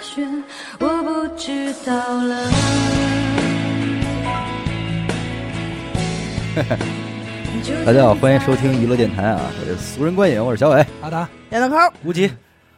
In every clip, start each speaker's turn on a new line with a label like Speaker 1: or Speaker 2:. Speaker 1: 觉，我不知道了。
Speaker 2: 大家好，欢迎收听娱乐电台啊！我是俗人观影，我是小伟，
Speaker 3: 阿达，
Speaker 4: 演的抠，
Speaker 3: 无极，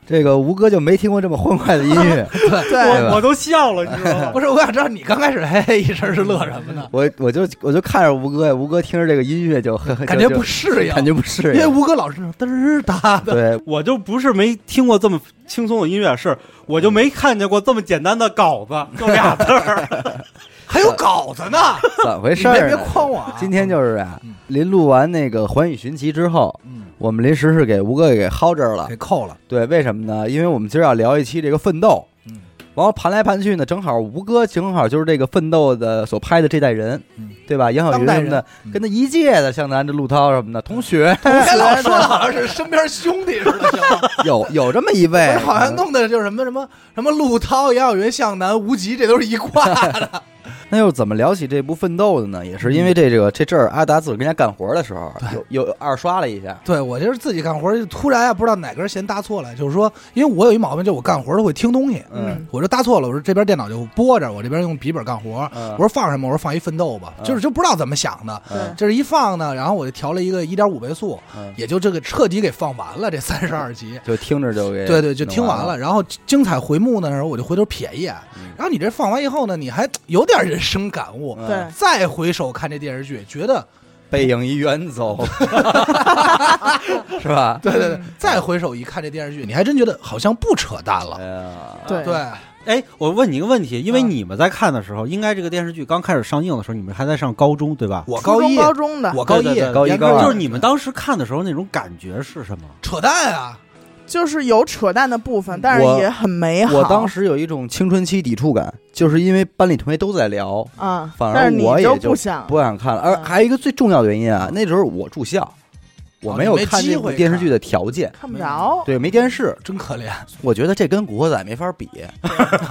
Speaker 2: 这个吴哥就没听过这么欢快的音 乐，
Speaker 4: 对，
Speaker 2: 对
Speaker 5: 我
Speaker 2: 吧
Speaker 5: 我？都笑了，你知道吗？
Speaker 3: 不是，我想知道你刚开始嘿嘿一声是乐什么呢？
Speaker 2: 我我就我就看着吴哥呀，吴哥听着这个音乐就
Speaker 3: 嗯感觉
Speaker 2: 就
Speaker 3: 不适应，
Speaker 2: 感觉不适
Speaker 3: 因为
Speaker 2: 应，
Speaker 3: 吴哥老是那种嘚儿哒的，
Speaker 2: 对，
Speaker 5: 我就不是没听过这么轻松的音乐，是我就没看见过这么简单的稿子，就俩字儿。
Speaker 3: 还有稿 子呢，
Speaker 2: 怎么回
Speaker 3: 你
Speaker 2: 事
Speaker 3: 别
Speaker 2: 儿
Speaker 3: 别
Speaker 2: 呢？
Speaker 3: 诓我啊！
Speaker 2: 今天就是啊
Speaker 3: 嗯，
Speaker 2: 临录完那个《环宇寻奇》之后，
Speaker 3: 嗯
Speaker 2: 我们临时是给吴哥给薅这儿了
Speaker 3: 给。扣 了，
Speaker 2: 对，为什么呢？因为我们今儿要聊一期这个奋斗，
Speaker 3: 嗯
Speaker 2: 然后盘来盘去呢，正好吴哥正好就是这个奋斗的所拍的这代人，
Speaker 3: 嗯
Speaker 2: 对吧？杨晓云
Speaker 3: 当代
Speaker 2: 什
Speaker 3: 人
Speaker 2: 么的，
Speaker 3: 嗯
Speaker 2: 跟他一届的，像咱这陆涛什么的同 学，
Speaker 3: 我还老说的好像是身边兄弟似 的，行吗？
Speaker 2: 有有这么一
Speaker 3: 不
Speaker 2: 位嗯
Speaker 3: 是， 好像弄的就是什么什么什么陆涛、杨晓云、向南、无极，这都是一挂的。
Speaker 2: 那又怎么聊起这部《奋斗》的呢？也是因为这个这阵儿阿达自个儿跟家干活的时候，有有二刷了一下，
Speaker 3: 对我就是自己干活儿，就突然啊不知道哪根弦搭错了，就是说，因为我有一毛病，就我干活儿都会听东西，
Speaker 2: 嗯
Speaker 3: 我就搭错了，我说这边电脑就播着，我这边用笔记本干活儿，
Speaker 2: 嗯
Speaker 3: 我说放什么？我说放一奋斗吧，
Speaker 2: 嗯
Speaker 3: 就是就不知道怎么想的，
Speaker 2: 嗯
Speaker 3: 这是一放呢，然后我就调了一个一点五倍速，
Speaker 2: 嗯，
Speaker 3: 也就这个彻底给放完了这三十二集。
Speaker 2: 就听着就给
Speaker 3: 对对，就听
Speaker 2: 完
Speaker 3: 完了，。然后精彩回目呢，然后我就回头瞥一眼
Speaker 2: 嗯，
Speaker 3: 然后你这放完以后呢，你还有点人生感悟，
Speaker 2: 嗯
Speaker 4: 对
Speaker 3: 再回首看这电视剧，觉得
Speaker 2: 背影一远 走， 是吧？
Speaker 3: 对对对，嗯再回首一看这电视剧，你还真觉得好像不扯淡了
Speaker 2: 哎。呀，
Speaker 4: 对
Speaker 3: 对，
Speaker 5: 哎，我问你一个问题，因为
Speaker 3: 啊
Speaker 5: 你们在看的时候，应该这个电视剧刚开始上映的时候，你们还在上高中，对吧？
Speaker 3: 我
Speaker 4: 初
Speaker 3: 高
Speaker 4: 中
Speaker 3: 一，
Speaker 4: 高中的，
Speaker 3: 我高
Speaker 5: 对
Speaker 3: 一
Speaker 5: 对对，
Speaker 2: 高一
Speaker 3: 严格
Speaker 2: 高二
Speaker 5: 就是你们当时看的时候那种感觉是什么？
Speaker 3: 扯淡啊！
Speaker 4: 就是有扯淡的部分，但是
Speaker 2: 我
Speaker 4: 也很美哎好。
Speaker 2: 我当时有一种青春期抵触感，就是因为班里同学都在聊，
Speaker 4: 啊，
Speaker 2: 反而
Speaker 4: 但是你
Speaker 2: 我也
Speaker 4: 就
Speaker 2: 就
Speaker 4: 不想，
Speaker 2: 不想看了。而
Speaker 4: 嗯
Speaker 2: 还有一个最重要的原因啊，那时候我住校，我
Speaker 3: 哦
Speaker 2: 有
Speaker 3: 你没
Speaker 2: 看
Speaker 3: 机
Speaker 2: 这部
Speaker 3: 会
Speaker 2: 电视
Speaker 3: 看
Speaker 2: 剧的条件，
Speaker 4: 看不着。
Speaker 2: 嗯对，没电视。
Speaker 3: 真可怜，
Speaker 2: 我觉得这跟《古惑仔》没法 比，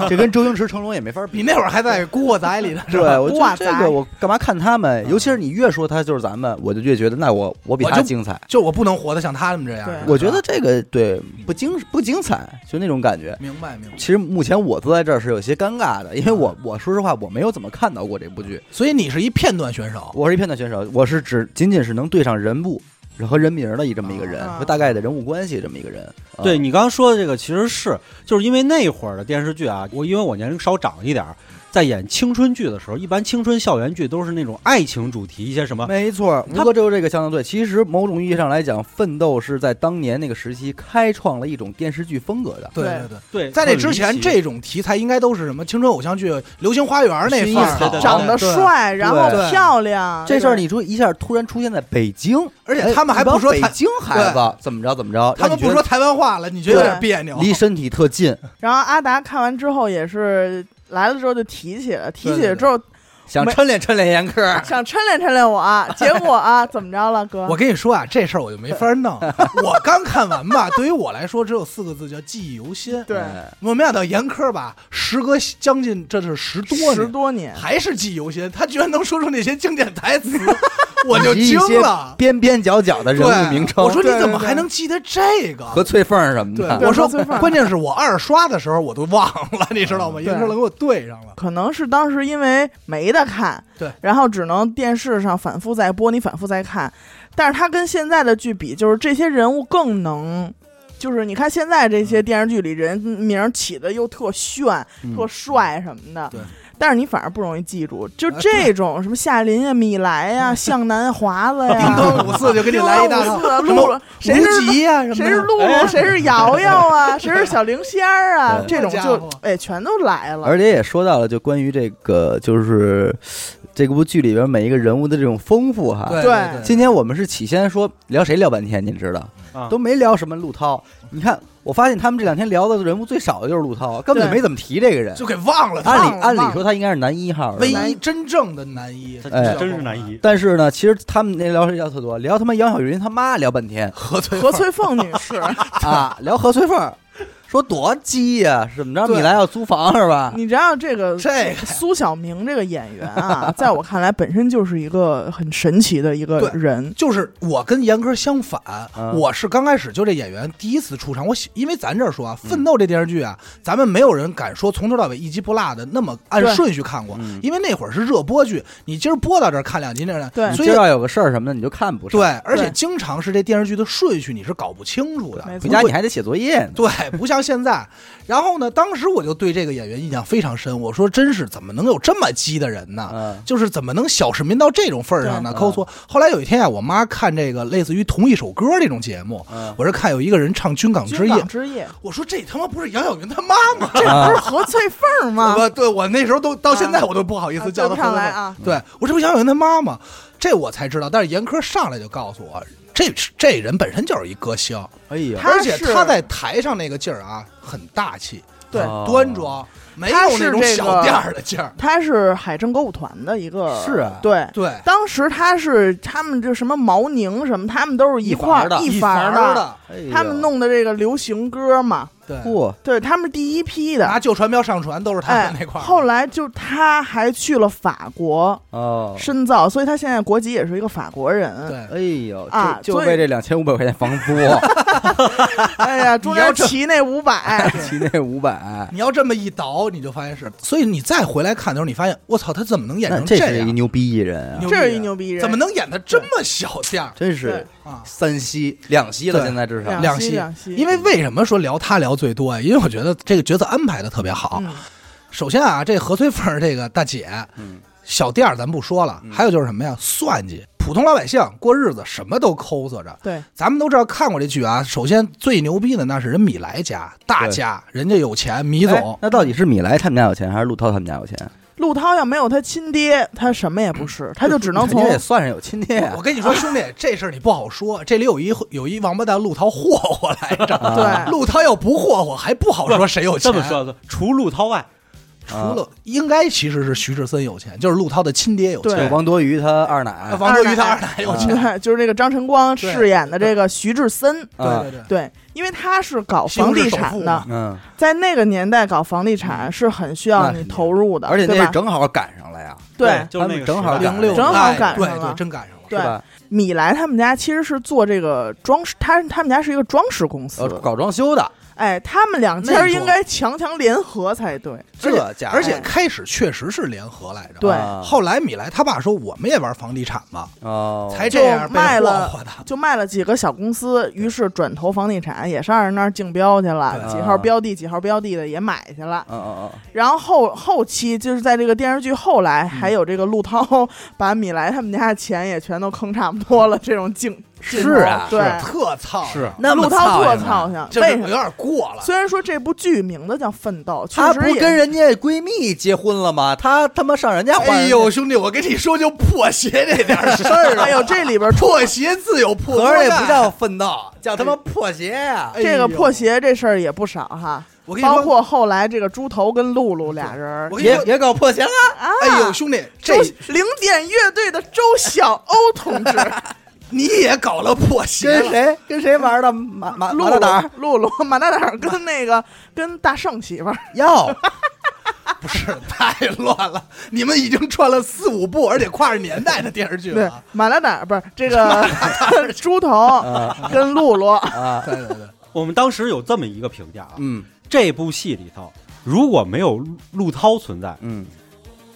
Speaker 2: 这跟周星驰、成龙也没法比。
Speaker 3: 你那会儿还在《古惑仔》里呢，是
Speaker 2: 对，
Speaker 3: 吧？
Speaker 2: 我觉
Speaker 4: 哇
Speaker 2: 得这
Speaker 4: 塞
Speaker 2: 个我干嘛看他们？尤其是你越说他就是咱们，我就越觉得那我我比
Speaker 3: 我
Speaker 2: 他
Speaker 3: 就
Speaker 2: 精彩。
Speaker 3: 就我不能活得像他们这样
Speaker 4: 对。
Speaker 2: 我觉得这个对不精不精彩，就那种感觉。
Speaker 3: 明白明白。
Speaker 2: 其实目前我坐在这儿是有些尴尬的，因为
Speaker 3: 嗯
Speaker 2: 我我说实话我没有怎么看到过这部剧，
Speaker 3: 所以你是一片段选手，
Speaker 2: 我是一片段选手，我是只仅仅是能对上人物和人名的一这么一个人，
Speaker 3: 嗯
Speaker 4: 啊
Speaker 2: 和大概的人物关系这么一个人。啊
Speaker 5: 对，你刚刚说的这个，其实是就是因为那会儿的电视剧啊，我因为我年龄稍长一点儿，在演青春剧的时候，一般青春校园剧都是那种爱情主题，一些什么
Speaker 2: 没错，吴
Speaker 5: 他
Speaker 2: 哥就是这个相当对。其实某种意义上来讲，《奋斗》是在当年那个时期开创了一种电视剧风格的。
Speaker 3: 对
Speaker 4: 对
Speaker 3: 对对。
Speaker 5: 对，
Speaker 3: 在那
Speaker 5: 很
Speaker 3: 之
Speaker 5: 离
Speaker 3: 前，
Speaker 5: 奇
Speaker 3: 这种题材应该都是什么青春偶像剧、流星花园那
Speaker 2: 薰衣
Speaker 3: 范
Speaker 2: 草
Speaker 3: 儿，
Speaker 5: 对
Speaker 4: 长得
Speaker 3: 对
Speaker 4: 帅，然后
Speaker 3: 对
Speaker 4: 漂亮，
Speaker 2: 这事儿你说一下突然出现在北京，
Speaker 3: 啊而且他们还不说
Speaker 2: 哎一
Speaker 3: 台
Speaker 2: 帮北京孩子怎么着怎么着，
Speaker 3: 他们不说台湾话了，你觉得有点别扭
Speaker 2: 让你觉得。离身体特近，
Speaker 4: 然后阿达看完之后也是来了之后就提起了，提起了之后
Speaker 2: 想抻脸抻脸严科。
Speaker 4: 想抻练抻练我啊，结果啊怎么着了哥？
Speaker 3: 我跟你说啊，这事儿我就没法弄。我刚看完吧， 对于我来说只有四个字，叫记忆犹新。
Speaker 4: 对
Speaker 2: 哎
Speaker 3: 我没想到严科吧，时隔将近这是十多
Speaker 4: 十
Speaker 3: 年，
Speaker 4: 多年，
Speaker 3: 还是记忆犹新，他居然能说出那些经典台词，我就
Speaker 2: 以及
Speaker 3: 惊
Speaker 2: 一些
Speaker 3: 了。
Speaker 2: 边边角角的人
Speaker 3: 对
Speaker 2: 物名称，
Speaker 3: 我说你
Speaker 4: 对
Speaker 3: 怎么
Speaker 4: 对
Speaker 3: 还能记得这个？
Speaker 2: 和翠凤什么
Speaker 3: 对，
Speaker 2: 的，
Speaker 3: 我说
Speaker 4: 对和翠凤
Speaker 3: 关键是我二刷的时候我都忘了，你知道吗？
Speaker 4: 嗯
Speaker 3: 严科了给我对上了。
Speaker 4: 可能是当时因为没得看，
Speaker 3: 对，
Speaker 4: 然后只能电视上反复在播，你反复在看。但是它跟现在的剧比，就是这些人物更能，就是你看现在这些电视剧里人嗯名儿起的又特炫、
Speaker 5: 嗯
Speaker 4: 特帅什么的，
Speaker 3: 对
Speaker 4: 但是你反而不容易记住，就
Speaker 3: 啊
Speaker 4: 这种什么夏琳呀、米莱呀、向南华子
Speaker 3: 叮
Speaker 4: 呀、
Speaker 3: 当五四就给你来一大套
Speaker 4: 叮当五四
Speaker 3: 什么
Speaker 4: 露露谁是
Speaker 3: 无极呀、什么的
Speaker 4: 谁是露露，
Speaker 5: 哎
Speaker 4: 谁是瑶瑶啊，谁是小灵仙儿啊，
Speaker 2: 对
Speaker 4: 这种
Speaker 3: 好家
Speaker 4: 就
Speaker 3: 伙
Speaker 4: 哎全都来了。
Speaker 2: 而且也说到了，就关于这个，就是这部剧里边每一个人物的这种丰富哈。
Speaker 3: 对
Speaker 4: 对
Speaker 3: 对
Speaker 2: 今天我们是起先说聊谁聊半天，您知道
Speaker 5: 啊，
Speaker 2: 都没聊什么陆涛。你看，我发现他们这两天聊的人物最少的就是陆涛，根本就
Speaker 4: 对
Speaker 2: 没怎么提这个人。
Speaker 3: 就给忘了他。
Speaker 2: 按
Speaker 4: 忘
Speaker 2: 理
Speaker 4: 了
Speaker 2: 按理
Speaker 4: 忘
Speaker 2: 说他应该是男一号，
Speaker 3: 唯
Speaker 2: 是吧
Speaker 3: 一真正的男一，
Speaker 2: 哎
Speaker 5: 这真是难移。
Speaker 2: 但是呢，其实他们那聊谁聊特多，聊他妈杨晓云他妈聊半天
Speaker 3: 何翠
Speaker 4: 何
Speaker 3: 凤
Speaker 4: 翠凤女士，
Speaker 2: 啊，聊何翠凤，说多鸡呀、怎么着？
Speaker 3: 对
Speaker 2: 米兰要租房是吧？
Speaker 4: 你知道这个
Speaker 3: 这
Speaker 4: 苏晓明这个演员啊，在我看来本身就是一个很神奇的一个
Speaker 3: 对
Speaker 4: 人。
Speaker 3: 就是我跟严哥相反，
Speaker 2: 嗯
Speaker 3: 我是刚开始就这演员第一次出场，我喜因为咱这儿说啊，《奋斗》这电视剧啊，咱们没有人敢说从头到尾一集不落的那么按
Speaker 4: 对
Speaker 3: 顺序看过，
Speaker 2: 嗯
Speaker 3: 因为那会儿是热播剧，你今儿播到这儿看两集那样，
Speaker 4: 对
Speaker 2: 你
Speaker 3: 所以
Speaker 2: 知道有个事儿什么的，你就看不上。
Speaker 3: 对，，而且
Speaker 4: 对
Speaker 3: 经常是这电视剧的顺序你是搞不清楚的，
Speaker 4: 没错
Speaker 2: 回家你还得写作业呢。
Speaker 3: 对，不像现在。然后呢，当时我就对这个演员印象非常深，我说真是怎么能有这么鸡的人呢？
Speaker 2: 嗯
Speaker 3: 就是怎么能小市民到这种份儿上呢？
Speaker 2: 对
Speaker 3: 抠缩。后来有一天啊，我妈看这个类似于同一首歌这种节目，
Speaker 2: 嗯
Speaker 3: 我是看有一个人唱《军港之
Speaker 4: 军
Speaker 3: 夜》
Speaker 4: 港，之夜，
Speaker 3: 我说这他妈不是杨晓云他妈吗？
Speaker 4: 这不是何翠凤吗？
Speaker 3: 我对我那时候都到现在我都不好意
Speaker 4: 啊
Speaker 3: 思叫他
Speaker 4: 对不上
Speaker 3: 回
Speaker 4: 来
Speaker 3: 头
Speaker 4: 啊
Speaker 3: 对我这不杨晓云他妈吗？这我才知道，但是严科上来就告诉我，这这人本身就是一歌星，
Speaker 2: 哎呀，
Speaker 4: 他
Speaker 3: 而且
Speaker 4: 是
Speaker 3: 他在台上那个劲儿啊，很大气。
Speaker 4: 对
Speaker 2: 哦
Speaker 3: 端庄，没有
Speaker 4: 他是
Speaker 3: 那种
Speaker 4: 这
Speaker 3: 小
Speaker 4: 个
Speaker 3: 店儿的劲 儿。
Speaker 4: 他是海政歌舞团的一个，
Speaker 2: 是啊
Speaker 4: 对。
Speaker 3: 对，
Speaker 4: 当时他是他们这什么毛宁什么，他们都是
Speaker 2: 一
Speaker 4: 块
Speaker 2: 凡儿的
Speaker 4: 一
Speaker 3: 一儿
Speaker 4: 凡儿的，
Speaker 3: 的，
Speaker 2: 哎呀
Speaker 4: 他们弄的这个流行歌嘛，
Speaker 3: 对，
Speaker 2: 嚯，
Speaker 4: 对他们第一批的。
Speaker 3: 拿旧传票上传都是他
Speaker 4: 哎
Speaker 3: 们那块，儿。
Speaker 4: 后来就他还去了法国
Speaker 2: 哦，
Speaker 4: 深造，所以他现在国籍也是一个法国人。
Speaker 3: 对，
Speaker 2: 哎呦，
Speaker 4: 啊
Speaker 2: 就就
Speaker 4: 所以
Speaker 2: 为这两千五百块钱房租，啊
Speaker 4: 哎呀，中
Speaker 3: 你要
Speaker 4: 间
Speaker 3: 这
Speaker 4: 骑那 五百，
Speaker 2: 骑那五百，
Speaker 3: 你要这么一倒，你就发现是，所以你再回来看的时候，你发现我操，他怎么能演
Speaker 2: 那
Speaker 3: 成
Speaker 2: 这是一
Speaker 3: 样
Speaker 2: 个？牛逼艺人啊，
Speaker 3: 牛逼
Speaker 4: 这是一
Speaker 3: 人
Speaker 4: 牛逼人，
Speaker 3: 怎么能演的这么小店儿
Speaker 2: 真
Speaker 4: 对
Speaker 2: 是
Speaker 3: 啊？
Speaker 2: 三息两息了，
Speaker 3: 对
Speaker 2: 现在至少
Speaker 3: 两
Speaker 4: 息
Speaker 3: 息
Speaker 4: 两嗯息？
Speaker 3: 因为为什么说聊他聊最多啊呀？因为我觉得这个角色安排的特别好。
Speaker 4: 嗯
Speaker 3: 首先啊，这何翠凤儿这个大姐，
Speaker 2: 嗯
Speaker 3: 小店儿咱不说
Speaker 5: 嗯
Speaker 3: 了，还有就是什么呀？算计，普通老百姓过日子什么都抠搜着，
Speaker 4: 对
Speaker 3: 咱们都知道看过这剧啊，首先最牛逼的那是人米莱家大家，人家有钱，米
Speaker 2: 哎
Speaker 3: 总。
Speaker 2: 那到底是米莱他们家有钱，还是陆涛他们家有钱？
Speaker 4: 陆涛要没有他亲爹，他什么也不是，他就只能
Speaker 2: 肯
Speaker 4: 从
Speaker 2: 定也算上有亲爹
Speaker 4: 哎
Speaker 2: 啊
Speaker 3: 我我跟你说，兄弟，这事儿你不好说。这里有一有一王八蛋陆涛霍霍来着，
Speaker 2: 啊
Speaker 4: 对
Speaker 3: 陆涛要不霍霍，还不好说谁有钱。
Speaker 5: 这么，说，除陆涛外，
Speaker 3: 除
Speaker 2: 啊
Speaker 3: 了应该其实是徐志森有钱，就是陆涛的亲爹有
Speaker 4: 对
Speaker 2: 就
Speaker 3: 钱，啊
Speaker 2: 王多鱼他二奶，
Speaker 3: 王多鱼他二奶
Speaker 2: 啊
Speaker 3: 有钱。
Speaker 4: 对，就是这个张晨光
Speaker 3: 对
Speaker 4: 饰演的这个徐志森，
Speaker 2: 啊
Speaker 3: 对对对，
Speaker 4: 嗯对，因为他是搞
Speaker 3: 西红
Speaker 4: 房
Speaker 3: 柿
Speaker 4: 地
Speaker 3: 首
Speaker 4: 产
Speaker 3: 富
Speaker 4: 的
Speaker 3: 嘛，
Speaker 2: 嗯，
Speaker 4: 在那个年代搞房地产是很需要
Speaker 2: 那
Speaker 4: 你
Speaker 2: 肯定
Speaker 4: 投入的，
Speaker 2: 而且那
Speaker 4: 对
Speaker 2: 是
Speaker 4: 吧？
Speaker 2: 正好赶上了呀，
Speaker 4: 对
Speaker 5: 就是
Speaker 2: 他
Speaker 5: 那个
Speaker 2: 们正好
Speaker 5: 时代
Speaker 2: 赶
Speaker 3: 零六
Speaker 4: 正好
Speaker 3: 哎
Speaker 4: 赶上
Speaker 3: 对
Speaker 4: 了
Speaker 3: 对，真赶上了。
Speaker 2: 是
Speaker 4: 对
Speaker 2: 吧？
Speaker 4: 米莱他们家其实是做这个装饰，他他们家是一个装饰公司
Speaker 2: 呃，，搞装修的，
Speaker 4: 哎，他们两家
Speaker 3: 那你说
Speaker 4: 应该强强联合才对，
Speaker 3: 而且
Speaker 2: 这家伙
Speaker 3: 而且开始确实是联合来着，
Speaker 4: 对
Speaker 2: 啊
Speaker 3: 后来米莱他爸说我们也玩房地产吧，
Speaker 2: 哦，
Speaker 3: 才这样
Speaker 4: 就
Speaker 3: 被
Speaker 4: 卖了
Speaker 3: 霍霍的。
Speaker 4: 就卖了几个小公司，于是转投房地产，也上人那儿竞标去了，
Speaker 2: 对
Speaker 4: 几号标的几号标的的也买去了。
Speaker 3: 啊
Speaker 2: 嗯嗯
Speaker 4: 然后后后期就是在这个电视剧后
Speaker 3: 嗯
Speaker 4: 来，还有这个陆涛把米莱他们家的钱也全都坑差不多了，这种 镜
Speaker 2: 是啊
Speaker 4: 镜头 对，
Speaker 3: 特操心，
Speaker 5: 是
Speaker 2: 那么
Speaker 4: 陆涛
Speaker 2: 操
Speaker 4: 特
Speaker 2: 心
Speaker 4: 操心，
Speaker 3: 就是
Speaker 4: 为什
Speaker 3: 有
Speaker 4: 么？
Speaker 3: 点过了。啊
Speaker 4: 虽然说这部剧名字叫《奋斗》，确
Speaker 2: 她
Speaker 4: 实
Speaker 2: 不
Speaker 4: 也
Speaker 2: 跟人家闺蜜结婚了吗？她他妈上人家花
Speaker 3: 哎
Speaker 2: 人家
Speaker 3: 呦，兄弟，我跟你说，就破鞋这点 事儿啊，
Speaker 4: 哎呦，这里 边出
Speaker 3: 破鞋自有破
Speaker 2: 合着
Speaker 3: 锅
Speaker 2: 也
Speaker 3: 盖。
Speaker 2: 不叫奋斗，叫他妈破鞋呀！
Speaker 3: 哎呦
Speaker 4: 这个破，鞋这事儿也不少哈，
Speaker 3: 我跟你
Speaker 4: 包
Speaker 3: 说，
Speaker 4: 括后来这个猪头跟露露俩人儿啊
Speaker 3: 我，跟你
Speaker 2: 也
Speaker 3: 说，
Speaker 2: 也搞破鞋了，
Speaker 3: 哎呦，兄弟，
Speaker 4: 周
Speaker 3: 这
Speaker 4: 零点乐队的周晓欧同志，
Speaker 3: 你也搞了破鞋
Speaker 2: 跟
Speaker 3: 了，
Speaker 2: 谁跟谁玩的马马
Speaker 4: 露
Speaker 2: 马大胆儿
Speaker 4: 露露露马大胆儿跟那个跟大圣媳妇儿，
Speaker 2: 哟，
Speaker 3: 不是太乱了。你们已经穿了四五部，而且跨着年代的电视剧
Speaker 4: 对
Speaker 3: 了。
Speaker 4: 马大胆儿不是这个 猪
Speaker 3: 啊
Speaker 4: 头跟露露，
Speaker 3: 对对对，
Speaker 5: 我们当时有这么一个评价啊，
Speaker 2: 啊嗯
Speaker 5: 这部戏里头如果没有陆陆涛存在，
Speaker 2: 嗯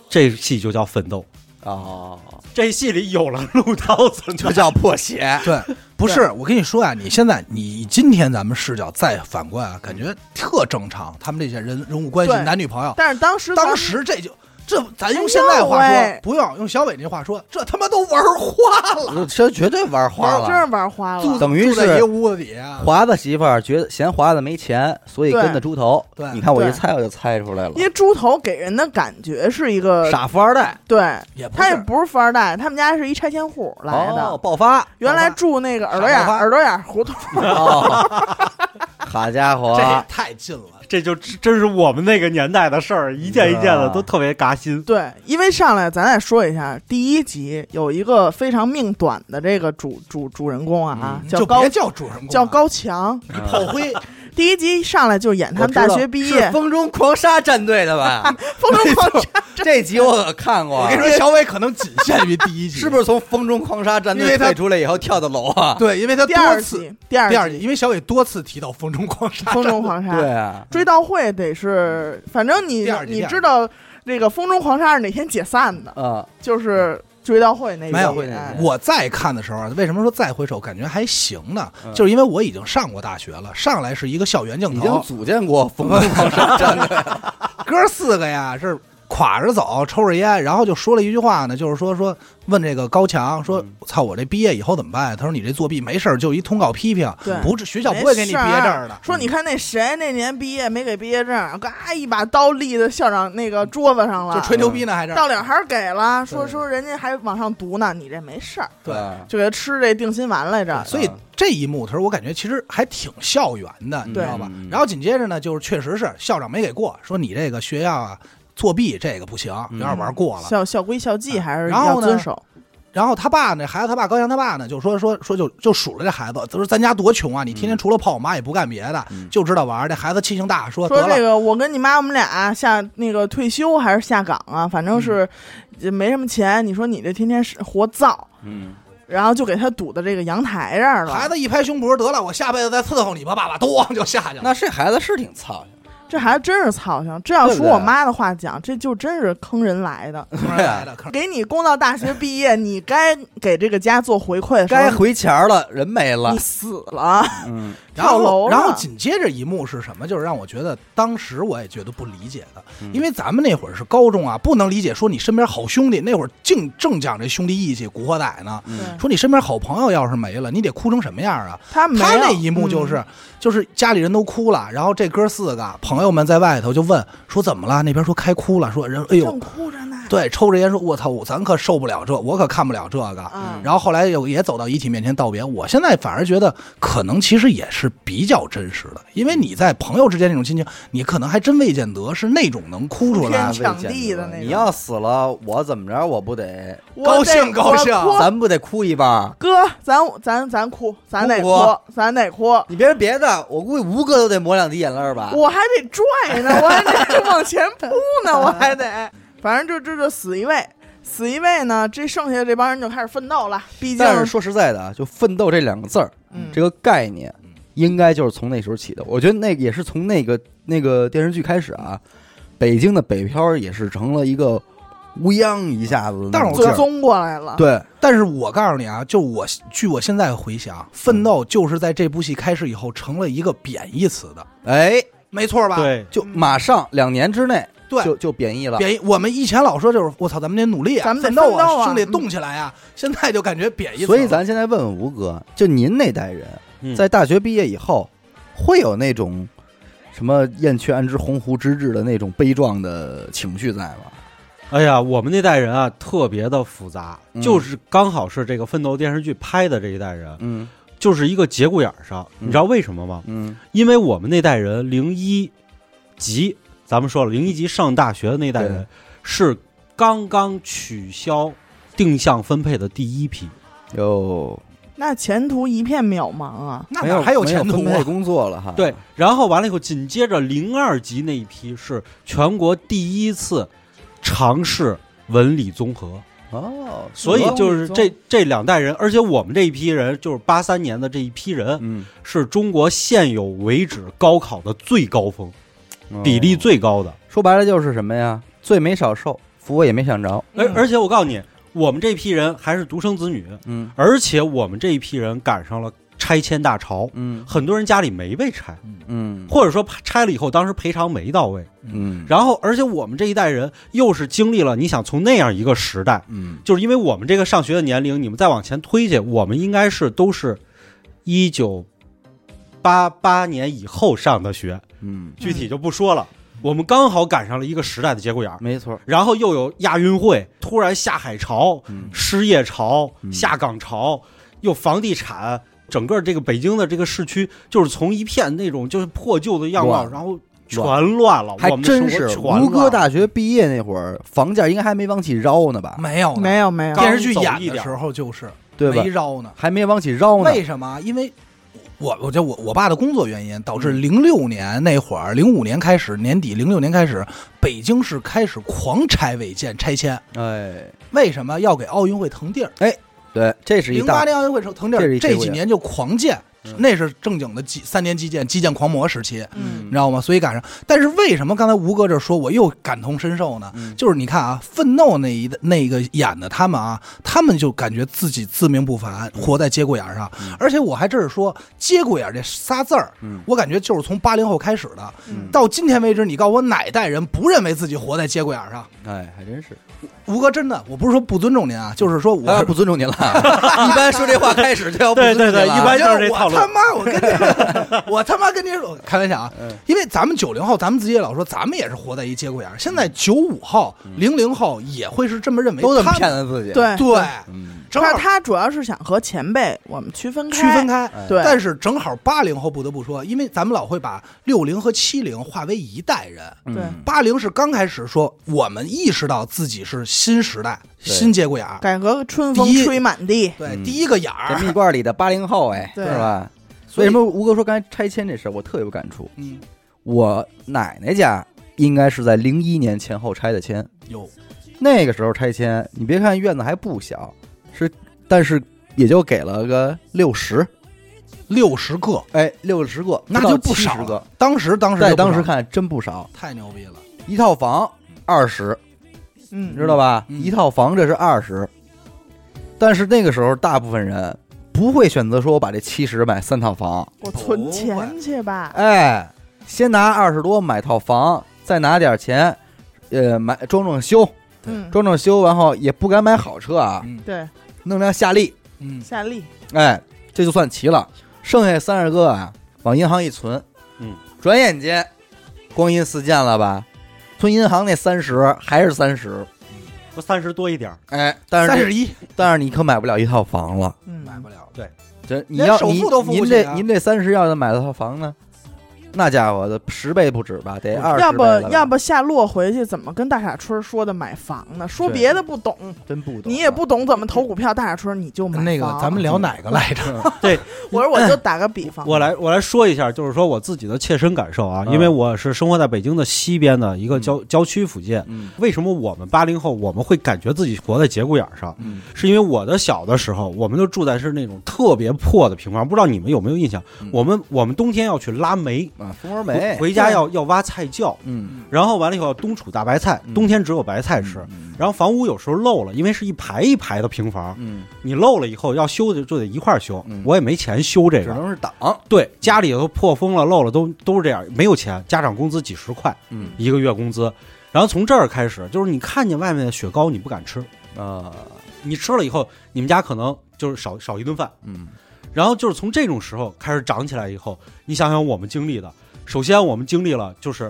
Speaker 5: 这戏就叫奋斗。
Speaker 2: 哦，
Speaker 5: 这戏里有了陆涛存在
Speaker 2: 就，叫破鞋，
Speaker 3: 对，不是我跟你说啊，你现在你今天咱们视角再反观啊，感觉特正常。他们这些人人物关系
Speaker 4: 对、
Speaker 3: 男女朋友，
Speaker 4: 但是当时咱
Speaker 3: 当
Speaker 4: 们
Speaker 3: 时这就这，咱用现在话
Speaker 4: 哎呦喂
Speaker 3: 说，不用用小伟那话说，这他妈都玩花了，
Speaker 2: 这绝对玩花
Speaker 4: 玩真
Speaker 2: 了。
Speaker 4: 是玩花
Speaker 3: 住
Speaker 4: 了，
Speaker 2: 等于
Speaker 3: 住在
Speaker 2: 是
Speaker 3: 一个屋子底下。
Speaker 2: 华子媳妇儿觉得嫌华子没钱，所以
Speaker 4: 对
Speaker 2: 跟着猪头。
Speaker 3: 对
Speaker 2: 你看我
Speaker 4: 对
Speaker 2: 一猜我就猜出来了
Speaker 4: 因，为猪头给人的感觉是一个
Speaker 2: 傻富二代
Speaker 4: 对，
Speaker 3: 也不
Speaker 4: 他也
Speaker 3: 是，
Speaker 4: 不是富二代，他们家是一拆迁户来的。
Speaker 2: 哦爆发。
Speaker 4: 原来住那个耳朵眼
Speaker 3: 傻爆发
Speaker 4: 耳朵眼胡同，
Speaker 2: 哦，好家伙
Speaker 3: 这，也太近了。
Speaker 5: 这就真是我们那个年代的事儿，一件一件的都特别嘎心。
Speaker 4: 对，因为上来咱再说一下，第一集有一个非常命短的这个主主主人公啊，
Speaker 3: 你嗯
Speaker 4: 叫
Speaker 3: 就
Speaker 4: 高
Speaker 3: 别叫主人公了，
Speaker 4: 叫高强，
Speaker 3: 一炮灰，
Speaker 4: 第一集上来就演他们大学毕业，
Speaker 2: 风中狂杀战队的吧？
Speaker 4: 风中狂杀，
Speaker 2: 这集我可看过
Speaker 3: 我跟你说，小伟可能仅限于第一 集，
Speaker 2: 是不是从风中狂杀战
Speaker 3: 因
Speaker 2: 队
Speaker 3: 为他
Speaker 2: 退出来以后跳的楼啊？
Speaker 3: 对，因为他
Speaker 4: 第二
Speaker 3: 多次
Speaker 4: 集，第二
Speaker 3: 第二集，因为小伟多次提到风中狂
Speaker 4: 《
Speaker 3: 杀，
Speaker 4: 风中狂 杀》
Speaker 2: 对啊，
Speaker 4: 追悼会得是，反正你
Speaker 3: 嗯第二集
Speaker 4: 你
Speaker 3: 第二集
Speaker 4: 知道那个《风中狂杀》是哪天解散的，
Speaker 2: 啊，
Speaker 4: 就是追悼会那一集
Speaker 3: 没有
Speaker 2: 会那
Speaker 4: 哎
Speaker 2: 集
Speaker 3: 我再看的时候啊，为什么说再回首感觉还行呢
Speaker 2: 嗯？
Speaker 3: 就是因为我已经上过大学了，上来是一个校园镜
Speaker 2: 已经
Speaker 3: 头，
Speaker 2: 组建过风中狂杀战队，
Speaker 3: 哥四个呀是垮着走，抽着烟，然后就说了一句话呢，就是说说问这个高强说
Speaker 2: 嗯，
Speaker 3: 操，我这毕业以后怎么办呀？他说你这作弊没事儿，就一通告批评
Speaker 4: 对，
Speaker 3: 不是学校不会给你毕业证的。嗯
Speaker 4: 说你看那谁那年毕业没给毕业证，嘎一把刀立在校长那个桌子上
Speaker 3: 就
Speaker 4: 了，
Speaker 3: 吹牛逼呢，还是
Speaker 4: 到脸还是给了，说
Speaker 3: 对
Speaker 4: 说人家还往上读呢，你这没事儿，
Speaker 3: 对
Speaker 4: 就给他吃这定心丸来着。
Speaker 3: 啊所以这一幕，他说我感觉其实还挺校园的，你知道吧
Speaker 2: 嗯？
Speaker 3: 然后紧接着呢，就是确实是校长没给过，说你这个学校啊作弊这个不行，有点玩过了。啊
Speaker 4: 校校嗯规校纪还是
Speaker 3: 然后
Speaker 4: 要
Speaker 3: 呢
Speaker 4: 遵守。
Speaker 3: 然后他爸呢，孩子他爸高翔他爸呢，就说说说就就数落这孩子，他说咱家多穷啊，你天天除了泡我妈也不干别的，
Speaker 2: 嗯
Speaker 3: 就知道玩儿。这孩子气性大，说
Speaker 4: 说
Speaker 3: 得
Speaker 4: 这
Speaker 3: 了，
Speaker 4: 个，我跟你妈我们俩下那个退休还是下岗啊，反
Speaker 3: 嗯
Speaker 4: 正是也没什么钱。你说你这天天是活造，
Speaker 2: 嗯，
Speaker 4: 然后就给他堵到这个阳台这儿了。
Speaker 3: 孩子一拍胸脯，得了，我下辈子再伺候你吧，爸爸，咣就下去了。
Speaker 2: 那这孩子是挺操心
Speaker 4: 这孩子真是操心。这要
Speaker 2: 对不
Speaker 4: 说
Speaker 2: 对
Speaker 4: 我妈的话讲，这就真是坑人来的。
Speaker 3: 坑人来的坑人
Speaker 4: 给你供到大学毕业，你该给这个家做回馈的
Speaker 2: 的，
Speaker 4: 时候，
Speaker 2: 该回钱儿了，人没了
Speaker 4: 你，死了。
Speaker 2: 嗯，
Speaker 3: 然
Speaker 4: 跳楼
Speaker 3: 后，
Speaker 4: 了
Speaker 3: 然后紧接着一幕是什么？就是让我觉得当时我也觉得不理解的，
Speaker 2: 嗯
Speaker 3: 因为咱们那会儿是高中啊，不能理解说你身边好兄弟那会儿净正讲这兄弟义气、古惑仔呢，
Speaker 4: 对
Speaker 3: 说你身边好朋友要是没了，你得哭成什么样啊？
Speaker 4: 他没有
Speaker 3: 他那一幕就
Speaker 4: 嗯
Speaker 3: 是，就是家里人都哭了，然后这哥四个朋友们在外头就问说怎么了？那边说开哭了，说人哎呦
Speaker 4: 正，哭着呢。
Speaker 3: 对，抽着烟说，我操，我咱可受不了这，我可看不了这个。
Speaker 4: 啊，
Speaker 3: 然后后来又也走到遗体面前道别。我现在反而觉得，可能其实也是比较真实的，因为你在朋友之间那种亲情，你可能还真未见得是那种能哭出
Speaker 4: 天
Speaker 2: 那
Speaker 3: 来的。
Speaker 2: 未
Speaker 4: 抢
Speaker 2: 见
Speaker 4: 地
Speaker 2: 得
Speaker 4: 的那
Speaker 2: 你
Speaker 4: 种
Speaker 2: 要死了，我怎么着，我不得，
Speaker 4: 我
Speaker 3: 高
Speaker 4: 得
Speaker 3: 兴高
Speaker 4: 我
Speaker 3: 兴
Speaker 4: 哭
Speaker 2: 咱不得哭一半？
Speaker 4: 哥，咱咱咱哭，咱得
Speaker 2: 不哭啊
Speaker 4: 哭，咱得哭。
Speaker 2: 你别别的，我估计吴哥都得抹两滴眼泪儿吧？
Speaker 4: 我还得拽呢，我还得 往前扑呢，我还得，反正就这就死一位，死一位呢，这剩下的这帮人就开始奋斗了。毕竟
Speaker 2: 但是说实在的啊，就奋斗这两个字儿，
Speaker 4: 嗯
Speaker 2: 这个概念，应该就是从那时候起的。我觉得那个也是从那个那个电视剧开始啊，北京的北漂儿也是成了一个乌泱一下子的那
Speaker 3: 但是
Speaker 2: 种
Speaker 3: 我
Speaker 2: 劲
Speaker 4: 就
Speaker 2: 儿，
Speaker 4: 综过来了。
Speaker 2: 对，
Speaker 3: 但是我告诉你啊，就我据我现在回想，奋斗就是在这部戏开始以后成了一个贬义词的，
Speaker 2: 哎，
Speaker 3: 没错吧？
Speaker 5: 对，
Speaker 2: 就马上两年之内
Speaker 3: 嗯对
Speaker 2: 就就贬义了。
Speaker 3: 贬义，我们以前老说就是我操，咱们得努力啊，
Speaker 4: 咱们得
Speaker 3: 奋斗
Speaker 4: 奋斗啊
Speaker 3: 兄弟
Speaker 4: 嗯
Speaker 3: 动起来啊！现在就感觉贬义词了，
Speaker 2: 所以咱现在问问吴哥，就您那代人，
Speaker 5: 嗯
Speaker 2: 在大学毕业以后，会有那种什么“燕雀安知鸿鹄之志”的那种悲壮的情绪在吗？
Speaker 5: 哎呀，我们那代人啊，特别的复杂，
Speaker 2: 嗯
Speaker 5: 就是刚好是这个奋斗电视剧拍的这一代人，
Speaker 2: 嗯
Speaker 5: 就是一个节骨眼儿上，
Speaker 2: 嗯
Speaker 5: 你知道为什么吗？
Speaker 2: 嗯
Speaker 5: 因为我们那代人零一级，咱们说了，零一级上大学的那代人
Speaker 2: 对
Speaker 5: 是刚刚取消定向分配的第一批，
Speaker 4: 啊
Speaker 2: 哟，
Speaker 4: 那前途一片渺茫啊！
Speaker 3: 那
Speaker 2: 没
Speaker 3: 哪还
Speaker 2: 有
Speaker 3: 前途
Speaker 2: 没有分配
Speaker 3: 啊？
Speaker 2: 工作了哈。
Speaker 5: 对，然后完了以后，紧接着零二级那一批是全国第一次尝试文理综合，
Speaker 2: 哦，
Speaker 5: 所以就是这
Speaker 4: 文理
Speaker 5: 这两代人，而且我们这一批人就是八三年的这一批人，
Speaker 2: 嗯，
Speaker 5: 是中国现有为止高考的最高峰，
Speaker 4: 哦
Speaker 2: 哦
Speaker 5: 比例最高的。
Speaker 2: 说白了就是什么呀？罪没少受，福我也没享着。
Speaker 5: 而
Speaker 4: 嗯
Speaker 5: 而且我告诉你，我们这批人还是独生子女，
Speaker 2: 嗯
Speaker 5: 而且我们这一批人赶上了拆迁大潮，
Speaker 2: 嗯
Speaker 5: 很多人家里没被拆，
Speaker 2: 嗯
Speaker 5: 或者说拆了以后当时赔偿没到位。
Speaker 2: 嗯
Speaker 5: 然后，而且我们这一代人又是经历了，你想从那样一个时代，
Speaker 2: 嗯，
Speaker 5: 就是因为我们这个上学的年龄，你们再往前推去，我们应该是都是一九八八年以后上的学，
Speaker 2: 嗯，
Speaker 5: 具体就不说了。我们刚好赶上了一个时代的节骨眼儿，
Speaker 2: 没错。
Speaker 5: 然后又有亚运会，突然下海潮、
Speaker 2: 嗯
Speaker 5: 失业潮、
Speaker 2: 嗯
Speaker 5: 下岗潮，又房地产，整个这个北京的这个市区，就是从一片那种就是破旧的样貌，
Speaker 2: 乱
Speaker 5: 然后全乱了，
Speaker 2: 还
Speaker 5: 我们的
Speaker 2: 真
Speaker 5: 生活
Speaker 2: 是，
Speaker 5: 全乱了
Speaker 2: 吴哥大学毕业那会儿，房价应该还没往起绕呢吧？
Speaker 3: 没有呢
Speaker 4: 没有没有，
Speaker 5: 刚
Speaker 3: 电视剧
Speaker 5: 走
Speaker 3: 演
Speaker 5: 一
Speaker 3: 的
Speaker 5: 点
Speaker 3: 时候就是
Speaker 2: 对吧
Speaker 3: 没？招呢。
Speaker 2: 还没往起绕呢。
Speaker 3: 为什么？因为我我我觉得我我爸的工作原因导
Speaker 2: 嗯
Speaker 3: 致零六年那会儿，零五年开始年底，零六年开始，北京市开始狂拆违建拆迁。
Speaker 2: 哎，
Speaker 3: 为什么要给奥运会腾地儿？
Speaker 2: 对，这是一
Speaker 3: 零八
Speaker 2: 大
Speaker 3: 年奥运会腾腾地
Speaker 2: 这是
Speaker 3: 儿，
Speaker 2: 一
Speaker 3: 这
Speaker 2: 这
Speaker 3: 几
Speaker 2: 个
Speaker 3: 年就狂建
Speaker 2: 嗯，
Speaker 3: 那是正经的基三年基建基建狂魔时期，
Speaker 4: 嗯
Speaker 3: 你知道吗？所以赶上。但是为什么刚才吴哥这说我又感同身受呢？
Speaker 2: 嗯
Speaker 3: 就是你看啊，奋斗那一那个演的他们啊，他们就感觉自己自命不凡，活在节骨眼儿上。
Speaker 2: 嗯
Speaker 3: 而且我还真是说“节骨眼”儿这仨字儿，
Speaker 2: 嗯
Speaker 3: 我感觉就是从八零后开始的，
Speaker 4: 嗯
Speaker 3: 到今天为止，你告诉我哪代人不认为自己活在节骨眼儿上？
Speaker 2: 哎，还真是，
Speaker 3: 吴哥，真的，我不是说不尊重您啊，就是说我
Speaker 2: 我不尊重您了。啊 一般说这话开始就要不尊重您了啊
Speaker 5: 对对对一般
Speaker 3: 我觉得
Speaker 5: 就是这套路
Speaker 3: 我他妈，我跟你，我他妈跟你说，开玩笑啊
Speaker 2: 嗯，
Speaker 3: 因为咱们九零后，咱们自己也老说，咱们也是活在一节骨眼儿。现在九五后、
Speaker 2: 嗯
Speaker 3: 零零后也会是这么认为，
Speaker 2: 都这么
Speaker 3: 他
Speaker 2: 骗咱自己。，
Speaker 4: 对
Speaker 3: 对，
Speaker 2: 嗯，
Speaker 3: 正
Speaker 4: 他
Speaker 3: 好
Speaker 4: 他主要是想和前辈我们区分开，
Speaker 3: 区分开。
Speaker 2: 哎
Speaker 4: 对，
Speaker 3: 但是正好八零后不得不说，因为咱们老会把六零和七零划为一代人。
Speaker 4: 对
Speaker 2: 嗯
Speaker 3: 八零是刚开始说我们意识到自己是新时代、
Speaker 2: 对
Speaker 3: 新节骨眼儿，
Speaker 4: 改革春风
Speaker 3: 第一
Speaker 4: 吹满地，
Speaker 3: 对，
Speaker 2: 嗯
Speaker 3: 第一个眼
Speaker 2: 这
Speaker 3: 儿，啊
Speaker 2: 蜜罐里的八零后，哎，是
Speaker 4: 对
Speaker 2: 吧？
Speaker 3: 所
Speaker 2: 为
Speaker 3: 以
Speaker 2: 什么吴哥说刚才拆迁这事儿，我特有感触？
Speaker 3: 嗯，
Speaker 2: 我奶奶家应该是在零一年前后拆的迁，
Speaker 3: 有
Speaker 2: 那个时候拆迁，你别看院子还不小，是，但是也就给了个六十，
Speaker 3: 六十个，
Speaker 2: 哎，六十个，
Speaker 3: 那
Speaker 2: 不到
Speaker 3: 就不少
Speaker 2: 70个
Speaker 3: 了。。当时当时
Speaker 2: 在
Speaker 3: 就不
Speaker 2: 当时
Speaker 3: 少
Speaker 2: 看真不少，
Speaker 3: 太牛逼了，
Speaker 2: 一套房二十，
Speaker 4: 嗯，
Speaker 2: 你知道吧？
Speaker 3: 嗯
Speaker 2: 一套房这是二十，但是那个时候大部分人不会选择说我把这七十买三套房，
Speaker 4: 我存钱去吧，
Speaker 2: 哎，先拿二十多买套房，再拿点钱，呃，买装装修，
Speaker 4: 嗯，
Speaker 2: 装装修，然后也不敢买好车啊，
Speaker 3: 嗯
Speaker 4: 对，
Speaker 2: 弄辆夏利，
Speaker 3: 嗯，
Speaker 4: 夏利，
Speaker 2: 哎，这就算齐了。剩下三十个啊，往银行一存，
Speaker 5: 嗯，
Speaker 2: 转眼间光阴似箭了吧？存银行那三十还是三十，
Speaker 5: 不三十多一点儿，
Speaker 2: 哎，但
Speaker 3: 三
Speaker 2: 是这
Speaker 3: 十一
Speaker 2: 但是你可买不了一套房了。
Speaker 4: 嗯，
Speaker 3: 买不了，
Speaker 2: 这你
Speaker 3: 连
Speaker 2: 要
Speaker 3: 首
Speaker 2: 你
Speaker 3: 付都付不
Speaker 2: 您
Speaker 3: 起
Speaker 2: 这
Speaker 3: 啊
Speaker 2: 您这三十要是买了套房呢，那家伙的十倍不止吧，得二十
Speaker 4: 要
Speaker 2: 倍
Speaker 4: 不
Speaker 2: 了吧
Speaker 4: 要不夏洛回去怎么跟大傻春说的买房呢？说
Speaker 2: 对
Speaker 4: 别的不懂，
Speaker 2: 真不懂，
Speaker 4: 你也不懂怎么投股票，大傻春你就买
Speaker 3: 那个
Speaker 4: 房
Speaker 3: 咱们聊哪个来着？
Speaker 4: 我说我就打个比方，
Speaker 5: 我来我来说一下，就是说我自己的切身感受啊，
Speaker 2: 嗯
Speaker 5: 因为我是生活在北京的西边的一个郊郊区附近。
Speaker 2: 嗯
Speaker 5: 为什么我们八零后我们会感觉自己活在节骨眼儿上？
Speaker 2: 嗯
Speaker 5: 是因为我的小的时候，我们就住在是那种特别破的平房，不知道你们有没有印象？
Speaker 2: 嗯
Speaker 5: 我们我们冬天要去拉煤，
Speaker 2: 啊，蜂窝
Speaker 5: 回
Speaker 2: 煤，
Speaker 5: 回家要要挖菜窖，
Speaker 2: 嗯
Speaker 5: 然后完了以后要冬储大白菜，
Speaker 2: 嗯
Speaker 5: 冬天只有白菜吃。
Speaker 2: 嗯
Speaker 5: 然后房屋有时候漏了，因为是一排一排的平房，
Speaker 2: 嗯，
Speaker 5: 你漏了以后要修的就得一块儿修
Speaker 2: 嗯。
Speaker 5: 我也没钱修这
Speaker 2: 只
Speaker 5: 个，
Speaker 2: 能是挡，
Speaker 5: 对，家里头破风了、漏了都都是这样，没有钱，家长工资几十块
Speaker 2: 嗯
Speaker 5: 一个月工资。然后从这儿开始，就是你看见外面的雪糕，你不敢吃，
Speaker 2: 啊
Speaker 5: 你吃了以后，你们家可能就是少少一顿饭。
Speaker 2: 嗯
Speaker 5: 然后就是从这种时候开始涨起来以后，你想想我们经历的，首先我们经历了就是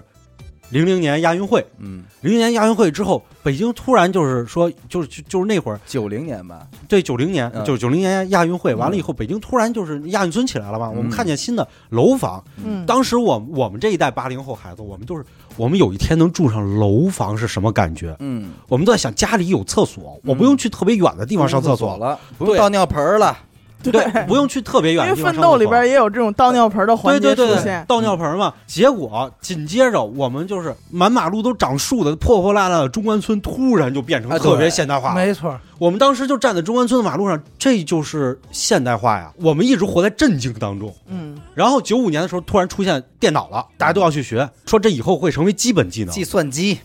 Speaker 5: 零零年亚运会，
Speaker 2: 嗯，
Speaker 5: 零零年亚运会之后，北京突然就是说，就是就就是那会儿，
Speaker 2: 九零年吧，
Speaker 5: 对九零年
Speaker 2: 嗯，
Speaker 5: 就是九零年亚运会
Speaker 2: 嗯
Speaker 5: 完了以后，北京突然就是亚运村起来了嘛，
Speaker 2: 嗯
Speaker 5: 我们看见新的楼房。
Speaker 4: 嗯，
Speaker 5: 当时我我们这一代八零后孩子，我们就是我们有一天能住上楼房是什么感觉？
Speaker 2: 嗯，
Speaker 5: 我们都在想家里有厕所，我不
Speaker 4: 嗯
Speaker 5: 用去特别远的地
Speaker 2: 地
Speaker 5: 方上厕所，
Speaker 2: 了，不用
Speaker 5: 对
Speaker 2: 倒尿盆儿了，
Speaker 5: 对，不用去特别
Speaker 4: 因
Speaker 5: 远
Speaker 4: 为
Speaker 5: 的地方上
Speaker 4: 奋
Speaker 5: 厕所。
Speaker 4: 斗里边也有这种倒尿盆的环
Speaker 5: 对
Speaker 4: 节
Speaker 5: 对
Speaker 4: 出
Speaker 5: 对对
Speaker 4: 现，，
Speaker 5: 倒尿盆嘛。结果紧接着我们就是满马路都长树的破破烂烂的中关村，突然就变成
Speaker 2: 啊
Speaker 5: 特
Speaker 2: 对
Speaker 5: 别现代化了。
Speaker 3: 没错，
Speaker 5: 我们当时就站在中关村的马路上，这就是现代化呀。我们一直活在震惊当中。
Speaker 4: 嗯，
Speaker 5: 然后九五年的时候，突然出现电脑了，大家都要去学，说这以后会成为基本技能。
Speaker 2: 计算机，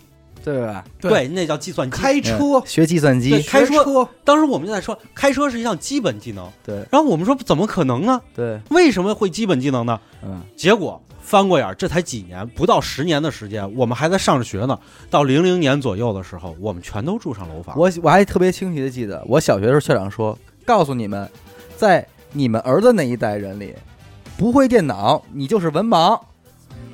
Speaker 2: 对吧？
Speaker 3: 对
Speaker 5: 对，那叫计算机。
Speaker 3: 开车
Speaker 2: 嗯、学计算
Speaker 5: 对
Speaker 2: 机，
Speaker 5: 开
Speaker 3: 学
Speaker 5: 车
Speaker 3: 车
Speaker 5: 当时我们就在说，开车是一项基本技能。
Speaker 2: 对
Speaker 5: 然后我们说，怎么可能呢？
Speaker 2: 对，
Speaker 5: 为什么会基本技能呢？
Speaker 2: 嗯
Speaker 5: 结果翻过眼儿，这才几年，不到十年的时间，我们还在上着学呢。到零零年左右的时候，我们全都住上楼房。
Speaker 2: 我我还特别清晰的记得，我小学的时候校长说，告诉你们，在你们儿子那一代人里，不会电脑你就是文盲，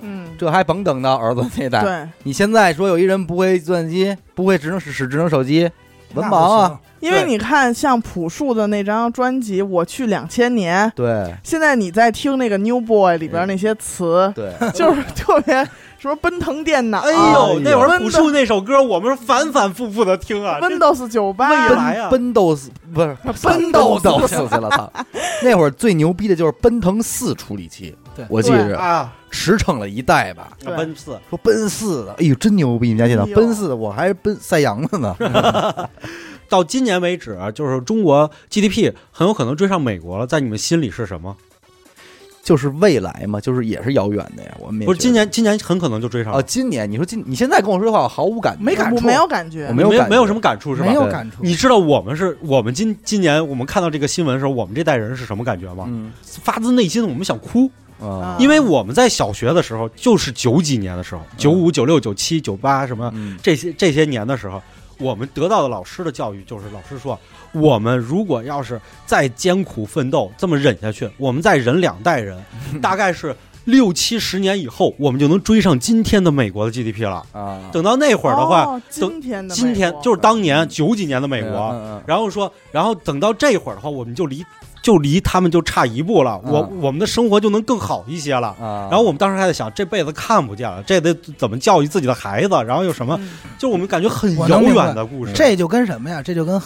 Speaker 4: 嗯，
Speaker 2: 这还甭等到儿子那代。
Speaker 4: 对，
Speaker 2: 你现在说有一人不会计算机，不会智能使使智能手机，文盲啊，，
Speaker 4: 因为
Speaker 2: 对
Speaker 4: 你看像朴树的那张专辑《我去两千年》，
Speaker 2: 对
Speaker 5: 哎
Speaker 4: 现在你在听那个 New Boy 里边那些词，
Speaker 2: 对，
Speaker 4: 就是特别。什么奔腾电脑，
Speaker 5: 哎
Speaker 2: 哎
Speaker 5: 呦
Speaker 2: 呦，
Speaker 5: 那会儿朴树那首歌，我们是反反复复的听啊，真的
Speaker 4: Windows 九八
Speaker 5: 未来呀
Speaker 2: 奔斗死不是
Speaker 3: 奔斗死
Speaker 2: 斗死去了，操！ 那会儿最牛逼的就是奔腾四处理器，
Speaker 3: 对
Speaker 2: 我记
Speaker 4: 对
Speaker 2: 着
Speaker 5: 啊，
Speaker 2: 驰骋了一代吧。
Speaker 4: 对
Speaker 5: 奔四，
Speaker 2: 说奔四的，哎呦，真牛逼！你家电脑
Speaker 4: 哎呦
Speaker 2: 奔四的，我还是奔赛扬的呢。
Speaker 5: 到今年为止，啊就是中国 GDP 很有可能追上美国了，在你们心里是什么？
Speaker 2: 就是未来嘛，就是也是遥远的呀。我们也
Speaker 5: 不是
Speaker 2: 觉得
Speaker 5: 今年，今年很可能就追上
Speaker 2: 啊，
Speaker 5: 了，
Speaker 2: 今年你说今你现在跟我说的话，我毫无感觉，
Speaker 3: 没感
Speaker 4: 我
Speaker 3: 触
Speaker 4: 没有感觉
Speaker 2: 我，没有
Speaker 5: 没
Speaker 2: 感觉
Speaker 5: 没有什么感触是吧？
Speaker 3: 没有
Speaker 2: 对
Speaker 3: 感触。
Speaker 5: 你知道我们是我们今今年我们看到这个新闻的时候，我们这代人是什么感觉吗？
Speaker 2: 嗯
Speaker 5: 发自内心的我们想哭，
Speaker 2: 啊
Speaker 4: 啊
Speaker 5: 因为我们在小学的时候就是九几年的时候，九五、九六、九七、九八什么
Speaker 2: 嗯
Speaker 5: 这些这些年的时候，我们得到的老师的教育就是老师说，我们如果要是再艰苦奋斗，这么忍下去，我们再忍两代 人，大概是六七十年以后，我们就能追上今天的美国的 GDP 了。
Speaker 2: 啊，
Speaker 5: 等到那会儿的话，
Speaker 4: 哦今天的
Speaker 5: 今天
Speaker 4: 美国啊
Speaker 5: 就是当年九几年的美
Speaker 2: 嗯
Speaker 5: 国，
Speaker 2: 嗯
Speaker 5: 然后说，然后等到这会儿的话，我们就离就离他们就差一步了，我
Speaker 2: 嗯
Speaker 5: 我们的生活就能更好一些了。
Speaker 2: 啊，
Speaker 5: 然后我们当时还在想，这辈子看不见了，这得怎么教育自己的孩子？然后有什么？
Speaker 4: 嗯
Speaker 5: 就是我们感觉很
Speaker 3: 我
Speaker 5: 遥
Speaker 3: 能明白
Speaker 5: 远的故事。
Speaker 3: 这就跟什么呀？这就跟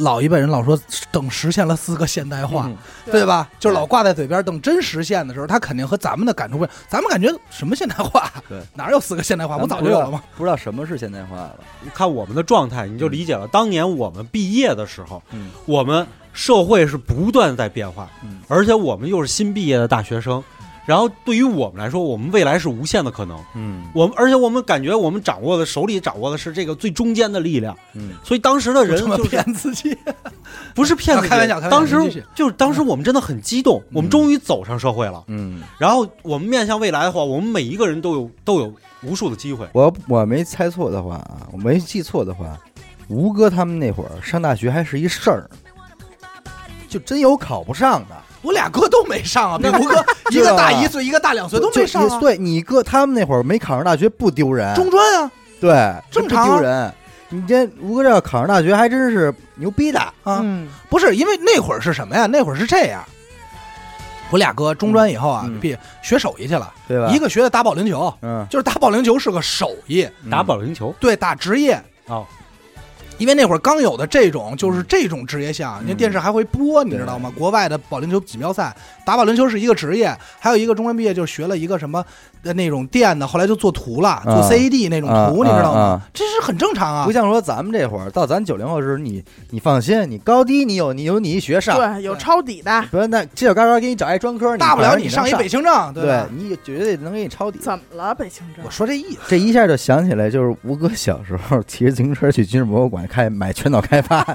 Speaker 3: 老一辈人老说，等实现了四个现代化，
Speaker 2: 嗯
Speaker 3: 对吧？就是老挂在嘴边，等真实现的时候，他肯定和咱们的感触不一样。咱们感觉什么现代化？
Speaker 2: 对
Speaker 3: 哪有四个现代化？
Speaker 2: 咱
Speaker 3: 不
Speaker 2: 们
Speaker 3: 早就有了吗？
Speaker 2: 不知道什么是现代化了。
Speaker 5: 你看我们的状态，你就理解了。当年我们毕业的时候，
Speaker 2: 嗯
Speaker 5: 我们社会是不断在变化，
Speaker 2: 嗯
Speaker 5: 而且我们又是新毕业的大学生。然后对于我们来说，我们未来是无限的可能。
Speaker 2: 嗯
Speaker 5: 我们而且我们感觉我们掌握的手里掌握的是这个最中间的力量。
Speaker 2: 嗯，
Speaker 5: 所以当时的人
Speaker 3: 这么
Speaker 5: 就是
Speaker 3: 骗自己，
Speaker 5: 不是骗子，
Speaker 3: 啊开玩笑开玩笑
Speaker 5: 当
Speaker 3: 您继
Speaker 5: 时
Speaker 3: 续
Speaker 5: 就是当时我们真的很激动，我们终于走上社会了。
Speaker 2: 嗯，
Speaker 5: 然后我们面向未来的话，我们每一个人都有都有无数的机会。
Speaker 2: 我要我没猜错的话啊，我没记错的话，吴哥他们那会儿上大学还是一事儿，就真有考不上的。
Speaker 3: 我俩哥都没上啊，比
Speaker 2: 那
Speaker 3: 如哥一个大一
Speaker 2: 这
Speaker 3: 岁，一个大两岁，都没上
Speaker 2: 就
Speaker 3: 啊。
Speaker 2: 对你哥他们那会儿没考上大学不丢人，
Speaker 3: 中专啊
Speaker 2: 对
Speaker 3: 正常啊
Speaker 2: 不丢人。你这吴哥这要考上大学还真是牛逼的，
Speaker 3: 啊，
Speaker 4: 嗯，
Speaker 3: 不是因为那会儿是什么呀？那会儿是这样，我俩哥中专以后啊
Speaker 2: 嗯，
Speaker 3: 毕业学手艺去了，
Speaker 2: 对吧？
Speaker 3: 一个学的打保龄球，
Speaker 2: 嗯，
Speaker 3: 就是打保龄球是个手艺，
Speaker 5: 打保龄球
Speaker 3: 对，打职业
Speaker 5: 哦。
Speaker 3: 因为那会儿刚有的这种
Speaker 2: 嗯
Speaker 3: 就是这种职业项，因为电视还会播，你知道吗？国外的保龄球锦标赛，打保龄球是一个职业，还有一个中专毕业就学了一个什么呃那种电的，后来就做图了，做
Speaker 2: 啊
Speaker 3: CAD 那种图，
Speaker 2: 啊
Speaker 3: 你知道
Speaker 2: 啊
Speaker 3: 吗
Speaker 2: 啊？
Speaker 3: 这是很正常啊
Speaker 2: 不。像说咱们这会儿到咱九零后的时候，你你放心，你高低你有你有你一学上，
Speaker 5: 啊
Speaker 4: 对，有抄底的，
Speaker 2: 不是那犄角旮旯给你找一专科，
Speaker 3: 大不了
Speaker 2: 你
Speaker 3: 上
Speaker 2: 反正能
Speaker 3: 一北京证，
Speaker 2: 对
Speaker 3: 吧？
Speaker 2: 你绝对能给你抄底。
Speaker 4: 怎么了？北清真
Speaker 3: 我说这意思，
Speaker 2: 这一下就想起来，就是吴哥小时候 骑着自行车去军事博物馆开买全脑开 发，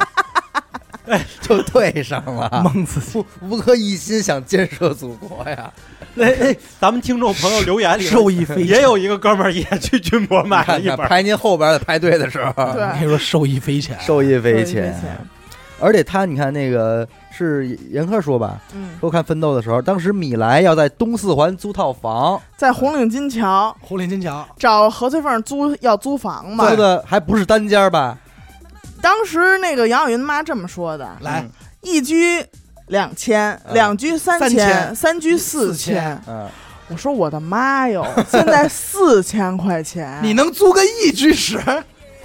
Speaker 2: 就对上了。
Speaker 3: 蒙自己。
Speaker 2: 吴吴哥一心想建设祖国 呀，
Speaker 5: 那、哎咱们听众朋友留言里
Speaker 3: 受益匪浅
Speaker 5: 也有一个哥们儿也去军博买了
Speaker 2: 看
Speaker 5: 一
Speaker 2: 看
Speaker 5: 本。
Speaker 2: 排您后边的排队的时候，
Speaker 5: 啊
Speaker 4: 对
Speaker 3: 你说受益匪浅，
Speaker 2: 受益匪
Speaker 4: 对
Speaker 2: 浅。
Speaker 4: 浅，
Speaker 2: 而且他，你看那个是严科说吧，
Speaker 4: 嗯，
Speaker 2: 说看奋斗的时候，当时米莱要在东四环租套房，
Speaker 4: 在红岭金桥
Speaker 3: 红领金桥
Speaker 4: 找何翠凤租要租房嘛
Speaker 2: 租，的还不是单间儿吧？
Speaker 4: 当时那个杨晓云妈这么说的，
Speaker 3: 来
Speaker 2: 嗯，
Speaker 4: 一居两千，
Speaker 2: 嗯
Speaker 4: 两居三
Speaker 3: 三千
Speaker 4: 三居四
Speaker 3: 四千。
Speaker 2: 嗯，
Speaker 4: 我说我的妈哟，现在四千块钱，
Speaker 3: 你能租个一居 室？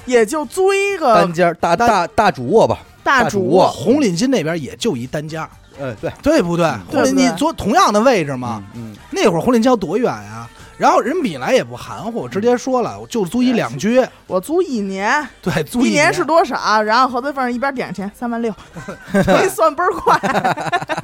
Speaker 4: 也就租一个
Speaker 2: 单间儿大大大主卧吧，
Speaker 4: 大
Speaker 2: 大主
Speaker 4: 主
Speaker 2: 卧
Speaker 3: 红领巾那边也就一单间儿，
Speaker 2: 嗯，对，
Speaker 3: 对不对？红领
Speaker 4: 对不对
Speaker 3: 巾坐同样的位置嘛，
Speaker 2: 嗯，
Speaker 3: 那会儿红领巾要多远呀？然后人米莱也不含糊，直接说了，我就租一两居，
Speaker 4: 我租一年，
Speaker 3: 对，租
Speaker 4: 一
Speaker 3: 年
Speaker 4: 年 是多少？然后何翠凤一边点钱三万六，一算倍儿快。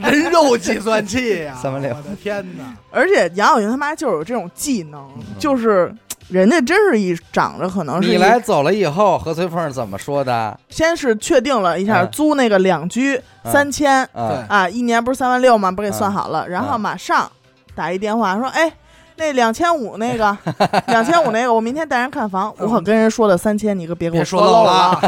Speaker 3: 人肉计算器呀，
Speaker 2: 三万六
Speaker 3: 我的天哪！
Speaker 4: 而且杨晓云他妈就是有这种技能，就是人家真是一长着可能是
Speaker 2: 米
Speaker 4: 一
Speaker 2: 莱走了以后，何翠凤怎么说的？
Speaker 4: 先是确定了一下
Speaker 2: 嗯
Speaker 4: 租那个两居
Speaker 2: 嗯
Speaker 4: 三千，
Speaker 2: 啊，
Speaker 4: 啊，一年不是三万六吗？不给算好了，然后
Speaker 2: 嗯
Speaker 4: 马上打一电话说，哎，那两千五那个，两千五那个，我明天带人看房，我可跟人说了三千，你可别给我
Speaker 3: 别说
Speaker 4: 漏
Speaker 3: 漏了
Speaker 4: 啊。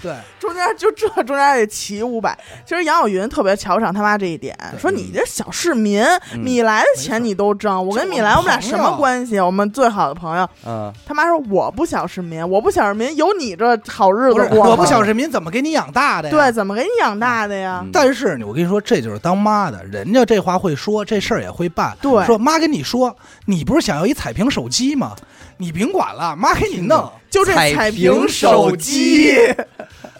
Speaker 3: 对，
Speaker 4: 中间就这中间得骑五百。其实杨晓云特别瞧不上他妈这一点，说你这小市民，
Speaker 2: 嗯
Speaker 4: 米莱的钱你都挣，我跟米莱我们俩什么关系？我们最好的朋友，
Speaker 2: 啊，
Speaker 4: 他妈说我不小市民，我不小市民，有你这好日
Speaker 3: 不
Speaker 4: 子
Speaker 3: 是
Speaker 4: 过吗？
Speaker 3: 我不小市民怎么给你养大的呀？
Speaker 4: 对，，怎么给你养大的呀？
Speaker 2: 嗯
Speaker 3: 但是呢，我跟你说，这就是当妈的，人家这话会说，这事儿也会办。
Speaker 4: 对
Speaker 3: 说妈跟你说，你不是想要一彩屏手机吗？你甭管了，妈给你弄。
Speaker 4: 就这
Speaker 2: 彩
Speaker 4: 彩
Speaker 2: 屏手
Speaker 4: 手
Speaker 2: 机，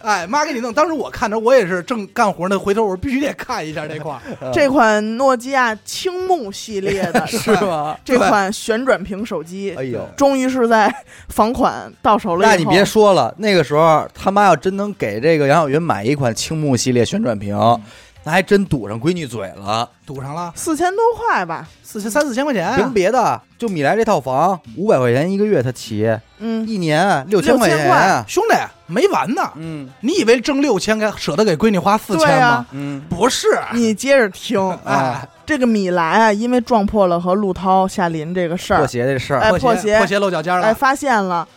Speaker 3: 哎，妈给你弄。当时我看着，我也是正干活呢，回头我必须得看一下这块儿。
Speaker 4: 这款诺基亚青木系列的
Speaker 2: 嗯 是吗？
Speaker 4: 这款旋转屏手机
Speaker 2: 哎，呦，
Speaker 4: 终于是在房款到手了以
Speaker 2: 那
Speaker 4: 后。
Speaker 2: 你别说了，那个时候他妈要真能给这个杨晓云买一款青木系列旋转屏，
Speaker 4: 嗯
Speaker 2: 那还真堵上闺女嘴了。
Speaker 3: 堵上了
Speaker 4: 四千多块吧，
Speaker 3: 四千三四千块钱
Speaker 4: 哎
Speaker 3: 啊、
Speaker 2: 凭别的，就米莱这套房五百块钱一个月，他起
Speaker 4: 嗯，
Speaker 2: 一年六
Speaker 4: 千
Speaker 2: 块
Speaker 4: 块
Speaker 2: 钱。
Speaker 3: 哎
Speaker 2: 啊
Speaker 3: 兄弟没完呢。
Speaker 2: 嗯
Speaker 3: 你以为挣六千该舍得给闺女花四
Speaker 4: 对
Speaker 3: 千吗
Speaker 4: 啊？
Speaker 2: 嗯
Speaker 3: 不是，
Speaker 4: 你接 着听，
Speaker 2: 啊，
Speaker 4: 这个米兰啊，因为撞破了和陆涛、夏琳这个事
Speaker 2: 破
Speaker 4: 儿，
Speaker 2: 鞋这事儿
Speaker 4: 哎，
Speaker 3: 破
Speaker 4: 破
Speaker 3: 鞋
Speaker 4: 鞋
Speaker 3: 破鞋露脚尖了。
Speaker 4: 哎，发现了，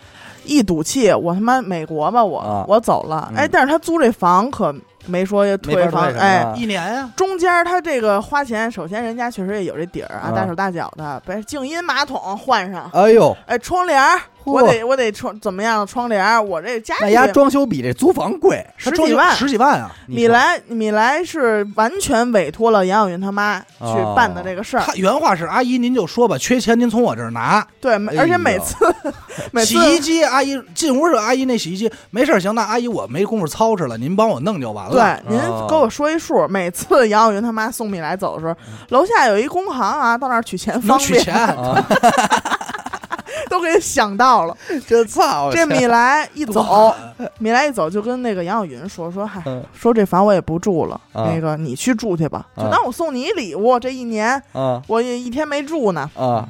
Speaker 4: 一赌气，我他妈美国吧，我、
Speaker 2: 啊
Speaker 4: 我走了，
Speaker 2: 嗯
Speaker 4: 哎，但是他租这房可没说要
Speaker 2: 没法
Speaker 4: 退房，
Speaker 2: 退
Speaker 4: 哎
Speaker 2: 什么，啊
Speaker 3: 一年呀、
Speaker 4: 中间他这个花钱，首先人家确实也有这底儿啊，
Speaker 2: 啊
Speaker 4: 大手大脚的，把静音马桶换上，
Speaker 2: 哎呦，
Speaker 4: 哎，窗帘儿，
Speaker 2: 嚯
Speaker 4: 我得我得窗怎么样？窗帘儿，我这家
Speaker 2: 那
Speaker 4: 里
Speaker 2: 家装修比这租房贵。
Speaker 3: 他
Speaker 4: 十
Speaker 3: 装
Speaker 4: 几
Speaker 3: 修
Speaker 4: 万。
Speaker 3: 十几万啊！
Speaker 2: 你
Speaker 4: 米
Speaker 2: 说
Speaker 4: 莱米莱是完全委托了杨晓云他妈去
Speaker 2: 哦
Speaker 4: 办的这个事儿，
Speaker 3: 他原话是：“阿姨，您就说吧，缺钱您从我这儿拿。
Speaker 4: 对，
Speaker 2: 哎
Speaker 4: 每
Speaker 2: 呦
Speaker 4: 而且每次 每次
Speaker 3: 洗衣机，阿姨进屋是阿姨那洗衣机，没事儿行，那阿姨我没工夫操持了，您帮我弄就完了。
Speaker 4: 对，您
Speaker 2: 哦
Speaker 4: 给我说一数。每次杨晓云他妈送米莱走的时候，楼下有一工行啊，到那儿取钱
Speaker 3: 嗯能
Speaker 4: 方
Speaker 3: 取
Speaker 4: 便，
Speaker 3: 钱，
Speaker 2: 啊，
Speaker 4: 都给想到了。
Speaker 2: 这
Speaker 3: 哦
Speaker 2: 操
Speaker 4: 这米莱一
Speaker 3: 啊
Speaker 4: 走，米莱一走就跟那个杨晓云说说，嗨
Speaker 2: 嗯，
Speaker 4: 说这房我也不住了，
Speaker 2: 啊
Speaker 4: 那个你去住去吧，
Speaker 2: 啊
Speaker 4: 就当我送你礼物。这一年
Speaker 2: 啊
Speaker 4: 我也一天没住呢。
Speaker 2: 啊！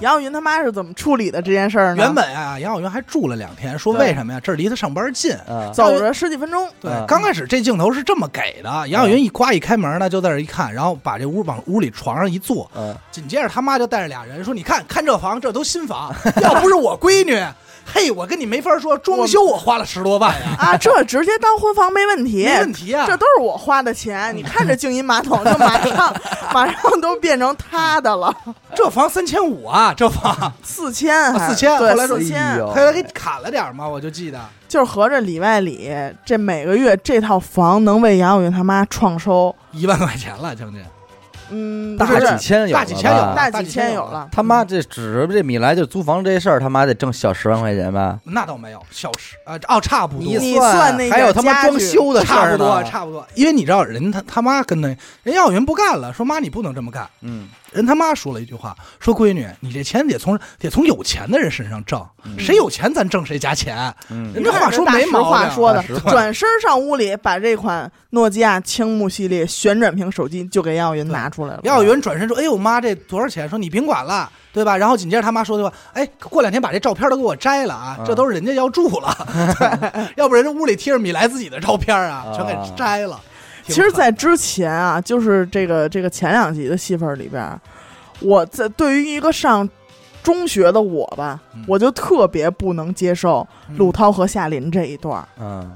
Speaker 4: 杨晓云他妈是怎么处理的这件事儿呢？
Speaker 3: 原本啊，杨晓云还住了两天，说
Speaker 2: 对
Speaker 3: 为什么呀？这儿离他上班近。
Speaker 2: 啊
Speaker 4: 走着十几分钟，
Speaker 3: 对
Speaker 2: 嗯，
Speaker 3: 刚开始这镜头是这么给的，杨晓云一夸一开门呢，就在这儿一看，然后把这屋往屋里床上一坐，
Speaker 2: 啊
Speaker 3: 紧接着他妈就带着俩人说：“你看看这房，这都新房，要不是我闺女，嘿，我跟你没法说，装修我花了十多万呀，
Speaker 4: 啊，这直接当婚房没问题，
Speaker 3: 没问题啊。”
Speaker 4: 这都是我花的钱。你看这静音马桶，就马上马上都变成他的了，
Speaker 3: 这房三千五啊，这房
Speaker 4: 四千还，
Speaker 3: 啊4000后来
Speaker 4: 对，
Speaker 3: 说
Speaker 4: 四
Speaker 2: 哎
Speaker 4: 千
Speaker 2: 呦，
Speaker 3: 他给砍了点儿嘛，我就记得
Speaker 4: 就是合着里外里，这每个月这套房能为杨晓云他妈创收，
Speaker 3: 一万块钱了，将近
Speaker 4: 嗯，
Speaker 2: 大
Speaker 4: 不是
Speaker 2: 几千有了吧，
Speaker 3: 大几千有了
Speaker 4: 大
Speaker 3: 大几
Speaker 4: 几
Speaker 3: 千
Speaker 4: 千
Speaker 3: 有
Speaker 4: 有
Speaker 3: 了
Speaker 4: 了。
Speaker 2: 他妈这指着这米莱就租房这事儿，他妈得挣小十万块钱吧？
Speaker 3: 那倒没有，小时啊，哦，差不多，
Speaker 4: 你算那
Speaker 2: 还
Speaker 4: 点
Speaker 2: 有他妈
Speaker 4: 家具
Speaker 2: 装修的事
Speaker 3: 差
Speaker 2: 儿
Speaker 3: 不
Speaker 2: 呢
Speaker 3: 多，差不多，因为你知道人他他妈跟那人耀云不干了，说妈你不能这么干，
Speaker 2: 嗯，
Speaker 3: 人他妈说了一句话，说闺女，你这钱得从得从有钱的人身上挣，
Speaker 2: 嗯
Speaker 3: 谁有钱咱挣谁家钱，
Speaker 2: 嗯
Speaker 3: 人家话说
Speaker 4: 啊大
Speaker 3: 没
Speaker 4: 实
Speaker 3: 毛病，
Speaker 4: 话说的
Speaker 2: 大实话，
Speaker 4: 转身上屋里把这款诺基亚青木系列旋转屏手机就给杨晓云拿出来了。
Speaker 3: 耀云转身说：“哎呦妈，这多少钱？”说你甭管了，对吧？然后紧接着他妈说的话：“哎，过两天把这照片都给我摘了啊
Speaker 2: 嗯，
Speaker 3: 这都是人家要住了， 对要不然这屋里贴着米莱自己的照片啊，全给摘了。挺狠”
Speaker 4: 其实，在之前啊，就是这个这个前两集的戏份里边儿，我在对于一个上中学的我吧，
Speaker 3: 嗯
Speaker 4: 我就特别不能接受陆涛和夏琳这一段儿，
Speaker 2: 嗯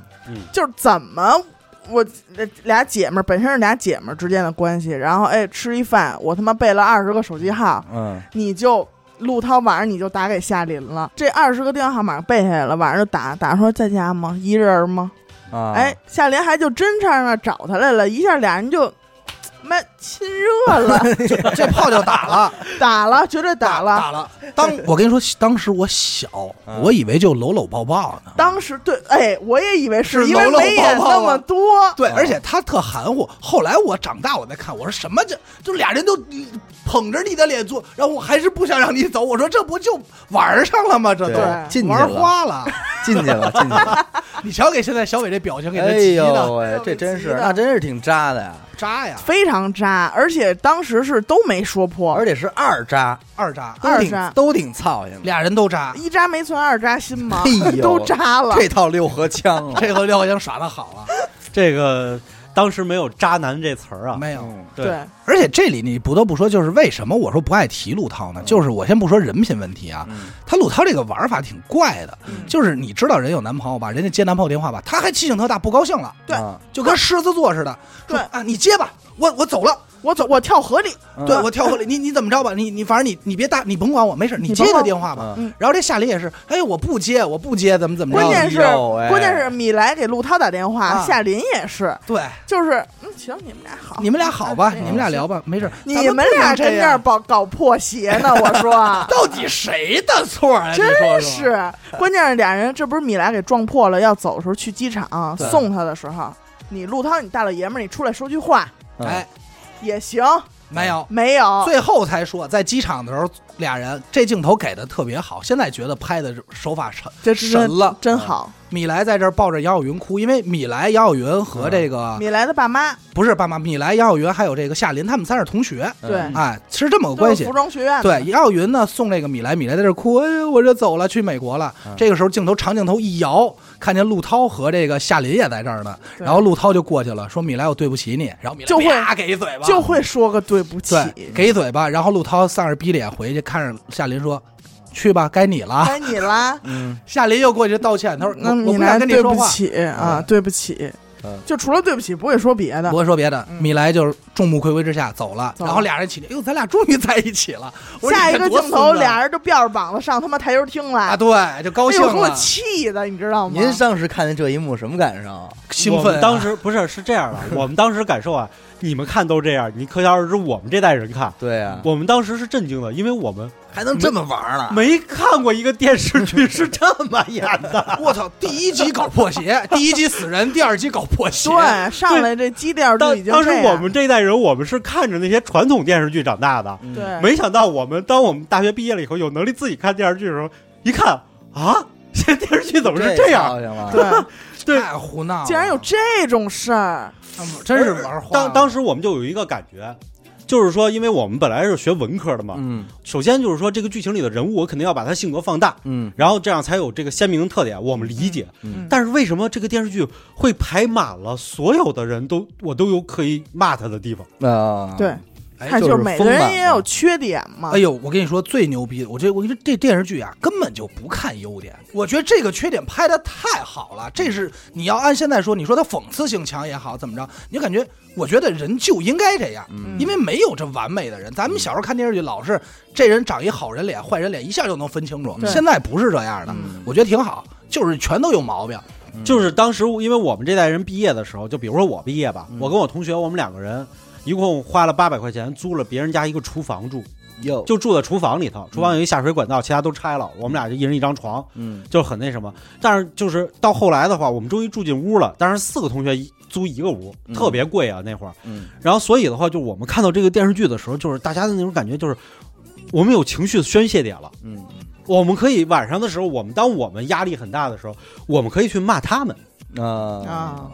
Speaker 4: 就是怎么。我呃俩姐们儿本身是俩姐们儿之间的关系，然后哎吃一饭，我他妈背了二十个手机号，
Speaker 2: 嗯
Speaker 4: 你就陆涛晚上你就打给夏琳了，这二十个电话号码背下来了，晚上就打打说在家吗？一人吗？
Speaker 2: 啊，
Speaker 4: 哎，，夏琳还就真上那儿找他来了，一下俩人就。妈亲热 了，
Speaker 3: 这炮就打了，
Speaker 4: 打了，绝对
Speaker 3: 打
Speaker 4: 打了。
Speaker 3: 打了。当我跟你说，当时我小，
Speaker 2: 嗯
Speaker 3: 我以为就搂搂抱抱呢。
Speaker 4: 当时对，哎，我也以为
Speaker 3: 是
Speaker 4: 因为
Speaker 3: 搂搂
Speaker 4: 没
Speaker 3: 抱
Speaker 4: 演
Speaker 3: 抱
Speaker 4: 那
Speaker 3: 吗
Speaker 4: 么多，
Speaker 3: 对，
Speaker 2: 嗯
Speaker 3: 而且他特含糊。后来我长大，我再看，我说什么这就俩人都捧着你的脸坐，然后我还是不想让你走。我说这不就玩上了吗？这都
Speaker 4: 对
Speaker 2: 进去
Speaker 3: 玩
Speaker 2: 了，
Speaker 3: 花了。
Speaker 2: 进去了，进去了。
Speaker 3: 你瞧给现在小伟这表情给 他
Speaker 2: 哎
Speaker 3: 急的
Speaker 2: 呦喂，这真
Speaker 4: 急
Speaker 2: 是，
Speaker 4: 的
Speaker 2: 那真是挺渣的呀，
Speaker 3: 渣呀，
Speaker 4: 非常渣，而且当时是都没说破，
Speaker 2: 而且是二渣，
Speaker 3: 二渣，
Speaker 2: 都
Speaker 4: 二
Speaker 2: 挺
Speaker 4: 渣
Speaker 2: 都挺操心的。
Speaker 3: 俩人都渣，
Speaker 4: 一渣没存二渣心嘛
Speaker 2: 哎呦，
Speaker 4: 都渣了。
Speaker 2: 这套六合枪 啊，
Speaker 3: 这和廖国强耍的好啊，
Speaker 5: 这个当时没有“渣男”这词儿啊，
Speaker 3: 没有
Speaker 2: 嗯
Speaker 5: 对，
Speaker 4: 对，
Speaker 3: 而且这里你不得不说，就是为什么我说不爱提鲁涛呢？就是我先不说人品问题啊，他鲁涛这个玩法挺怪的，就是你知道人有男朋友吧，人家接男朋友电话吧，他还七情特大不高兴了，
Speaker 4: 对
Speaker 2: 啊
Speaker 3: 就跟狮子座似的，说
Speaker 4: 对
Speaker 3: 啊你接吧，我我走了，
Speaker 4: 我走，我跳河里，
Speaker 2: 嗯
Speaker 3: 对我跳河里，你你怎么着吧，你你反正你你别搭，你甭管我，没事，你
Speaker 4: 你
Speaker 3: 接
Speaker 4: 甭
Speaker 3: 他
Speaker 4: 管
Speaker 3: 电话吧
Speaker 2: 啊。
Speaker 4: 嗯
Speaker 3: 然后这夏琳也是，哎我不接，我不接，怎么怎么着
Speaker 4: 关
Speaker 3: 的，
Speaker 4: 键是
Speaker 2: 哎呦喂
Speaker 4: 关键是米莱给陆涛打电话，
Speaker 3: 啊
Speaker 4: 夏琳也是，
Speaker 3: 对，
Speaker 4: 就是嗯，行，你们俩好，
Speaker 3: 你们俩好吧，
Speaker 4: 嗯
Speaker 3: 你们俩聊吧，没事。
Speaker 4: 你们俩跟
Speaker 3: 这。
Speaker 4: 这儿搞搞破鞋呢，我说啊
Speaker 3: 到底谁的错啊？你说说
Speaker 4: 真是，关键是俩人，这不是米莱给撞破了，要走的时候去机场
Speaker 3: 对
Speaker 4: 送他的时候，你陆涛，你大老爷们儿，你出来说句话
Speaker 2: 嗯
Speaker 3: 哎，
Speaker 4: 也行，
Speaker 3: 没有。
Speaker 4: 没有，
Speaker 3: 最后才说，在机场的时候，俩人这镜头给的特别好。现在觉得拍的手法神
Speaker 4: 这真
Speaker 3: 神了。嗯
Speaker 4: 真好。
Speaker 3: 米莱在这儿抱着杨晓云哭，因为米莱、杨晓云和这个、
Speaker 4: 米莱的爸妈
Speaker 3: 不是爸妈，米莱、杨晓云还有这个夏琳，他们仨是同学，
Speaker 4: 对
Speaker 2: 嗯
Speaker 3: 哎，是这么个
Speaker 4: 都是
Speaker 3: 关系
Speaker 4: 服。装学院的
Speaker 3: 对，杨晓云呢送这个米莱，米莱在这儿哭，哎呦，我这走了，去美国了。
Speaker 2: 嗯
Speaker 3: 这个时候镜头长镜头一摇，看见陆涛和这个夏琳也在这儿呢。
Speaker 4: 对
Speaker 3: 然后陆涛就过去了，说米莱，我对不起你。然后米莱
Speaker 4: 就会
Speaker 3: 啪给一嘴巴，
Speaker 4: 就会说个对不起，
Speaker 3: 对给一嘴巴。然后陆涛丧着逼脸回去，看着夏琳说：“去吧，该你了。
Speaker 4: 该你啦。
Speaker 2: 嗯，
Speaker 3: 夏琳又过去道歉，他说：“
Speaker 4: 哎那
Speaker 3: 啊我我
Speaker 4: 米
Speaker 3: 不
Speaker 4: 莱
Speaker 3: 想跟你
Speaker 4: 对
Speaker 3: 说
Speaker 4: 不
Speaker 3: 话。”
Speaker 4: 起啊，对不起
Speaker 2: 嗯，
Speaker 4: 就除了对不起不会说别的
Speaker 3: 不。会说别的，
Speaker 4: 嗯
Speaker 3: 米莱就是众目睽睽之下走了，
Speaker 4: 走了
Speaker 3: 然后俩人起立，哎呦，咱俩终于在一起了。我说
Speaker 4: 下
Speaker 3: 你
Speaker 4: 一
Speaker 3: 看
Speaker 4: 个
Speaker 3: 多
Speaker 4: 镜头，
Speaker 3: 孙子
Speaker 4: 俩人就吊着膀子上他妈台球厅来，
Speaker 3: 啊，对，就高
Speaker 4: 哎
Speaker 3: 兴
Speaker 4: 呦，给我
Speaker 3: 了，
Speaker 4: 气的，你知道吗？
Speaker 2: 您上次看见这一幕什么感受？
Speaker 3: 兴
Speaker 5: 我
Speaker 3: 奋啊。。
Speaker 5: 们当时不是是这样的，我们当时感受啊，你们看都这样，你可想而知我们这代人看，
Speaker 2: 对啊，
Speaker 5: 我们当时是震惊的，因为我们
Speaker 2: 还能这么玩呢？
Speaker 5: 没看过一个电视剧是这么演的
Speaker 3: 我操！第一集搞破鞋，第一集死人，第二集搞破鞋。
Speaker 4: 对，上来这基调就已
Speaker 5: 当
Speaker 4: 经
Speaker 5: 当时
Speaker 4: 这
Speaker 5: 我
Speaker 4: 样。
Speaker 5: 们这一代人，我们是看着那些传统电视剧长大的，
Speaker 2: 嗯
Speaker 4: 对，
Speaker 5: 没想到我们当我们大学毕业了以后，有能力自己看电视剧的时候，一看啊，这电视剧怎么是这样？
Speaker 2: 操心了，
Speaker 4: 对，
Speaker 5: 对
Speaker 3: 太胡闹了！
Speaker 4: 竟然有这种事
Speaker 2: 啊
Speaker 4: 儿，
Speaker 3: 他们真是玩花了。
Speaker 5: 当当时我们就有一个感觉，就是说，因为我们本来是学文科的嘛，
Speaker 2: 嗯
Speaker 5: 首先就是说这个剧情里的人物，我肯定要把他性格放大，
Speaker 2: 嗯
Speaker 5: 然后这样才有这个鲜明的特点，我们理解。
Speaker 2: 嗯
Speaker 5: 但是为什么这个电视剧会排满了所有的人都我都有可以骂他的地方？
Speaker 2: 啊，
Speaker 4: 对，
Speaker 3: 哎
Speaker 4: 看
Speaker 2: 就
Speaker 4: 就是
Speaker 2: 是
Speaker 4: 每个
Speaker 2: 丰满
Speaker 4: 人也
Speaker 2: 嘛
Speaker 4: 有缺点嘛
Speaker 3: 哎。呦，我跟你说最牛逼的，我这我跟你说这电视剧啊，根本就不看优点。我觉得这个缺点拍的太好了，这是你要按现在说，你说它讽刺性强也好，怎么着，你就感觉我觉得人就应该这样，
Speaker 2: 嗯
Speaker 3: 因为没有这完美的人。咱们小时候看电视剧老是这人长一好人脸、坏人脸，一下就能分清楚。
Speaker 4: 对
Speaker 3: 现在不是这样的，
Speaker 4: 嗯
Speaker 3: 我觉得挺好，就是全都有毛病。
Speaker 2: 嗯
Speaker 5: 就是当时因为我们这代人毕业的时候，就比如说我毕业吧，
Speaker 2: 嗯
Speaker 5: 我跟我同学我们两个人。一共花了八百块钱租了别人家一个厨房住，
Speaker 2: 有
Speaker 5: 就住在厨房里头。厨房有一下水管道，其他都拆了。我们俩就一人一张床，
Speaker 2: 嗯
Speaker 5: 就是很那什么。但是就是到后来的话，我们终于住进屋了，但是四个同学一租一个屋，
Speaker 2: 嗯
Speaker 5: 特别贵啊那会儿。
Speaker 2: 嗯
Speaker 5: 然后所以的话，就我们看到这个电视剧的时候，就是大家的那种感觉，就是我们有情绪的宣泄点了。
Speaker 2: 嗯
Speaker 5: 我们可以晚上的时候，我们当我们压力很大的时候，我们可以去骂他们。
Speaker 2: 啊
Speaker 4: 啊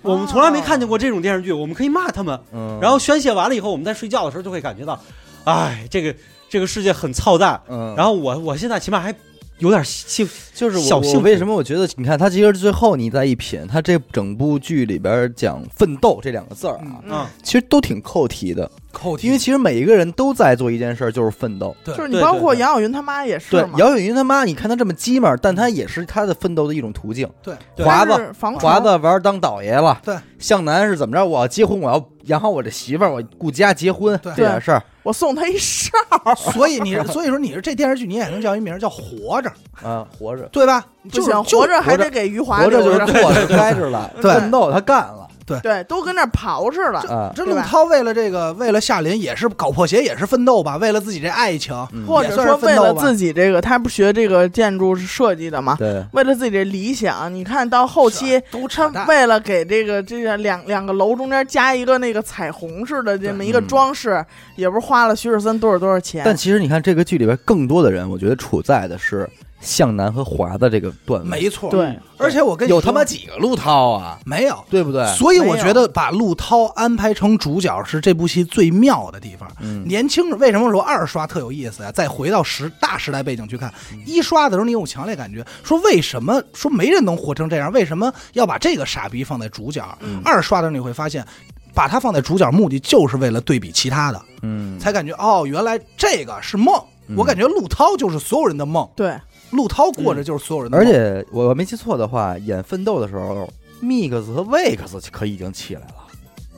Speaker 5: 我们从来没看见过
Speaker 4: 哦
Speaker 5: 这种电视剧，我们可以骂他们。
Speaker 2: 嗯，
Speaker 5: 然后宣泄完了以后，我们在睡觉的时候就会感觉到，哎，这个这个世界很操蛋。
Speaker 2: 嗯，
Speaker 5: 然后我我现在起码还有点幸
Speaker 2: 就是我
Speaker 5: 小幸福
Speaker 2: 我为什么我觉得你看他其实最后你再一品，他这整部剧里边讲奋斗这两个字儿啊，
Speaker 4: 嗯
Speaker 5: 啊，
Speaker 2: 其实都挺扣题的，
Speaker 3: 口
Speaker 2: 因为其实每一个人都在做一件事儿，就是奋斗。
Speaker 3: 对
Speaker 4: 就是
Speaker 5: 对
Speaker 4: 你包
Speaker 5: 对
Speaker 4: 括
Speaker 5: 对
Speaker 4: 杨晓云他妈也是
Speaker 2: 对
Speaker 4: 嘛，，
Speaker 2: 姚远云他妈，你看他这么鸡门儿，但他也是他的奋斗的一种途径。
Speaker 3: 对
Speaker 5: 对
Speaker 2: 华
Speaker 4: 但
Speaker 2: 子
Speaker 4: 是防
Speaker 2: 华
Speaker 4: 虫
Speaker 2: 子玩儿当倒爷了，
Speaker 3: 对，
Speaker 2: 向南是怎么着？我要结婚，我要养好我这媳妇儿，我顾家结婚
Speaker 3: 对
Speaker 2: 这点事儿
Speaker 4: 我送他一哨，
Speaker 3: 所以你所以说你是这电视剧你也能叫一名儿叫活着，
Speaker 2: 啊，活着，
Speaker 3: 对吧？
Speaker 4: 不
Speaker 3: 就是
Speaker 4: 行，
Speaker 3: 就
Speaker 4: 活着还
Speaker 2: 活着
Speaker 4: 得给余华
Speaker 2: 活着就
Speaker 4: 留
Speaker 2: 是
Speaker 4: 着
Speaker 2: 做着该着了，
Speaker 3: 啊对
Speaker 2: 奋斗他干了
Speaker 4: 对，都跟那儿刨着了。
Speaker 2: 啊，
Speaker 3: 这
Speaker 4: 对
Speaker 3: 陆
Speaker 4: 吧
Speaker 3: 涛为了这个，为了夏琳也是搞破鞋，也是奋斗吧，为了自己这爱情，
Speaker 2: 嗯
Speaker 4: 或
Speaker 3: 也
Speaker 4: 者
Speaker 3: 算
Speaker 4: 说
Speaker 3: 是奋
Speaker 4: 为
Speaker 3: 斗
Speaker 4: 了
Speaker 3: 吧
Speaker 4: 自己这个，他不学这个建筑设计的嘛，
Speaker 2: 对，
Speaker 4: 为了自己这理想，你看到后期。
Speaker 3: 都扯
Speaker 4: 他
Speaker 3: 淡。
Speaker 4: 为了给这个这个两两个楼中间加一个那个彩虹似的这么一个
Speaker 2: 嗯
Speaker 4: 装饰，也不是花了徐世森多少多少钱。
Speaker 2: 但其实你看这个剧里边更多的人，我觉得处在的是向南和华的这个段位，
Speaker 3: 没错，
Speaker 4: 对，
Speaker 3: 而且我跟你
Speaker 2: 有
Speaker 3: 说
Speaker 2: 他妈几个陆涛啊，
Speaker 3: 没有。
Speaker 2: 对不对？
Speaker 3: 所以我
Speaker 4: 没有
Speaker 3: 觉得把陆涛安排成主角是这部戏最妙的地方。
Speaker 2: 嗯
Speaker 3: 年轻人为什么说二刷特有意思啊？再回到时大时代背景去看，一刷的时候你有强烈感觉，说为什么说没人能活成这样？为什么要把这个傻逼放在主角？二刷的时候你会发现。把它放在主角目的就是为了对比其他的，
Speaker 2: 嗯，
Speaker 3: 才感觉哦，原来这个是梦。
Speaker 2: 嗯
Speaker 3: 我感觉陆涛就是所有人的梦，
Speaker 4: 对，
Speaker 3: 陆涛过着就是所有人的
Speaker 2: 而
Speaker 3: 梦。
Speaker 2: 且我没记错的话，演奋斗的时候，Mix 和 Wex 可已经起来了。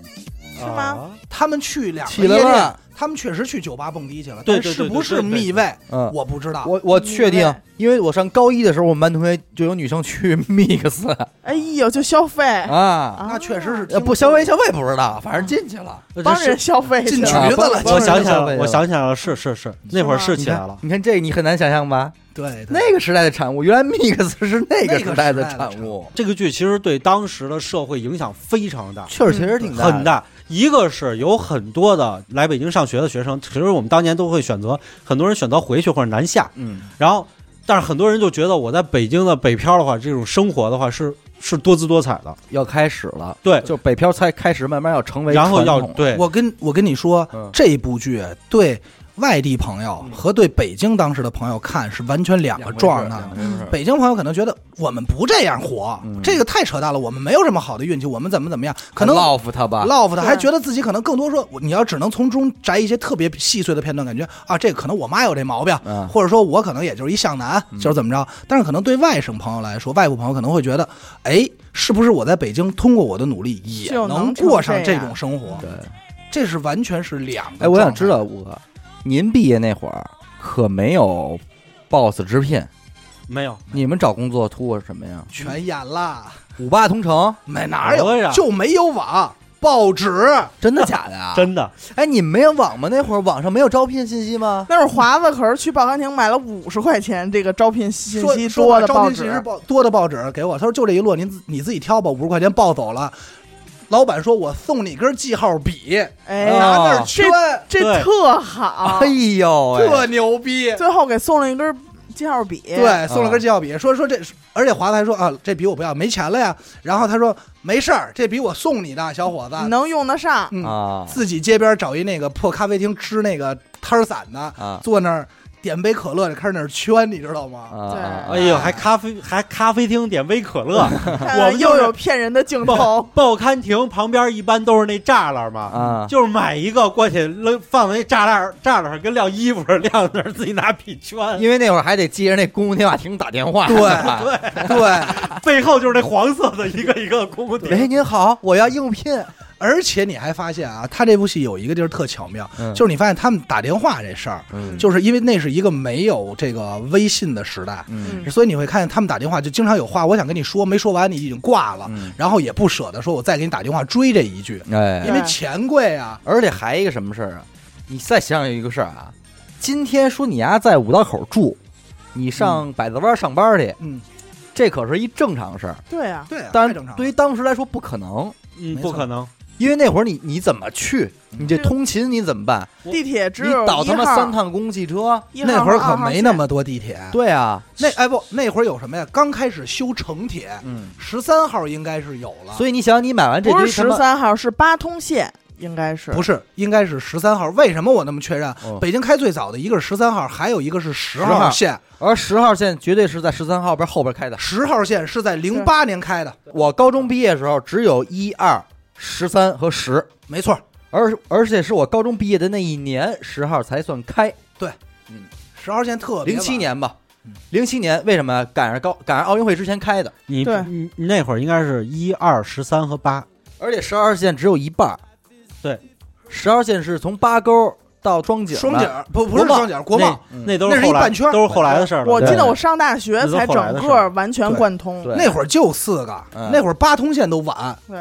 Speaker 5: 是
Speaker 4: 吗
Speaker 3: 他们去两
Speaker 2: 起
Speaker 3: 个
Speaker 2: 来
Speaker 3: 夜店
Speaker 2: 了，
Speaker 3: 他们确实去酒吧蹦迪去了，
Speaker 5: 对
Speaker 3: 但
Speaker 5: 对
Speaker 3: 是
Speaker 5: 对
Speaker 3: 不是
Speaker 5: 对对对
Speaker 3: 密位
Speaker 2: 嗯，
Speaker 3: 我不知道。
Speaker 2: 我我确
Speaker 4: 你
Speaker 2: 定
Speaker 4: 嘞，
Speaker 2: 因为我上高一的时候，我们班同学就有女生去 Mix
Speaker 3: 啊
Speaker 4: 哎呦，就消费，
Speaker 2: 啊，
Speaker 3: 那确实是
Speaker 2: 呃
Speaker 3: 听
Speaker 2: 不消费消费不知道，反正进去了。
Speaker 4: 帮人消费去
Speaker 3: 进
Speaker 4: 了
Speaker 3: 去橘子了
Speaker 2: 啊
Speaker 5: 我想起来
Speaker 2: 帮人消费
Speaker 5: 了，我想起来了，是是是，那会儿是
Speaker 2: 你
Speaker 5: 起
Speaker 2: 看
Speaker 5: 来了。
Speaker 2: 你看这你很难想象吧？
Speaker 3: 对对
Speaker 2: 那个时代的产物，原来 Mix 是那
Speaker 3: 那个
Speaker 2: 个时代
Speaker 3: 时代的
Speaker 2: 的
Speaker 3: 产
Speaker 2: 产物，
Speaker 5: 这个剧其实对当时的社会影响非常大，
Speaker 2: 确实其实挺大的
Speaker 5: 很。大。一个是有很多的来北京上学的学生，其实我们当年都会选择，很多人选择回去或者南下，
Speaker 2: 嗯，
Speaker 5: 然后，但是很多人就觉得我在北京的北漂的话，这种生活的话是是多姿多彩的，
Speaker 2: 要开始了，
Speaker 5: 对，
Speaker 2: 就北漂才开始慢慢要成为
Speaker 5: 然后要
Speaker 2: 传统
Speaker 5: 对
Speaker 3: 我跟我跟你说
Speaker 2: 嗯，
Speaker 3: 这部剧对外地朋友和对北京当时的朋友看是完全两个状态。
Speaker 2: 两回事两回事
Speaker 3: 北京朋友可能觉得我们不这样火，
Speaker 2: 嗯
Speaker 3: 这个太扯淡了，我们没有这么好的运气，我们怎么怎么样，可能
Speaker 2: love 他吧，
Speaker 3: love 的
Speaker 4: 对
Speaker 3: 还觉得自己可能更多说，我你要只能从中摘一些特别细碎的片段，感觉啊，这可能我妈有这毛病，
Speaker 2: 嗯
Speaker 3: 或者说我可能也就是一向南，就是怎么着。但是可能对外省朋友来说，外国朋友可能会觉得，哎，是不是我在北京通过我的努力也
Speaker 4: 就能成
Speaker 3: 过上
Speaker 4: 这
Speaker 3: 这
Speaker 4: 样
Speaker 3: 种生活？
Speaker 2: 对，
Speaker 3: 这是完全是两个。
Speaker 2: 哎，我想知道，五哥，您毕业那会儿可没有 boss 直聘，
Speaker 5: 没有
Speaker 2: 你们找工作图过什么呀？
Speaker 3: 全演了，
Speaker 2: 五八同城，
Speaker 3: 没哪有
Speaker 5: 哎呀？
Speaker 3: 就没有网、报纸，
Speaker 2: 真的假的啊
Speaker 5: 真的
Speaker 2: 哎，你们没有网吗？那会儿网上没有招聘信息吗？
Speaker 4: 那会儿华子可是去报刊亭买了五十块钱这个招聘信
Speaker 3: 说
Speaker 4: 息
Speaker 3: 说
Speaker 4: 多的
Speaker 3: 招
Speaker 4: 报
Speaker 3: 聘信息
Speaker 4: 纸，
Speaker 3: 报多的报纸给我，他说就这一摞，您自你自己挑吧，五十块钱抱走了。老板说：“我送你根记号笔，
Speaker 4: 哎
Speaker 2: 啊
Speaker 4: 呀，
Speaker 3: 拿那儿圈，
Speaker 4: 这
Speaker 5: 对
Speaker 4: 特好
Speaker 2: 哎，呦喂，
Speaker 3: 特牛逼。
Speaker 4: 最后给送了一根记号笔，
Speaker 2: 嗯
Speaker 3: 对，送了根记号笔，说说这，而且华子还说啊，这笔我不要，没钱了呀。然后他说没事儿，这笔我送你的，小伙子。
Speaker 4: 你能用 得上，
Speaker 3: 嗯，
Speaker 2: 啊
Speaker 3: 自己街边找一那个破咖啡厅支那个摊儿散的，
Speaker 2: 啊
Speaker 3: 坐那儿点杯可乐，开始那儿圈，你知道吗？
Speaker 4: 对
Speaker 2: 啊！
Speaker 5: 哎呦，还咖啡还咖啡厅点杯可 乐，
Speaker 4: 看
Speaker 5: 我们就
Speaker 4: 又
Speaker 5: 是
Speaker 4: 有骗人的镜
Speaker 5: 报
Speaker 4: 头，
Speaker 5: 报刊亭旁边一般都是那栅栏嘛，
Speaker 2: 啊
Speaker 5: 就是买一个过去扔放在那栅栏栅栏上，跟晾衣服似的晾那儿，自己拿笔圈，
Speaker 2: 因为那会儿还得记着那公共电话亭打电话，
Speaker 3: 对
Speaker 2: 对
Speaker 3: 对，
Speaker 5: 背后就是那黄色的一个一个公共
Speaker 2: 喂，
Speaker 5: 点。
Speaker 2: 您好，我要应聘，
Speaker 3: 而且你还发现啊，他这部戏有一个地儿特巧妙，
Speaker 2: 嗯
Speaker 3: 就是你发现他们打电话这事儿，
Speaker 2: 嗯
Speaker 3: 就是因为那是一个没有这个微信的时代，
Speaker 2: 嗯
Speaker 3: 所以你会看见他们打电话就经常有话我想跟你说，没说完你已经挂了，
Speaker 2: 嗯，
Speaker 3: 然后也不舍得说我再给你打电话追这一句，
Speaker 2: 哎
Speaker 3: 因为
Speaker 4: 对
Speaker 3: 钱贵啊。
Speaker 2: 而且还一个什么事儿啊？你再想想一个事儿啊，今天说你丫在五道口住，你上百子湾上班去，
Speaker 3: 嗯，
Speaker 2: 这可是一正常事儿。
Speaker 4: 对啊，
Speaker 3: 对、啊，
Speaker 2: 但
Speaker 3: 太
Speaker 2: 是
Speaker 3: 正常了。
Speaker 2: 对于当时来说不可能，
Speaker 5: 嗯，
Speaker 3: 没
Speaker 5: 不
Speaker 3: 错
Speaker 5: 可能，
Speaker 2: 因为那会儿你你怎么去？你这
Speaker 4: 这个
Speaker 2: 通勤你怎么办？
Speaker 5: 我
Speaker 4: 地铁只
Speaker 2: 你
Speaker 4: 有
Speaker 2: 倒他妈
Speaker 4: 一号
Speaker 2: 三，趟公共汽车？
Speaker 4: 一号
Speaker 3: 那会儿
Speaker 4: 和二
Speaker 3: 可
Speaker 4: 号
Speaker 3: 没
Speaker 4: 线
Speaker 3: 那么多地铁，
Speaker 2: 对啊，
Speaker 3: 那哎不，那会儿有什么呀？刚开始修城铁，
Speaker 2: 嗯，
Speaker 3: 十三号应该是有了，
Speaker 2: 所以你想，你买完这
Speaker 4: 不
Speaker 2: 堆
Speaker 4: 是
Speaker 2: 什
Speaker 4: 十
Speaker 2: 么？
Speaker 4: 三号，是八通线，应该是
Speaker 3: 不是，应该是十三号。为什么我那么确认？
Speaker 2: 哦
Speaker 3: 北京开最早的一个是十三号，还有一个是十
Speaker 2: 10
Speaker 3: 号
Speaker 2: 号
Speaker 3: 线。
Speaker 2: 而十号线绝对是在十三号边后边开的。
Speaker 3: 十号线是在零八年开的，
Speaker 2: 我高中毕业的时候只有一二、十三和十，
Speaker 3: 没错。
Speaker 2: 而而且是我高中毕业的那一年，十号才算开。
Speaker 3: 十号线特别
Speaker 2: 零
Speaker 3: 晚
Speaker 2: 七，年吧
Speaker 3: 嗯，
Speaker 2: 零七年为什么赶上高赶上奥运会之前开的？
Speaker 5: 你
Speaker 4: 对
Speaker 5: 你你那会儿应该是一二十三和八，
Speaker 2: 而且十二线只有一半儿
Speaker 5: 对，
Speaker 2: 十二线是从八沟到庄井的，
Speaker 3: 双井儿不不
Speaker 2: 国
Speaker 3: 是
Speaker 2: 贸
Speaker 3: 双井儿，国贸
Speaker 2: 嗯
Speaker 5: 那都
Speaker 3: 那
Speaker 5: 是
Speaker 3: 是一
Speaker 5: 后来
Speaker 3: 半圈儿
Speaker 5: 都是后来的事儿了。
Speaker 4: 我记
Speaker 2: 对
Speaker 4: 得我上大学才整个完全贯通，
Speaker 2: 对
Speaker 3: 那会儿就四个，
Speaker 2: 嗯
Speaker 3: 那会儿八通线都晚，
Speaker 4: 对，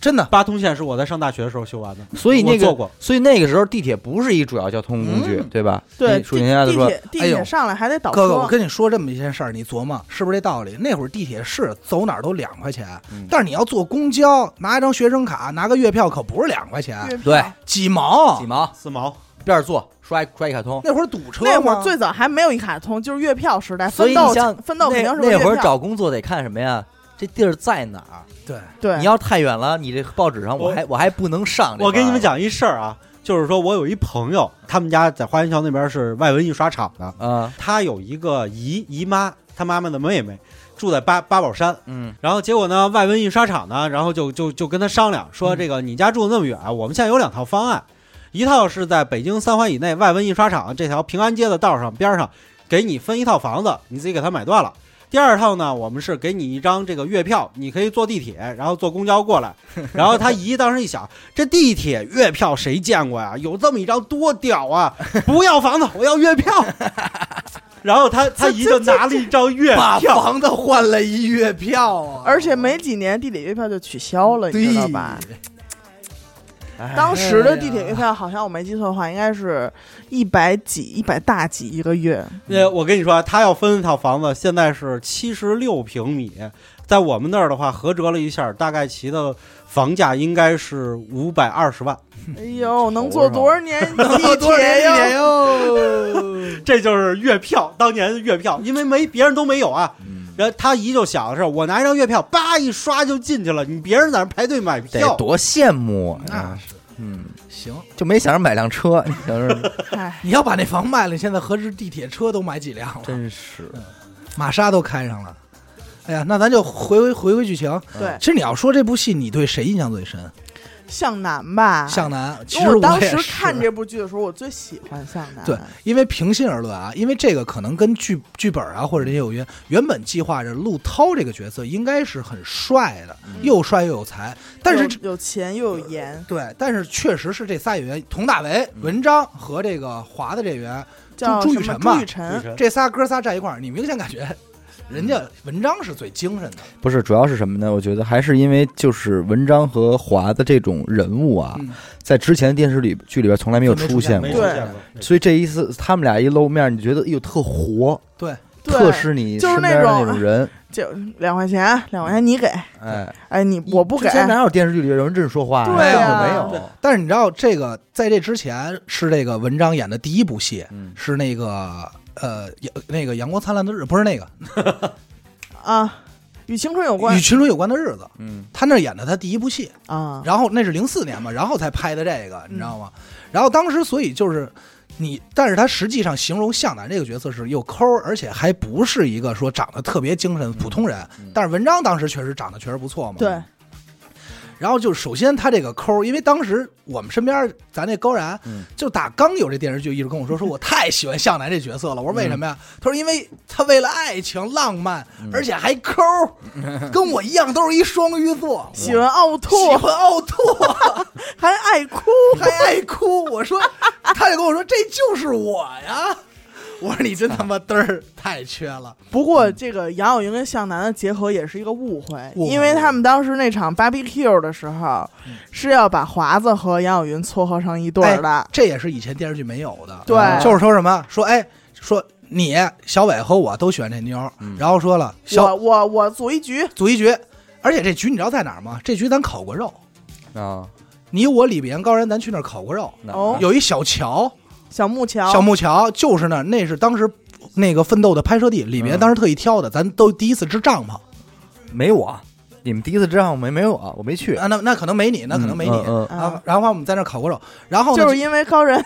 Speaker 3: 真的。
Speaker 5: 八通线是我在上大学的时候修完的，
Speaker 2: 所以那
Speaker 5: 我做
Speaker 2: 个
Speaker 5: 过。
Speaker 2: 所以那个时候地铁不是一主要交通工具，对吧？
Speaker 4: 对，
Speaker 2: 你属于人家
Speaker 4: 地
Speaker 2: 就
Speaker 4: 地
Speaker 2: 说
Speaker 4: 铁地
Speaker 3: 哎
Speaker 4: 铁
Speaker 3: 呦
Speaker 4: 上来还得倒车。
Speaker 3: 哥哥，我跟你说这么一件事儿，你琢磨是不是这道理？那会儿地铁是走哪儿都两块钱，
Speaker 2: 嗯
Speaker 3: 但是你要坐公交，拿一张学生卡，拿个月票可不是两块钱，
Speaker 4: 月票
Speaker 2: 对
Speaker 3: 几毛
Speaker 2: 几。毛
Speaker 5: 四毛，
Speaker 2: 边儿坐刷一刷一卡通，
Speaker 3: 那会儿堵车吗，
Speaker 4: 那会儿最早还没有一卡通，就是月票时代，
Speaker 2: 所以
Speaker 4: 哎
Speaker 2: 你
Speaker 4: 奋斗
Speaker 2: 想
Speaker 4: 奋斗肯定是
Speaker 2: 那那会
Speaker 4: 月
Speaker 2: 儿
Speaker 4: 票。
Speaker 2: 找工作得看什么呀？这地儿在哪儿？
Speaker 3: 对，
Speaker 4: 对，
Speaker 2: 你要太远了，你这报纸上我
Speaker 5: 我
Speaker 2: 还我还不能上。
Speaker 5: 我跟你们，讲一事儿啊，就是说我有一朋友，他们家在花园桥那边是外文印刷厂的，
Speaker 2: 啊
Speaker 5: 他有一个姨姨妈，他妈妈的妹妹，住在八八宝山，
Speaker 2: 嗯
Speaker 5: 然后结果呢，外文印刷厂呢，然后就就就跟他商量说，这个你家住的那么远，我们现在有两套方案，一套是在北京三环以内外文印刷厂这条平安街的道上边上，给你分一套房子，你自己给它买断了。第二套呢，我们是给你一张这个月票，你可以坐地铁，然后坐公交过来。然后他姨当时一想，这地铁月票谁见过呀？啊有这么一张多屌啊！不要房子，我要月票。然后他他姨就拿了一张月
Speaker 3: 把
Speaker 5: 票，
Speaker 3: 房子换了一月票啊，
Speaker 4: 而且没几年地铁月票就取消了，你知道吧？
Speaker 2: 哎
Speaker 4: 当时的地铁月票好像我没记错的话，应该是一百几、一百大几一个 月。
Speaker 5: 那我跟你说啊，他要分一套房子，现在是七十六平米，在我们那儿的话，合折了一下，大概其的房价应该是五百二十万，
Speaker 4: 哎呦，能坐多 少年 地
Speaker 3: 多少
Speaker 4: 铁
Speaker 3: 年
Speaker 4: 呀？
Speaker 3: 哟？
Speaker 5: 这就是月票，当年的月票，因为没别人都没有啊。然后他姨就想的是，我拿一张月票，叭一刷就进去了，你别人在那排队买
Speaker 2: 得
Speaker 5: 票，
Speaker 2: 多羡慕
Speaker 3: 那
Speaker 2: 啊！
Speaker 3: 是
Speaker 2: 嗯，
Speaker 3: 行，
Speaker 2: 就没想着买辆车，你想 着
Speaker 4: 哎，
Speaker 3: 你要把那房卖了，现在合着地铁车都买几辆了？
Speaker 2: 真是
Speaker 3: 玛莎都开上了。哎呀，那咱就回回回归剧情。
Speaker 4: 对
Speaker 3: 其，实你要说这部戏，你对谁印象最深？
Speaker 4: 向南吧，
Speaker 3: 向南。其
Speaker 4: 啊因
Speaker 3: 实
Speaker 4: 为我当
Speaker 3: 也
Speaker 4: 时
Speaker 3: 是
Speaker 4: 看这部剧的时候，我最喜欢向南。
Speaker 3: 对，因为平心而论啊，因为这个可能跟剧剧本啊或者这些有约。原本计划着陆涛这个角色应该是很帅的，
Speaker 4: 嗯
Speaker 3: 又帅又有才，但是呃
Speaker 4: 有有钱又有颜，
Speaker 3: 对，但是确实是这仨演员，佟大为、文章和这个华的这演员
Speaker 4: 嗯叫
Speaker 3: 朱雨
Speaker 4: 什么
Speaker 3: 辰吧
Speaker 4: 朱雨辰，嗯
Speaker 3: 这仨哥仨站一块儿，你明显感觉人家文章是最精神的。
Speaker 2: 不是主要是什么呢？我觉得还是因为就是文章和华的这种人物啊，
Speaker 3: 嗯
Speaker 2: 在之前的电视里剧里边从来没有
Speaker 3: 都没
Speaker 2: 出现
Speaker 5: 没
Speaker 2: 过
Speaker 5: 出，现
Speaker 4: 对
Speaker 5: 过。
Speaker 2: 所以这一次他们俩一露面，你觉得哎呦特活，
Speaker 3: 对，
Speaker 4: 对
Speaker 2: 特是你
Speaker 4: 就是
Speaker 2: 身
Speaker 4: 那
Speaker 2: 边的那
Speaker 4: 种
Speaker 2: 种 人。
Speaker 4: 就两块钱，两块钱你给，
Speaker 2: 哎，
Speaker 4: 哎，你我不给
Speaker 2: 之，前哪有电视剧里有人这么说话呀？
Speaker 4: 对
Speaker 3: 啊
Speaker 2: 根本没
Speaker 4: 对
Speaker 2: 有。
Speaker 3: 但是你知道这个，在这之前是这个文章演的第一部戏，
Speaker 2: 嗯
Speaker 3: 是那个呃阳那个阳光灿烂的日，不是那个
Speaker 4: 啊，与青春有关
Speaker 3: 与青春有关的日子，
Speaker 2: 嗯，
Speaker 3: 他那儿演的他第一部戏，
Speaker 4: 啊，嗯
Speaker 3: 然后那是零四年嘛，然后才拍的这个，你知道吗？然后当时所以就是。你，但是他实际上形容向南这个角色是又抠，而且还不是一个说长得特别精神普通人。但是文章当时确实长得确实不错嘛。
Speaker 4: 对，
Speaker 3: 然后就首先他这个抠儿，因为当时我们身边儿咱那高然，
Speaker 2: 嗯
Speaker 3: 就打刚有这电视剧，一直跟我说说我太喜欢向南这角色了。我说为什么呀？他说因为他为了爱情浪漫，而且还抠儿，跟我一样都是一双鱼座，
Speaker 4: 喜欢凹凸，
Speaker 3: 喜欢凹凸，
Speaker 4: 还爱哭，
Speaker 3: 还 爱哭。我说，他就跟我说这就是我呀。我说你真他妈嘚儿太缺了，
Speaker 4: 不过，这个杨晓云跟向南的结合也是一个误会，
Speaker 3: 误会嗯
Speaker 4: 因为他们当时那场 BBQ 的时候，是要把华子和杨晓云撮合成一对儿的。
Speaker 3: 哎这也是以前电视剧没有的。嗯
Speaker 4: 对
Speaker 3: 就是说什么说哎说你小伟和我都喜欢这妞儿，然后说了小
Speaker 4: 嗯我我我组一局，
Speaker 3: 组一局，而且这局你知道在哪儿吗？这局咱烤过肉，
Speaker 2: 啊，
Speaker 3: 你我李别高人，咱去那儿烤过肉。
Speaker 2: 那
Speaker 4: 哦
Speaker 3: 有一小桥，
Speaker 4: 小木桥，
Speaker 3: 小木桥就是那儿，那是当时那个奋斗的拍摄地，李别
Speaker 2: 嗯
Speaker 3: 当时特意挑的，咱都第一次支帐篷
Speaker 2: 没我，你们第一次知道没没有啊？我没去，
Speaker 3: 啊，那那可能没你，那可能没你。
Speaker 2: 嗯嗯
Speaker 4: 嗯
Speaker 3: 啊，然后我们在那儿烤过肉，然后呢
Speaker 4: 就是因为高人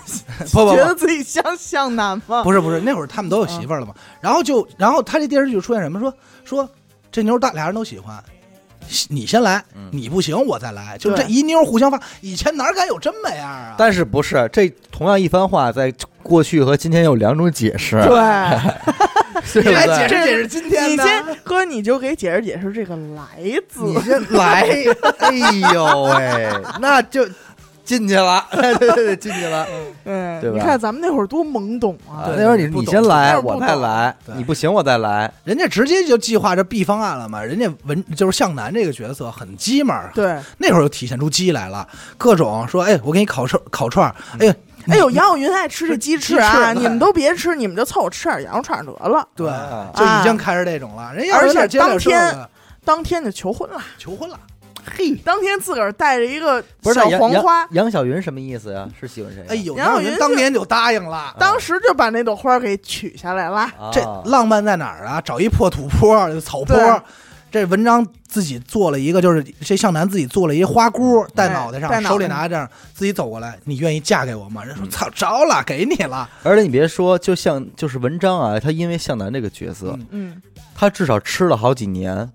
Speaker 3: 不不
Speaker 4: 觉得
Speaker 3: 不
Speaker 4: 自己像向南 吗？
Speaker 3: 不是不是，那会儿他们都有媳妇儿了嘛。然后就然后他这电视剧出现什么说说这妞儿大俩人都喜欢，你先来，你不行我再来，就这
Speaker 4: 嗯对
Speaker 3: 一妞儿互相发，以前哪敢有这么样啊？
Speaker 2: 但是不是这同样一番话，在过去和今天有两种解释，
Speaker 4: 对，
Speaker 2: 对不
Speaker 3: 来
Speaker 2: 对？
Speaker 4: 这
Speaker 3: 释今
Speaker 4: 你
Speaker 3: 呢
Speaker 4: 先哥，你就给解释解释这个“来”字。
Speaker 2: 你先来，哎呦喂，那就进去 了，对对对，进去了。
Speaker 4: 嗯，
Speaker 2: 对吧
Speaker 4: 你看咱们那会儿多懵懂啊！
Speaker 2: 啊
Speaker 3: 对
Speaker 2: 那时候你
Speaker 3: 不懂
Speaker 2: 你先来，
Speaker 4: 那会儿不
Speaker 2: 我
Speaker 4: 懂
Speaker 2: 再来，
Speaker 3: 对
Speaker 2: 你不行我再来。
Speaker 3: 人家直接就计划着 B 方案了嘛。人家文就是向南这个角色很鸡嘛，，
Speaker 4: 对，
Speaker 3: 那会儿就体现出鸡来了，各种说，哎，我给你烤串烤串儿，哎呦，
Speaker 4: 哎呦，杨晓云爱吃这鸡翅
Speaker 3: 鸡
Speaker 4: 啊！
Speaker 3: 翅
Speaker 4: 你们都别吃，你们就凑合吃点羊肉串得了。
Speaker 3: 对
Speaker 2: 啊，
Speaker 3: 就已经开始这种了。人家
Speaker 4: 啊而且
Speaker 3: 有点接点事儿了
Speaker 4: 当当天就求婚了，
Speaker 3: 求婚了，
Speaker 4: 嘿，当天自个儿带着一个
Speaker 2: 不是
Speaker 4: 小
Speaker 2: 那杨
Speaker 4: 黄花
Speaker 3: 啊
Speaker 2: 杨，杨晓云什么意思呀？是喜欢谁呀？
Speaker 3: 哎呦，
Speaker 4: 杨晓云
Speaker 3: 人当年就答应了。
Speaker 4: 当时就把那朵花给取下来了。
Speaker 2: 啊，
Speaker 3: 这浪漫在哪儿啊？找一破土坡、草坡
Speaker 4: 对，
Speaker 3: 这文章自己做了一个，就是这向南自己做了一花箍戴脑袋
Speaker 4: 戴
Speaker 3: 上，
Speaker 4: 脑袋
Speaker 3: 手里拿着这样，自己走过来，你愿意嫁给我吗？人说操，着了，给你了。
Speaker 2: 而且你别说，就像就是文章啊，他因为向南这个角色，
Speaker 3: 嗯
Speaker 4: 嗯，
Speaker 2: 他至少吃了好几年，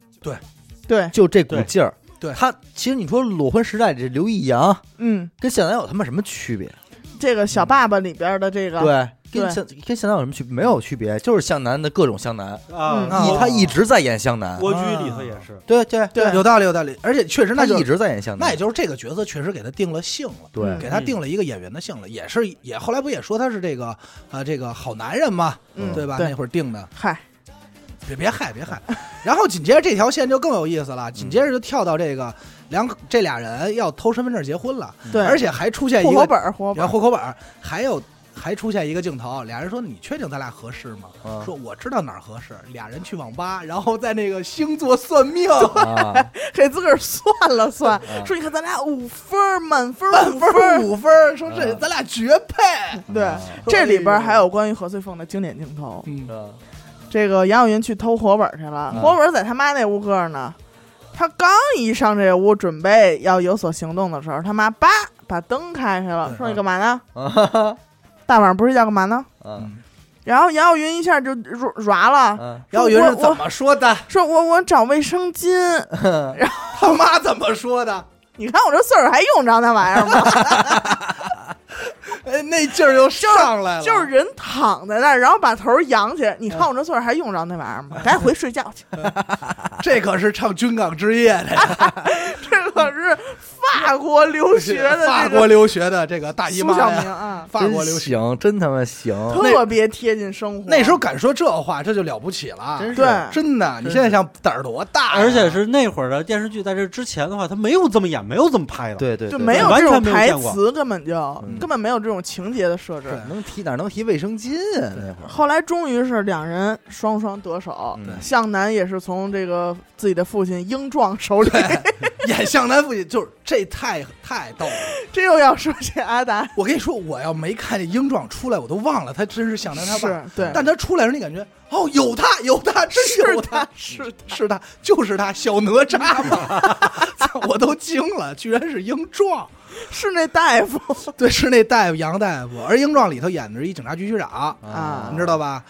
Speaker 4: 对，
Speaker 2: 就这股劲儿。
Speaker 3: 对对
Speaker 2: 他其实你说裸婚时代这刘易阳
Speaker 4: 嗯，
Speaker 2: 跟向南有他妈什么区别？
Speaker 4: 这个小爸爸里边的这个，
Speaker 2: 对，跟
Speaker 4: 对
Speaker 2: 向跟向南有什么区别？没有区别，就是向南的各种向南，
Speaker 5: 啊
Speaker 4: 嗯，
Speaker 3: 哦
Speaker 2: 一他一直在演向南。
Speaker 5: 蜗居里头也是，
Speaker 2: 对对
Speaker 4: 对
Speaker 3: 有道理，有道理。而且确实，
Speaker 2: 他
Speaker 3: 那就
Speaker 2: 一直在嗯演向南。
Speaker 3: 那也就是这个角色确实给他定了性了，
Speaker 2: 对
Speaker 3: 给他定了一个演员的性了，也是也后来不也说他是这个呃这个好男人嘛，
Speaker 4: 嗯，
Speaker 3: 对吧？那会儿定的，
Speaker 4: 嗨，
Speaker 3: 别别害别害。 然后紧接着这条线就更有意思了，紧接着就跳到这个两这俩人要偷身份证结婚了，
Speaker 4: 对，
Speaker 3: 而且还出现
Speaker 4: 户
Speaker 3: 一
Speaker 4: 口
Speaker 3: 个
Speaker 4: 本儿，户口本
Speaker 3: 然
Speaker 4: 儿，
Speaker 3: 后户口本儿，还有还出现一个镜头，俩人说你确定咱俩合适吗？
Speaker 2: 嗯
Speaker 3: 说我知道哪儿合适，俩人去网吧，然后在那个星座算命，
Speaker 2: 啊，
Speaker 4: 给自个儿算了算
Speaker 2: 啊，
Speaker 4: 说你看咱俩五分儿，满分儿
Speaker 3: 嗯满
Speaker 4: 五
Speaker 3: 分
Speaker 4: 分
Speaker 3: 儿
Speaker 4: 儿，
Speaker 3: 五分儿，说这
Speaker 2: 嗯
Speaker 3: 咱俩绝配。
Speaker 4: 对
Speaker 2: 啊，
Speaker 4: 这里边还有关于何翠凤的经典镜头。
Speaker 3: 嗯，
Speaker 2: 啊
Speaker 4: 这个杨晓云去偷活本去了，
Speaker 2: 嗯
Speaker 4: 活本在他妈那屋搁着呢。他刚一上这屋，准备要有所行动的时候，他妈叭把灯开开了，
Speaker 3: 对
Speaker 4: 说
Speaker 2: 嗯
Speaker 4: 你干嘛呢？
Speaker 3: 嗯
Speaker 2: 啊
Speaker 4: 大晚上不睡觉干嘛呢？
Speaker 2: 啊
Speaker 4: 然后杨晓云一下就软软了，
Speaker 2: 啊！
Speaker 3: 姚嗯云是
Speaker 4: 我
Speaker 3: 怎么说的？
Speaker 4: 说我我找卫 生巾，
Speaker 3: 他妈怎么说的？
Speaker 4: 你看我这岁数还用着那玩意儿吗？
Speaker 3: 哎，那劲儿又上来了，
Speaker 4: 就是人躺在那儿，然后把头扬起来，你看我这岁数还用着那玩意儿吗？赶紧回睡觉去。
Speaker 3: 这可是唱《军港之夜》的，
Speaker 4: 这可是法国留学的
Speaker 3: 法
Speaker 4: 这
Speaker 3: 国
Speaker 4: 个
Speaker 3: 留学的这个大姨
Speaker 4: 苏
Speaker 3: 妈
Speaker 4: 小明
Speaker 3: 呀，
Speaker 4: 啊，
Speaker 3: 法国留学。
Speaker 2: 行，真他妈行！
Speaker 4: 特别贴近生活。
Speaker 3: 那时候敢说这话，这就了不起了，
Speaker 2: 真是
Speaker 4: 对
Speaker 3: 真的。你现在想胆儿多大呀，
Speaker 5: 而 且是那会儿的电视剧，在这之前的话，他没有这么演，没有这么拍的。，
Speaker 2: 对对，
Speaker 4: 就
Speaker 2: 对
Speaker 4: 没有
Speaker 5: 完
Speaker 4: 这种
Speaker 5: 全没有
Speaker 4: 台
Speaker 5: 见过
Speaker 4: 词，根本就
Speaker 2: 嗯
Speaker 4: 根本没有这种情节的设置
Speaker 3: 对。
Speaker 2: 能提哪能提卫生巾啊？那会儿
Speaker 4: 后来终于是两人双双得手
Speaker 2: 嗯，
Speaker 4: 向南也是从这个自己的父亲英壮手里，
Speaker 3: 演向南父亲，就是这太太逗了。
Speaker 4: 这又要说起阿达，
Speaker 3: 我跟你说，我要没看见英壮出来，我都忘了他真是向南他爸。
Speaker 4: 是对，
Speaker 3: 但他出来的时候，你感觉哦，有他，有他，真有
Speaker 4: 是
Speaker 3: 他
Speaker 4: 他，是他
Speaker 3: 是他，就是他，小哪吒嘛！ 操我都惊了，居然是英壮。
Speaker 4: 是那大夫
Speaker 3: 对，是那大夫杨大夫，而《英壮》里头演的是一警察局局长，
Speaker 4: 啊
Speaker 3: 你知道吧？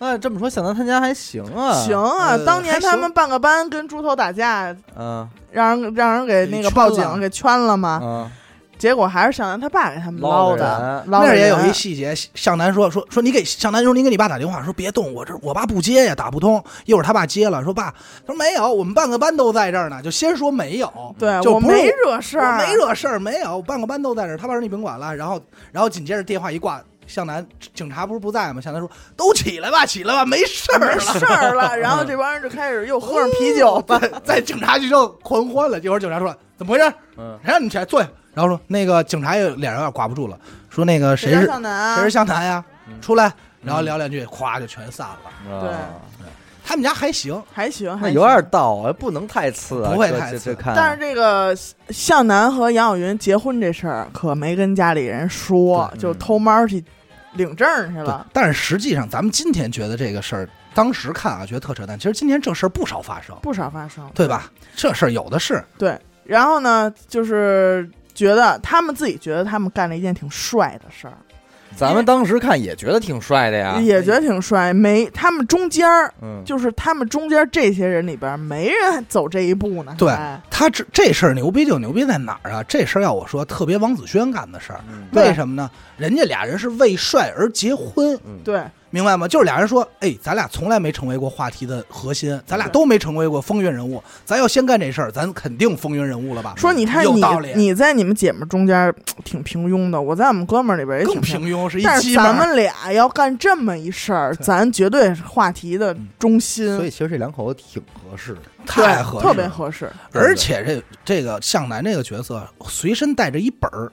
Speaker 2: 那啊这么说，想到他家还行啊，
Speaker 4: 行啊
Speaker 3: 呃，
Speaker 4: 当年
Speaker 3: 还行
Speaker 4: 他们半个班跟猪头打架，
Speaker 2: 嗯
Speaker 4: 让人让人给
Speaker 3: 给
Speaker 4: 那个
Speaker 3: 圈
Speaker 4: 报
Speaker 3: 了
Speaker 4: 警给圈了嘛，
Speaker 2: 嗯，
Speaker 4: 结果还是向南他爸给他们
Speaker 2: 捞的
Speaker 4: 捞的
Speaker 2: 人，
Speaker 4: 捞
Speaker 3: 那
Speaker 4: 的
Speaker 3: 儿也有
Speaker 4: 人
Speaker 3: 一细节，向南说说说你给向南说你给你爸打电话，说别动，我这我爸不接呀，打不通。一会儿他爸接了，说爸，他说没有，我们半个班都在这儿呢，就先说没有，
Speaker 4: 对
Speaker 3: 就
Speaker 4: 我
Speaker 3: 不是
Speaker 4: 没惹事
Speaker 3: 我
Speaker 4: 儿，
Speaker 3: 没惹事儿，没有，半个班都在这儿。他爸说你甭管了，然后然后紧接着电话一挂，向南警察不是不在吗？向南说都起来吧，起来吧，没事儿
Speaker 4: 没
Speaker 3: 了。
Speaker 4: 事 儿了，然后这帮人就开始又喝上啤酒吧，
Speaker 3: 在 在警察局就狂欢了。一会儿警察说了怎么回事？
Speaker 2: 嗯
Speaker 3: 谁让你起来坐下？然后说那个警察也脸上有点挂不住了，说那个谁
Speaker 4: 家
Speaker 3: 是
Speaker 4: 向南啊？
Speaker 3: 谁是湘潭呀？
Speaker 2: 嗯
Speaker 3: 出来，然后聊两句，咵就全散了。
Speaker 2: 啊
Speaker 3: 他们家还行，
Speaker 4: 还行，
Speaker 2: 那
Speaker 4: 还
Speaker 2: 有
Speaker 4: 行
Speaker 2: 点道啊，不能太次啊，
Speaker 3: 不会
Speaker 2: 这
Speaker 3: 太
Speaker 2: 这
Speaker 3: 次
Speaker 2: 这看，
Speaker 4: 但是这个向南和杨晓云结婚这事儿可没跟家里人说，
Speaker 2: 对
Speaker 4: 就
Speaker 2: 嗯
Speaker 4: 偷猫去领证儿去
Speaker 3: 对
Speaker 4: 了。。
Speaker 3: 但是实际上，咱们今天觉得这个事儿，当时看啊觉得特扯淡，其实今天这事儿不少发生，
Speaker 4: 不少发生。
Speaker 3: 对吧？这事儿有的是，
Speaker 4: 对，然后呢，就是觉得他们自己觉得他们干了一件挺帅的事儿，
Speaker 2: 咱们当时看也觉得挺帅的
Speaker 3: 啊
Speaker 2: 呀，
Speaker 4: 也觉得挺帅。没，他们中间儿
Speaker 2: 嗯，
Speaker 4: 就是他们中间儿这些人里边儿没人走这一步呢。
Speaker 3: 对
Speaker 4: 还
Speaker 3: 他这这事儿牛逼就牛逼在哪儿啊？这事儿要我说，特别王子轩干的事儿，
Speaker 2: 嗯
Speaker 4: 对
Speaker 3: 为什么呢？人家俩人是为帅而结婚，
Speaker 2: 嗯，
Speaker 4: 对
Speaker 3: 明白吗？就是俩人说，哎，咱俩从来没成为过话题的核心，咱俩都没成为过风云人物，咱要先干这事儿，咱肯定风云人物了吧？
Speaker 4: 说你看
Speaker 3: 有
Speaker 4: 你
Speaker 3: 道理
Speaker 4: 你在你们姐们中间儿挺平庸的，我在我们哥们儿里边儿也
Speaker 3: 更
Speaker 4: 挺
Speaker 3: 平庸是一
Speaker 4: 但是
Speaker 3: 鸡巴
Speaker 4: 咱
Speaker 3: 儿。
Speaker 4: 们俩要干这么一事儿，
Speaker 3: 对
Speaker 4: 咱绝对是话题的中心，
Speaker 2: 所以其实这两口子挺合适的，
Speaker 3: 太合适，
Speaker 4: 特别。合适。
Speaker 3: 而且这这个向南这个角色随身带着一本儿，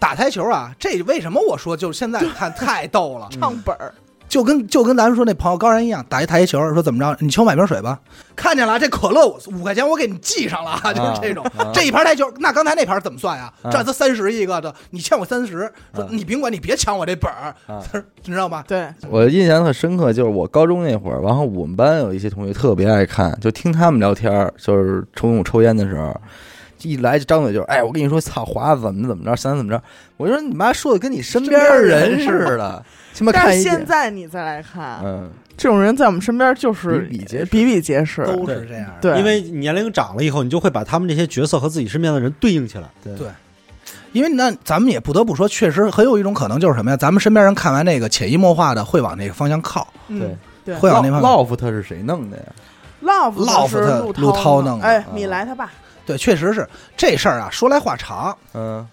Speaker 3: 打台球啊，这为什么我说就是现在看太逗了？
Speaker 4: 唱本儿，
Speaker 3: 就跟就跟咱们说那朋友高然一样，打一台球，说怎么着，你请我买瓶水吧。看见了啊，这可乐我五块钱我给你记上了啊，就是这种。
Speaker 2: 啊
Speaker 3: 这一盘台球，那刚才那盘怎么算呀？
Speaker 2: 啊
Speaker 3: 这才三十一个的，你欠我三十，说
Speaker 2: 啊
Speaker 3: 你甭管，你别抢我这本儿
Speaker 2: 啊，
Speaker 3: 你知道吧？
Speaker 4: 对，
Speaker 2: 我印象很深刻，就是我高中那会儿，然后我们班有一些同学特别爱看，就听他们聊天儿，就是中午抽烟的时候，一来就张嘴就是，哎，我跟你说，操，华子怎么怎么着，想怎么着，我就说你妈说的跟你身边儿人似的，他妈
Speaker 4: 但
Speaker 2: 看
Speaker 4: 是
Speaker 2: 一
Speaker 4: 现
Speaker 2: 眼，
Speaker 4: 在你再来看，
Speaker 2: 嗯，
Speaker 4: 这种人在我们身边就是
Speaker 2: 比比皆是
Speaker 4: 比比皆是。
Speaker 3: 都是这样。
Speaker 4: 对，
Speaker 5: 因为你年龄长了以后，你就会把他们这些角色和自己身边的人对应起来。
Speaker 2: 对
Speaker 3: 因为那咱们也不得不说，确实很有一种可能就是什么呀？咱们身边人看完那个，潜移默化的会往那个方向靠，
Speaker 4: 嗯对
Speaker 3: 会往那方向。
Speaker 2: love 他是谁弄的呀？
Speaker 4: ，love
Speaker 3: Love
Speaker 4: 是
Speaker 3: 他
Speaker 4: 陆
Speaker 3: 陆涛
Speaker 4: 弄
Speaker 3: 弄
Speaker 4: 的
Speaker 3: 的嗯
Speaker 4: 哎
Speaker 2: 啊，
Speaker 4: 米莱他爸，
Speaker 3: 对，确实是这事儿啊。说来话长，
Speaker 2: 嗯，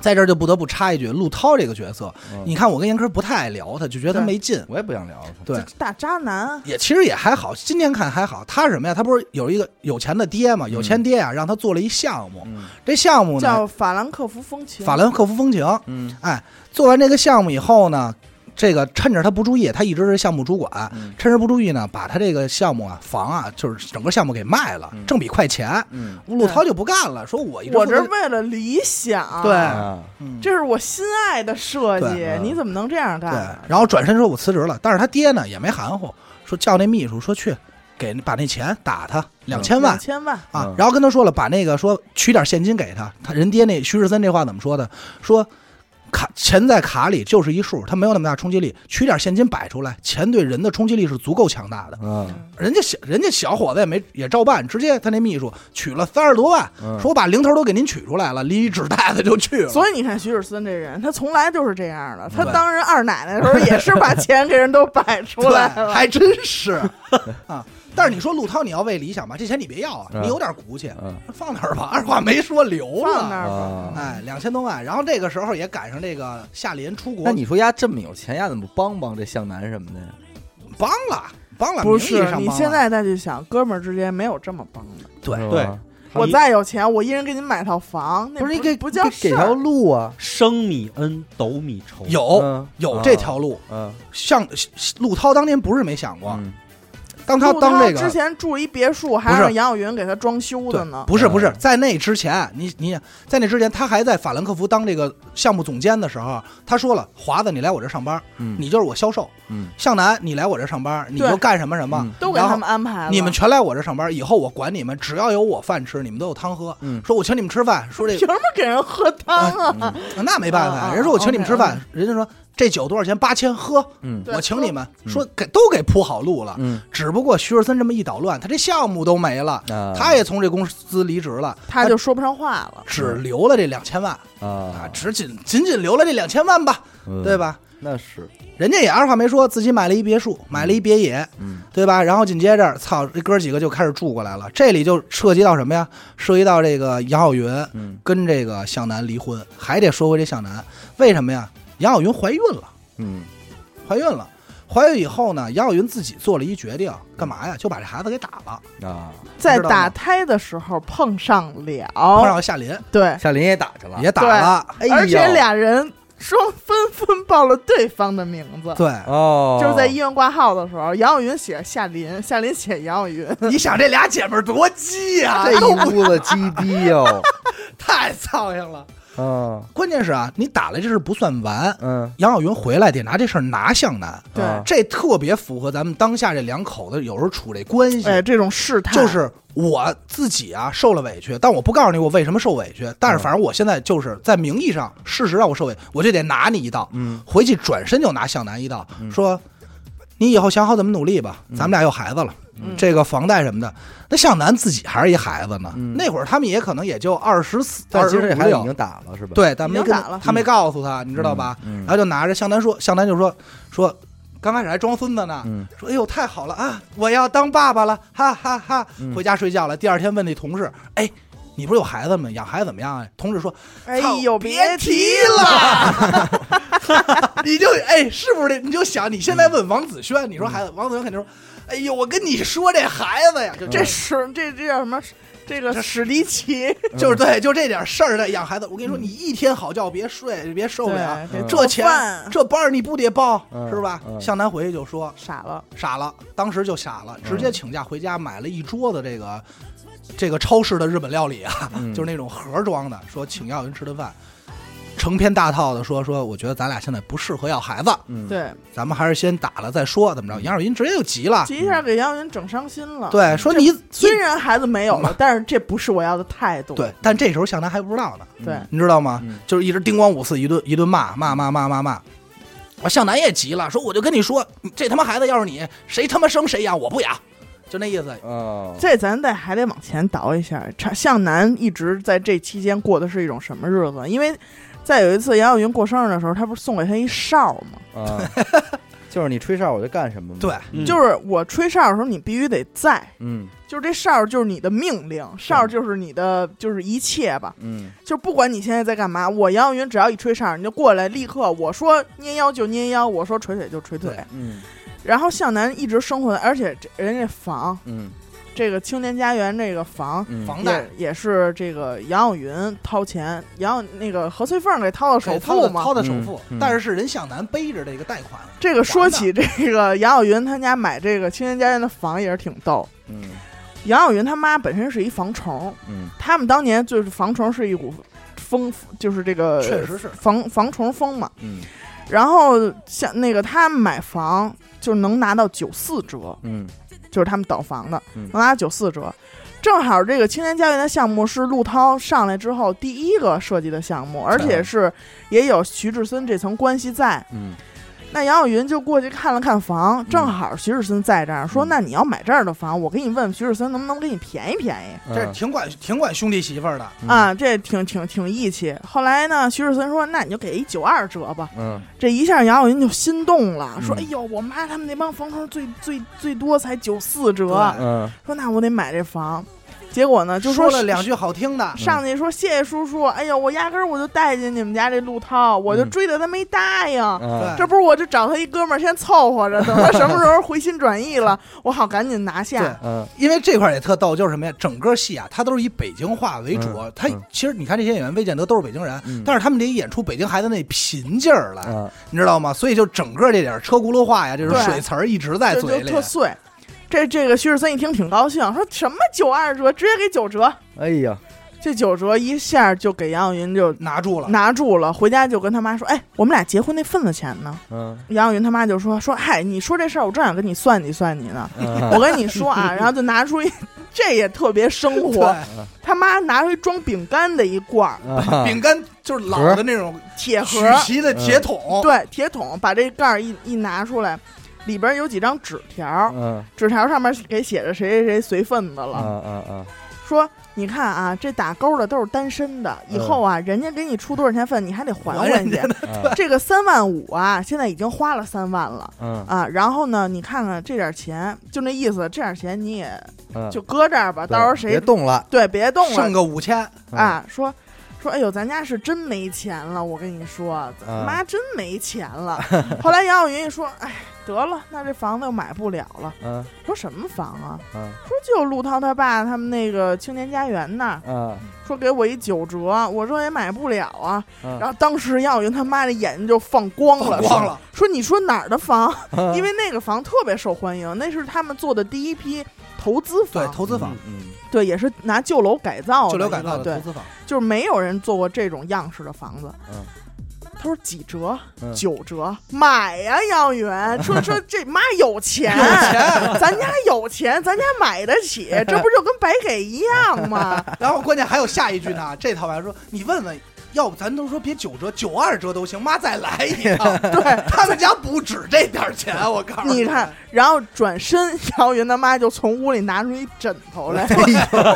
Speaker 3: 在这儿就不得不插一句，陆涛这个角色，
Speaker 2: 嗯
Speaker 3: 你看我跟严科不太爱聊他，就觉得他
Speaker 4: 对
Speaker 3: 没劲。
Speaker 2: 我也不想聊他，
Speaker 3: 对
Speaker 4: 这，大渣男啊，
Speaker 3: 也其实也还好，今天看还好。他是什么呀？他不是有一个有钱的爹嘛？有钱爹啊，让他做了一项目。
Speaker 2: 嗯
Speaker 3: 这项目呢，
Speaker 4: 叫法兰克福风情。
Speaker 3: 法兰克福风情。哎
Speaker 2: 嗯
Speaker 3: 做完这个项目以后呢，这个趁着他不注意，他一直是项目主管，
Speaker 2: 嗯
Speaker 3: 趁着不注意呢，把他这个项目啊、房啊，就是整个项目给卖了
Speaker 2: 嗯，
Speaker 3: 挣笔快钱。
Speaker 2: 嗯
Speaker 3: 陆涛就不干了，说我一直
Speaker 4: 我
Speaker 3: 负
Speaker 4: 这
Speaker 3: 责
Speaker 4: 是为了理想，
Speaker 3: 对
Speaker 2: 啊，
Speaker 3: 嗯
Speaker 4: 这是我心爱的设计
Speaker 2: 对，嗯
Speaker 4: 你怎么能这样
Speaker 3: 对
Speaker 4: 干？，
Speaker 3: 然后转身说我辞职了，但是他爹呢也没含糊，说叫那秘书说去给把那钱打他两千万
Speaker 4: 两。千万，
Speaker 3: 啊
Speaker 2: 嗯，
Speaker 3: 然后跟他说了，把那个说取点现金给他，他人爹那徐世森这话怎么说的？说卡钱在卡里就是一数，他没有那么大冲击力，取点现金摆出来，钱对人的冲击力是足够强大的。
Speaker 2: 嗯
Speaker 3: 人家小人家小伙子也没也照办，直接他那秘书取了三十多万，
Speaker 2: 嗯
Speaker 3: 说我把零头都给您取出来了，拎一纸袋子就去了。
Speaker 4: 所以你看徐世森这人，他从来就是这样的。
Speaker 3: 嗯
Speaker 4: 他
Speaker 3: 对
Speaker 4: 当人二奶奶的时候，也是把钱给人都摆出来
Speaker 3: 对
Speaker 4: 了。
Speaker 3: 还真是 啊。但是你说陆涛，你要为理想吧，这钱你别要啊，
Speaker 2: 嗯
Speaker 3: 你有点骨气，
Speaker 2: 嗯
Speaker 3: 放那儿吧。二话没说留了，
Speaker 4: 放那儿吧
Speaker 2: 啊。
Speaker 3: 哎，两千多万，然后这个时候也赶上这个夏林出国，
Speaker 2: 那你说丫这么有钱，丫怎么不帮帮这向南什么的呀？
Speaker 3: 帮了，帮了，
Speaker 4: 不
Speaker 3: 名义
Speaker 4: 是
Speaker 3: 上
Speaker 4: 你
Speaker 3: 帮了
Speaker 4: 现在再去想，哥们儿之间没有这么帮的。
Speaker 3: 对
Speaker 2: 是吧
Speaker 5: 对
Speaker 4: 我再有钱，我一人给你买套房，那
Speaker 2: 不
Speaker 4: 不
Speaker 2: 是你给
Speaker 4: 不叫
Speaker 2: 给给
Speaker 4: 事
Speaker 2: 条
Speaker 4: 儿。
Speaker 2: 路啊？
Speaker 5: 生米恩，斗米仇。
Speaker 3: 有
Speaker 2: 嗯
Speaker 3: 有这条，路，
Speaker 2: 嗯，
Speaker 3: 像陆涛当年不是没想过，
Speaker 2: 嗯
Speaker 3: 当他
Speaker 4: 住
Speaker 3: 当这
Speaker 4: 之
Speaker 3: 个。
Speaker 4: 前住一别墅，还
Speaker 3: 不是
Speaker 4: 让杨晓云给他装修
Speaker 3: 对
Speaker 4: 的呢，。
Speaker 3: 不是不是，
Speaker 2: 嗯
Speaker 3: 在那之前，你你在那之前，他还在法兰克福当这个项目总监的时候，他说了：“华子，你来我这上班，
Speaker 2: 嗯
Speaker 3: 你就是我销售；
Speaker 2: 嗯
Speaker 3: 向南，你来我这上班，你
Speaker 4: 对
Speaker 3: 就干什么什么
Speaker 2: 嗯，
Speaker 4: 都给
Speaker 3: 然后
Speaker 4: 他们安排了。
Speaker 3: 你们全来我这上班，以后我管你们，只要有我饭吃，你们都有汤喝。
Speaker 2: 嗯
Speaker 3: 说我请你们吃饭，说这
Speaker 4: 凭什么给人喝汤啊？
Speaker 3: 哎
Speaker 2: 嗯
Speaker 3: 那没办
Speaker 4: 啊啊
Speaker 3: 法，人说我请你们吃
Speaker 2: 哦
Speaker 3: 饭，人家说这酒多少钱？八千，喝，
Speaker 2: 嗯
Speaker 4: 对
Speaker 3: 我请你们。
Speaker 2: 嗯
Speaker 3: 说给都给铺好路了，
Speaker 2: 嗯
Speaker 3: 只不过徐世森这么一捣乱，他这项目都没了，
Speaker 2: 啊，
Speaker 3: 他也从这公司离职了，
Speaker 4: 他就说不上话了。
Speaker 3: 只留了这两千万啊
Speaker 2: 啊，，
Speaker 3: 只仅仅仅留了这两千万吧，
Speaker 2: 嗯
Speaker 3: 对？吧？
Speaker 2: 那是，
Speaker 3: 人家也二话没说，自己买了一别墅，买了一别野，
Speaker 2: 嗯
Speaker 3: 对吧？然后紧接着，操，这哥几个就开始住过来了。这里就涉及到什么呀？涉及到这个杨晓云
Speaker 2: 嗯
Speaker 3: 跟这个向南离婚，还得说回这向南，为什么呀？杨晓云怀孕了，
Speaker 2: 嗯
Speaker 3: 怀孕了，怀孕以后呢，杨晓云自己做了一决定，干嘛呀？就把这孩子给打了，
Speaker 2: 啊，
Speaker 4: 在
Speaker 3: 知道吗
Speaker 4: 打胎的时候碰上
Speaker 3: 碰
Speaker 4: 了，
Speaker 3: 上夏林
Speaker 4: 对，
Speaker 2: 夏林哎也打去了，
Speaker 3: 也打了，
Speaker 2: 哎呦
Speaker 4: 而且俩人双纷纷报了对方的名字。
Speaker 3: 对。
Speaker 2: 哦，
Speaker 4: 就是在医院挂号的时候，杨晓云写夏琳，夏琳写杨晓云，
Speaker 3: 你想这俩姐妹多鸡呀、
Speaker 2: 这一屋子鸡逼 哟，
Speaker 3: 太操心了。
Speaker 2: 啊
Speaker 3: 关键是啊，你打了这事不算完，
Speaker 2: 嗯，
Speaker 3: 杨晓云回来得拿这事儿拿向南，
Speaker 4: 对
Speaker 2: 啊
Speaker 3: 这特别符合咱们当下这两口子有时候处这关系，
Speaker 4: 哎，这种试探
Speaker 3: 就是我自己啊受了委屈，但我不告诉你我为什么受委屈，
Speaker 2: 嗯
Speaker 3: 但是反正我现在就是在名义上，事实让我受委屈，我就得拿你一道，
Speaker 2: 嗯
Speaker 3: 回去转身就拿向南一道，说你以后想好怎么努力吧，咱们俩有孩子了。
Speaker 4: 嗯
Speaker 3: 这个房贷什么的，那向南自己还是一孩子呢。
Speaker 2: 嗯
Speaker 3: 那会儿他们也可能也就二十四、
Speaker 2: 但
Speaker 3: 二十
Speaker 2: 其
Speaker 3: 五
Speaker 2: 实这孩子已
Speaker 3: 六，
Speaker 2: 经打了是吧？，
Speaker 3: 对，但没
Speaker 4: 已经
Speaker 3: 跟
Speaker 4: 打了
Speaker 3: 他没告诉他，你知道吧？
Speaker 2: 嗯
Speaker 3: 然后就拿着向南说，向南就说说，刚开始还装孙子呢，
Speaker 2: 嗯
Speaker 3: 说哎呦太好了啊，我要当爸爸了，哈哈哈
Speaker 2: 嗯
Speaker 3: 回家睡觉了。第二天问那同事，哎，你不是有孩子吗？养孩子怎么样啊？同事说，
Speaker 4: 哎
Speaker 3: 操
Speaker 4: 呦，
Speaker 3: 别
Speaker 4: 提
Speaker 3: 了。你就哎，是不是这？你就想，你现在问王子轩，
Speaker 2: 嗯
Speaker 3: 你说孩子，王子轩肯定说：“哎呦，我跟你说这孩子呀，就
Speaker 4: 这是这这叫什么？这个史迪奇，
Speaker 2: 嗯
Speaker 3: 就是对，就这点事儿的养孩子。我跟你说，你一天好觉别睡，别受不了。
Speaker 4: 对，得
Speaker 3: 这
Speaker 4: 做
Speaker 3: 钱
Speaker 4: 饭
Speaker 3: 这班儿你不得报
Speaker 2: 嗯
Speaker 3: 是吧？
Speaker 2: 嗯
Speaker 3: 向南回去就说
Speaker 4: 傻了，
Speaker 3: 傻了，当时就傻了，
Speaker 4: 嗯
Speaker 3: 直接请假回家买了一桌子这个这个超市的日本料理啊，
Speaker 2: 嗯
Speaker 3: 就是那种盒装的，说请要人吃顿饭。成篇大套的说说，我觉得咱俩现在不适合要孩子，
Speaker 2: 嗯，
Speaker 4: 对，
Speaker 3: 咱们还是先打了再说，怎么着？杨晓云直接就急了，
Speaker 4: 这一下给杨云整伤心嗯了。，
Speaker 3: 对，说你
Speaker 4: 虽然孩子没有了，但是这不是我要的态度。
Speaker 3: 对，但这时候向南还不知道呢，
Speaker 4: 对，
Speaker 3: 你知道吗？
Speaker 2: 嗯
Speaker 3: 就是一直叮咣五四，一顿一顿骂骂骂骂骂骂。我向南也急了，说我就跟你说，这他妈孩子要是你，谁他妈生谁养，我不养，就那意思。
Speaker 2: 哦，
Speaker 4: 这咱得还得往前倒一下，查向南一直在这期间过的是一种什么日子？因为在有一次杨晓云过生日的时候，他不是送给他一哨吗？
Speaker 2: 啊，就是你吹哨我就干什么嘛，
Speaker 3: 对，
Speaker 5: 嗯
Speaker 4: 就是我吹哨的时候，你必须得在，
Speaker 2: 嗯
Speaker 4: 就是这哨就是你的命令，哨就是你的就是一切吧，
Speaker 2: 嗯
Speaker 4: 就不管你现在在干嘛，我杨晓云只要一吹哨，你就过来，立刻我说捏腰就捏腰，我说捶腿就捶腿。
Speaker 3: 对
Speaker 2: 嗯
Speaker 4: 然后向南一直生活在，而且这人家房，
Speaker 2: 嗯
Speaker 4: 这个青年家园这个房。
Speaker 2: 嗯，
Speaker 3: 房贷
Speaker 4: 也也是这个杨晓云掏钱，杨晓那个何翠凤给掏了首
Speaker 3: 给掏
Speaker 4: 付
Speaker 3: 的
Speaker 4: 嘛
Speaker 3: 掏。的首付，
Speaker 2: 嗯嗯
Speaker 3: 但是是人向南背着这个贷款。
Speaker 4: 这个说起这个杨晓云他家买这个青年家园的房也是挺逗。
Speaker 2: 嗯
Speaker 4: 杨晓云他妈本身是一房虫，
Speaker 2: 嗯
Speaker 4: 他们当年就是房虫是一股风，就是这个
Speaker 3: 确实是
Speaker 4: 房房虫风嘛。
Speaker 2: 嗯
Speaker 4: 然后像那个他们买房就能拿到九四折，
Speaker 2: 嗯
Speaker 4: 就是他们倒房的
Speaker 2: 嗯
Speaker 4: 能拿到九四折。正好这个青年家园的项目是陆涛上来之后第一个设计的项目，而且是也有徐志森这层关系在。
Speaker 2: 嗯
Speaker 4: 那杨晓云就过去看了看房，正好徐志森在这儿，说：“
Speaker 2: 嗯
Speaker 4: 那你要买这儿的房，我给你问问徐志森能不能给你便宜便宜。”
Speaker 3: 这挺管挺管兄弟媳妇儿的，
Speaker 2: 嗯
Speaker 4: 啊，这挺挺挺义气。后来呢，徐志森说：“那你就给一九二折吧。
Speaker 2: 嗯”
Speaker 4: 这一下杨晓云就心动了，说：“
Speaker 2: 嗯
Speaker 4: 哎呦，我妈他们那帮房东最最最多才九四折
Speaker 3: 对，
Speaker 2: 嗯
Speaker 4: 说那我得买这房。”结果呢，就
Speaker 3: 说
Speaker 4: 是
Speaker 3: 了两句好听的，
Speaker 4: 上去说：“谢谢叔叔，哎呦，我压根儿我就带进你们家这陆涛，我就
Speaker 2: 嗯
Speaker 4: 追的他没答应。
Speaker 2: 啊
Speaker 3: 对
Speaker 4: 这不是我就找他一哥们儿先凑合着，等他什么时候回心转意了，我好赶紧拿下。
Speaker 2: 嗯
Speaker 3: 因为这块儿也特逗，就是什么呀？整个戏啊，它都是以北京话为主
Speaker 2: 嗯。
Speaker 3: 他
Speaker 2: 嗯
Speaker 3: 其实你看这些演员，魏建德都是北京人
Speaker 2: 嗯，
Speaker 3: 但是他们得演出北京孩子那贫劲儿来，
Speaker 2: 啊
Speaker 3: 你知道吗？所以就整个这点儿车轱辘话呀，这种
Speaker 4: 对
Speaker 3: 水词儿一直在
Speaker 4: 就
Speaker 3: 嘴
Speaker 4: 就
Speaker 3: 里
Speaker 4: 特。碎。这这个徐志森一听挺高兴，说什么九二折，直接给九折。
Speaker 2: 哎呀，
Speaker 4: 这九折一下就给杨晓云就
Speaker 3: 拿住了，
Speaker 4: 拿住了，回家就跟他妈说：“哎，我们俩结婚那份子钱呢
Speaker 2: 嗯？”
Speaker 4: 杨晓云他妈就说：“说嗨，你说这事儿，我正想跟你算计算计呢。
Speaker 2: 嗯
Speaker 4: 我跟你说啊，然后就拿出一，这也特别生活。
Speaker 3: 对，
Speaker 4: 他妈拿出一装饼干的一罐儿
Speaker 2: 啊
Speaker 3: 饼干就是老的那种
Speaker 4: 铁盒
Speaker 3: 曲，奇的铁桶，
Speaker 4: 对，铁桶，把这盖儿一一拿出来，里边有几张纸条，
Speaker 2: 嗯
Speaker 4: 纸条上面给写着谁谁谁随份子
Speaker 2: 啊
Speaker 4: 了。
Speaker 2: 啊啊，
Speaker 4: 说你看啊，这打勾的都是单身的，以后啊，人家给你出多少钱份，你还得还
Speaker 3: 还人
Speaker 4: 人
Speaker 3: 家
Speaker 4: 家。
Speaker 2: 啊
Speaker 4: 这个三万五啊，现在已经花了三万了。
Speaker 2: 嗯
Speaker 4: 啊，然后呢？你看看这点钱，就那意思，这点钱你也
Speaker 2: 嗯，
Speaker 4: 就搁这儿吧。到时候
Speaker 2: 别
Speaker 4: 谁
Speaker 2: 动了
Speaker 4: 对别动
Speaker 3: 剩
Speaker 4: 了
Speaker 3: 个五千，
Speaker 4: 啊？说说，哎呦，咱家是真没钱了，我跟你说，咱
Speaker 2: 啊
Speaker 4: 妈真没钱了。后来杨晓云一说，哎，得了，那这房子又买不了了。
Speaker 2: 嗯
Speaker 4: 说什么房啊？
Speaker 2: 嗯
Speaker 4: 说就陆涛他爸他们那个青年家园那儿。
Speaker 2: 啊
Speaker 4: 说给我一九折，我说也买不了啊。
Speaker 2: 嗯
Speaker 4: 然后当时杨晓云他妈的眼睛就放光了，
Speaker 3: 放光了，啊
Speaker 4: 说说你说哪儿的房？
Speaker 2: 啊，
Speaker 4: 因为那个房特别受欢迎，那是他们做的第一批投资
Speaker 3: 对
Speaker 4: 房，，
Speaker 3: 投资房，
Speaker 2: 嗯
Speaker 4: 对也是拿旧楼改造的一
Speaker 3: 旧楼
Speaker 4: 个，
Speaker 3: 改造的
Speaker 4: 对
Speaker 3: 投，资房，
Speaker 4: 就是没有人做过这种样式的房子。
Speaker 2: 嗯
Speaker 4: 他说几折？
Speaker 2: 嗯
Speaker 4: 九折，买呀、杨 晓云。说说这妈有钱，咱家有钱，咱家买得起，这不就跟白给一样 吗？
Speaker 3: 然后关键还有下一句 呢，这套白说你问问，要不咱都说别九折，九二折都行，妈再来一趟。
Speaker 4: 对，
Speaker 3: 他们家不止这点儿钱，我告诉
Speaker 4: 你看，然后转身，姚云他妈就从屋里拿出一枕头来，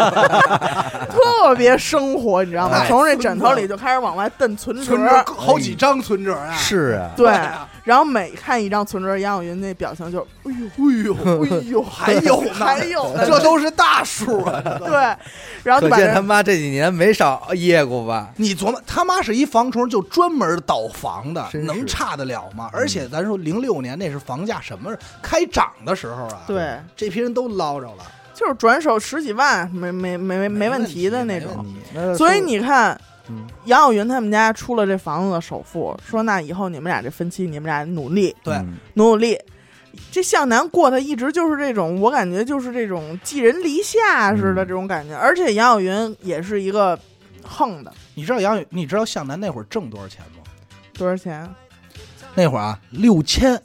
Speaker 4: 特别生活，你知道吗？
Speaker 3: 太
Speaker 4: 从这枕头里就开始往外蹬存折
Speaker 3: 存折好几张存折
Speaker 4: 哎
Speaker 3: 啊，
Speaker 2: 是啊，
Speaker 4: 对
Speaker 3: 啊，
Speaker 4: 然后每看一张存折，杨晓云那表情就，哎呦，
Speaker 3: 哎呦，
Speaker 4: 哎 呦，
Speaker 3: 还有呢，
Speaker 4: 还有呢，
Speaker 3: 这都是大数啊。 这都
Speaker 4: 对，然后就
Speaker 2: 可
Speaker 4: 把
Speaker 2: 见他
Speaker 4: 这
Speaker 2: 妈这几年没少噎过吧？
Speaker 3: 你琢磨，他妈是一房虫，就专门倒房的，
Speaker 2: 真是
Speaker 3: 能差得了吗？
Speaker 4: 嗯
Speaker 3: 而且咱说零六年那是房价什么开涨的时候啊，
Speaker 4: 对，
Speaker 3: 这批人都捞着了，
Speaker 4: 就是转手十几万，没没没没问题的那种。
Speaker 2: 那
Speaker 4: 所以你看，
Speaker 2: 嗯
Speaker 4: 杨晓云他们家出了这房子的首付，说那以后你们俩这分期，你们俩努力
Speaker 3: 对
Speaker 2: 嗯
Speaker 4: 努努力。这向南过他一直就是这种，我感觉就是这种寄人篱下似的
Speaker 2: 嗯
Speaker 4: 这种感觉。而且杨晓云也是一个横的，
Speaker 3: 你知道杨宇，你知道向南那会儿挣多少钱吗？
Speaker 4: 多少钱？
Speaker 3: 那会儿啊，六千，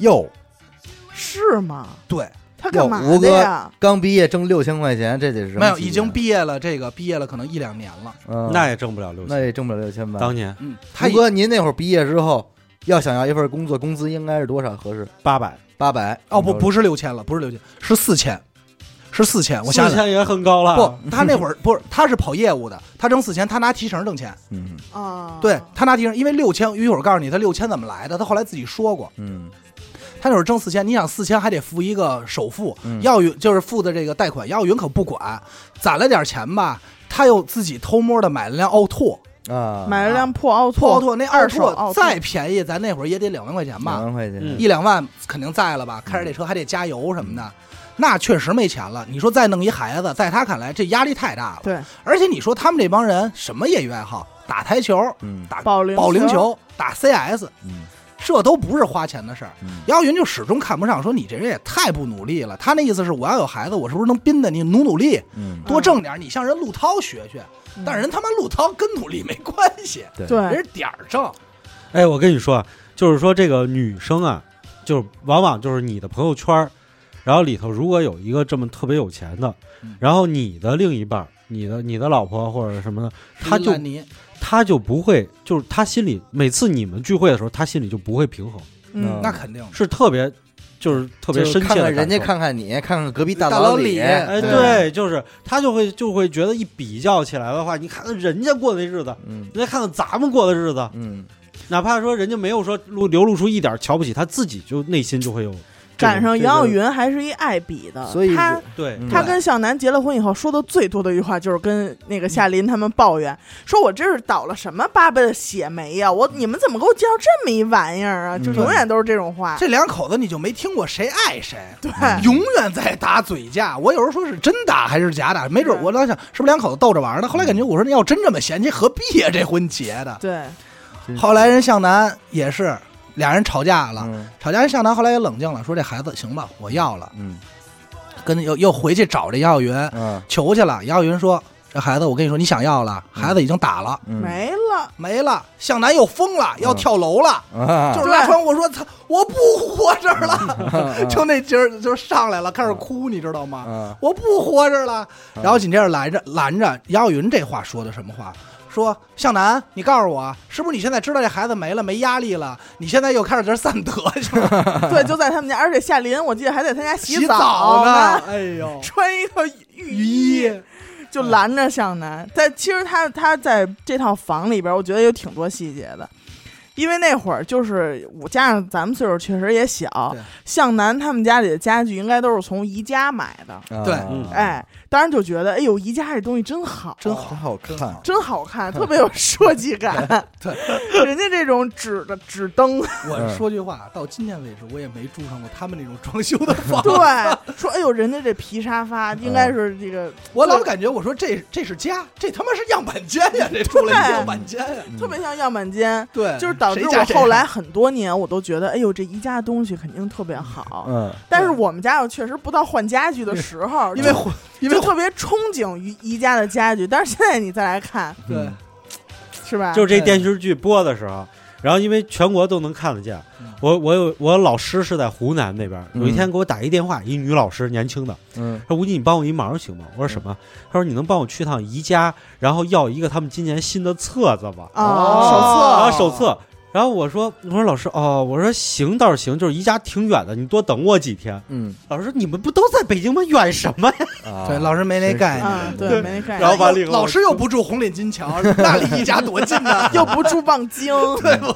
Speaker 2: 哟，
Speaker 4: 是吗？
Speaker 3: 对，
Speaker 4: 他干嘛
Speaker 2: 哟吴
Speaker 4: 的
Speaker 2: 哥
Speaker 4: 呀？
Speaker 2: 刚毕业挣六千块钱，这得是什么
Speaker 3: 没有，
Speaker 2: 级别
Speaker 3: 已经毕业了，这个毕业了可能一两年了。
Speaker 2: 嗯
Speaker 5: 那也挣不了六
Speaker 2: 那
Speaker 5: 千。
Speaker 2: 也挣不了六千吧？
Speaker 5: 当年
Speaker 3: 嗯，他
Speaker 2: 吴
Speaker 3: 已
Speaker 2: 哥，您那会儿毕业之后，要想要一份工作，工资应该是多少合适？
Speaker 5: 八百，
Speaker 2: 八百？
Speaker 3: 哦不不是六千了，不是六千，是四千，是四千。我想
Speaker 5: 四
Speaker 3: 想，
Speaker 5: 千也啊很高了。
Speaker 3: 不，他那会儿不是，他是跑业务的，他挣四千，他拿提成挣钱。
Speaker 2: 嗯
Speaker 4: 啊，
Speaker 3: 对他拿提成，因为六千，一会儿我告诉你他六千怎么来的，他后来自己说过，
Speaker 2: 嗯
Speaker 3: 他那会儿挣四千，你想四千还得付一个首付，
Speaker 2: 嗯
Speaker 3: 耀云就是付的这个贷款，耀云可不管，攒了点钱吧，他又自己偷摸的买了辆奥拓，
Speaker 2: 啊，
Speaker 4: 买了辆破奥
Speaker 3: 破
Speaker 4: 拓，
Speaker 3: 奥拓那
Speaker 4: 二手奥
Speaker 3: 拓
Speaker 4: 拓
Speaker 3: 再便宜，咱那会儿也得两万块钱
Speaker 2: 两
Speaker 3: 吧，
Speaker 2: 万块钱，
Speaker 5: 嗯
Speaker 3: 一两万肯定在了吧，开着这车还得加油什么的。
Speaker 4: 嗯
Speaker 3: 那确实没钱了，你说再弄一孩子，在他看来这压力太大了。
Speaker 4: 对，
Speaker 3: 而且你说他们这帮人什么业余爱好，打台球、
Speaker 2: 嗯
Speaker 3: 打
Speaker 4: 保龄
Speaker 3: 保龄，球、打 CS，
Speaker 2: 嗯
Speaker 3: 这都不是花钱的事儿。
Speaker 2: 嗯
Speaker 3: 姚云就始终看不上，说你这人也太不努力了。他那意思是，我要有孩子，我是不是能斌的你努努力，
Speaker 2: 嗯，
Speaker 3: 多挣点儿？你向人陆涛学学。
Speaker 4: 嗯
Speaker 3: 但是人他妈陆涛跟努力没关系，
Speaker 2: 对
Speaker 4: 对
Speaker 3: 人是点儿正。
Speaker 5: 哎，我跟你说，啊，就是说这个女生啊，就是往往就是你的朋友圈儿，然后里头如果有一个这么特别有钱的
Speaker 3: 嗯，
Speaker 5: 然后你的另一半儿，你的你的老婆或者什么的，他就
Speaker 3: 兰尼
Speaker 5: 他就不会，就是他心里每次你们聚会的时候，他心里就不会平衡，
Speaker 4: 嗯，
Speaker 3: 那肯定的，
Speaker 5: 是特别就是特别
Speaker 2: 就是
Speaker 5: 深切
Speaker 2: 看
Speaker 5: 的
Speaker 2: 看人家
Speaker 5: 感受。
Speaker 2: 看看你，看看隔壁
Speaker 3: 大
Speaker 2: 佬
Speaker 3: 佬李
Speaker 2: 嗯
Speaker 5: 哎，
Speaker 3: 对
Speaker 5: 对，就是他就会就会觉得一比较起来的话，你看看人家过的日子，
Speaker 2: 嗯
Speaker 5: 你再看看咱们过的日子，
Speaker 2: 嗯，
Speaker 5: 哪怕说人家没有说露流露出一点瞧不起，他自己就内心就会有这种
Speaker 4: 赶上
Speaker 5: 这
Speaker 4: 杨晓
Speaker 5: 个
Speaker 4: 云还是一爱比的，
Speaker 2: 所以
Speaker 4: 他
Speaker 5: 对
Speaker 2: 嗯
Speaker 4: 他跟向南结了婚以后，说的最多的一句话就是跟那个夏琳他们抱怨，说我这是倒了什么八辈子血霉呀、我你们怎么给我介绍这么一玩意儿啊？
Speaker 2: 嗯
Speaker 4: 就永远都是这种话，
Speaker 3: 这两口子你就没听过谁爱谁，
Speaker 4: 啊对，
Speaker 3: 永远在打嘴架。我有时候说是真打还是假打，没准
Speaker 4: 对
Speaker 3: 我老想是不是两口子逗着玩儿呢。后来感觉我说你要真这么嫌弃，何必呀、这婚结的？
Speaker 4: 对，
Speaker 3: 后来人向南也是俩人吵架了，
Speaker 2: 嗯
Speaker 3: 吵架人向南后来也冷静了，说这孩子行吧，我要了，
Speaker 2: 嗯
Speaker 3: 跟又又回去找这杨晓云
Speaker 2: 嗯
Speaker 3: 求去了。杨晓云说：“这孩子，我跟你说，你想要了，
Speaker 2: 嗯
Speaker 3: 孩子已经打了，
Speaker 2: 嗯
Speaker 4: 没了，
Speaker 3: 没了。”向南又疯了，要跳楼了，
Speaker 2: 啊，嗯
Speaker 3: 就是
Speaker 4: 对
Speaker 3: 拉窗户说：“操，我不活着了！”
Speaker 2: 是
Speaker 3: 就那劲儿就上来了，开始哭，你知道吗？
Speaker 2: 啊，
Speaker 3: 我不活着了。
Speaker 2: 嗯
Speaker 3: 然后紧接着拦着拦着杨晓云这话说的什么话？说向南，你告诉我，是不是你现在知道这孩子没了，没压力了？你现在又开始在这散德去了，
Speaker 4: 对，就在他们家，而且夏琳我记得还在他家
Speaker 3: 洗
Speaker 4: 澡
Speaker 3: 呢？哎呦，
Speaker 4: 穿一个
Speaker 2: 嗯
Speaker 4: 浴
Speaker 3: 雨衣，嗯
Speaker 4: 就拦着向南。但其实他他在这套房里边，我觉得有挺多细节的，因为那会儿就是我加上咱们岁数确实也小
Speaker 3: 对，
Speaker 4: 向南他们家里的家具应该都是从宜家买的，
Speaker 2: 对
Speaker 5: 嗯
Speaker 4: 哎，当然就觉得哎呦宜家这东西真好，
Speaker 3: 真
Speaker 2: 真好看，
Speaker 4: 真 好看，特别有设计感。
Speaker 3: 对，
Speaker 4: 人家这种纸的纸灯，
Speaker 2: 嗯
Speaker 3: 我说句话，到今天为止，我也没住上过他们那种装修的房。
Speaker 4: 对，说哎呦人家这皮沙发应该是这个
Speaker 3: 我老感觉我说这这是家，这他妈是样板间呀，这出来一
Speaker 4: 对
Speaker 3: 样板间
Speaker 2: 嗯
Speaker 3: 呀。
Speaker 4: 特别像样板间，
Speaker 3: 对，
Speaker 4: 就是导致
Speaker 3: 嗯谁啊家
Speaker 4: 我
Speaker 3: 这样
Speaker 4: 后来很多年我都觉得哎呦这宜家的东西肯定特别好，
Speaker 2: 嗯
Speaker 4: 但是我们家又确实不到换家具的时候，
Speaker 3: 因为
Speaker 4: 就
Speaker 3: 因为嗯
Speaker 4: 就特别憧憬于宜家的家具，但是现在你再来看
Speaker 3: 对
Speaker 4: 是吧？
Speaker 5: 就是是这电视剧播的时候，然后因为全国都能看得见
Speaker 3: 嗯，
Speaker 5: 我我有我老师是在湖南那边，
Speaker 2: 嗯
Speaker 5: 有一天给我打一电话，一女老师，年轻的，
Speaker 2: 嗯
Speaker 5: 她说吴姐你帮我一忙行吗？我说什么？她说你能帮我去趟宜家，然后要一个他们今年新的册子吗？
Speaker 4: 啊，
Speaker 5: 啊，手册。然后我说我说老师哦，我说行倒是行，就是宜家挺远的，你多等我几天。
Speaker 2: 嗯
Speaker 5: 老师说你们不都在北京吗？远什么呀？
Speaker 2: 啊，
Speaker 3: 对老师没那概
Speaker 4: 手册
Speaker 3: 念。
Speaker 4: 啊，对，
Speaker 5: 对
Speaker 4: 没看，
Speaker 5: 然后把那个
Speaker 3: 老师又不住红领巾桥，那离一家多近呢？
Speaker 4: 又不住望京，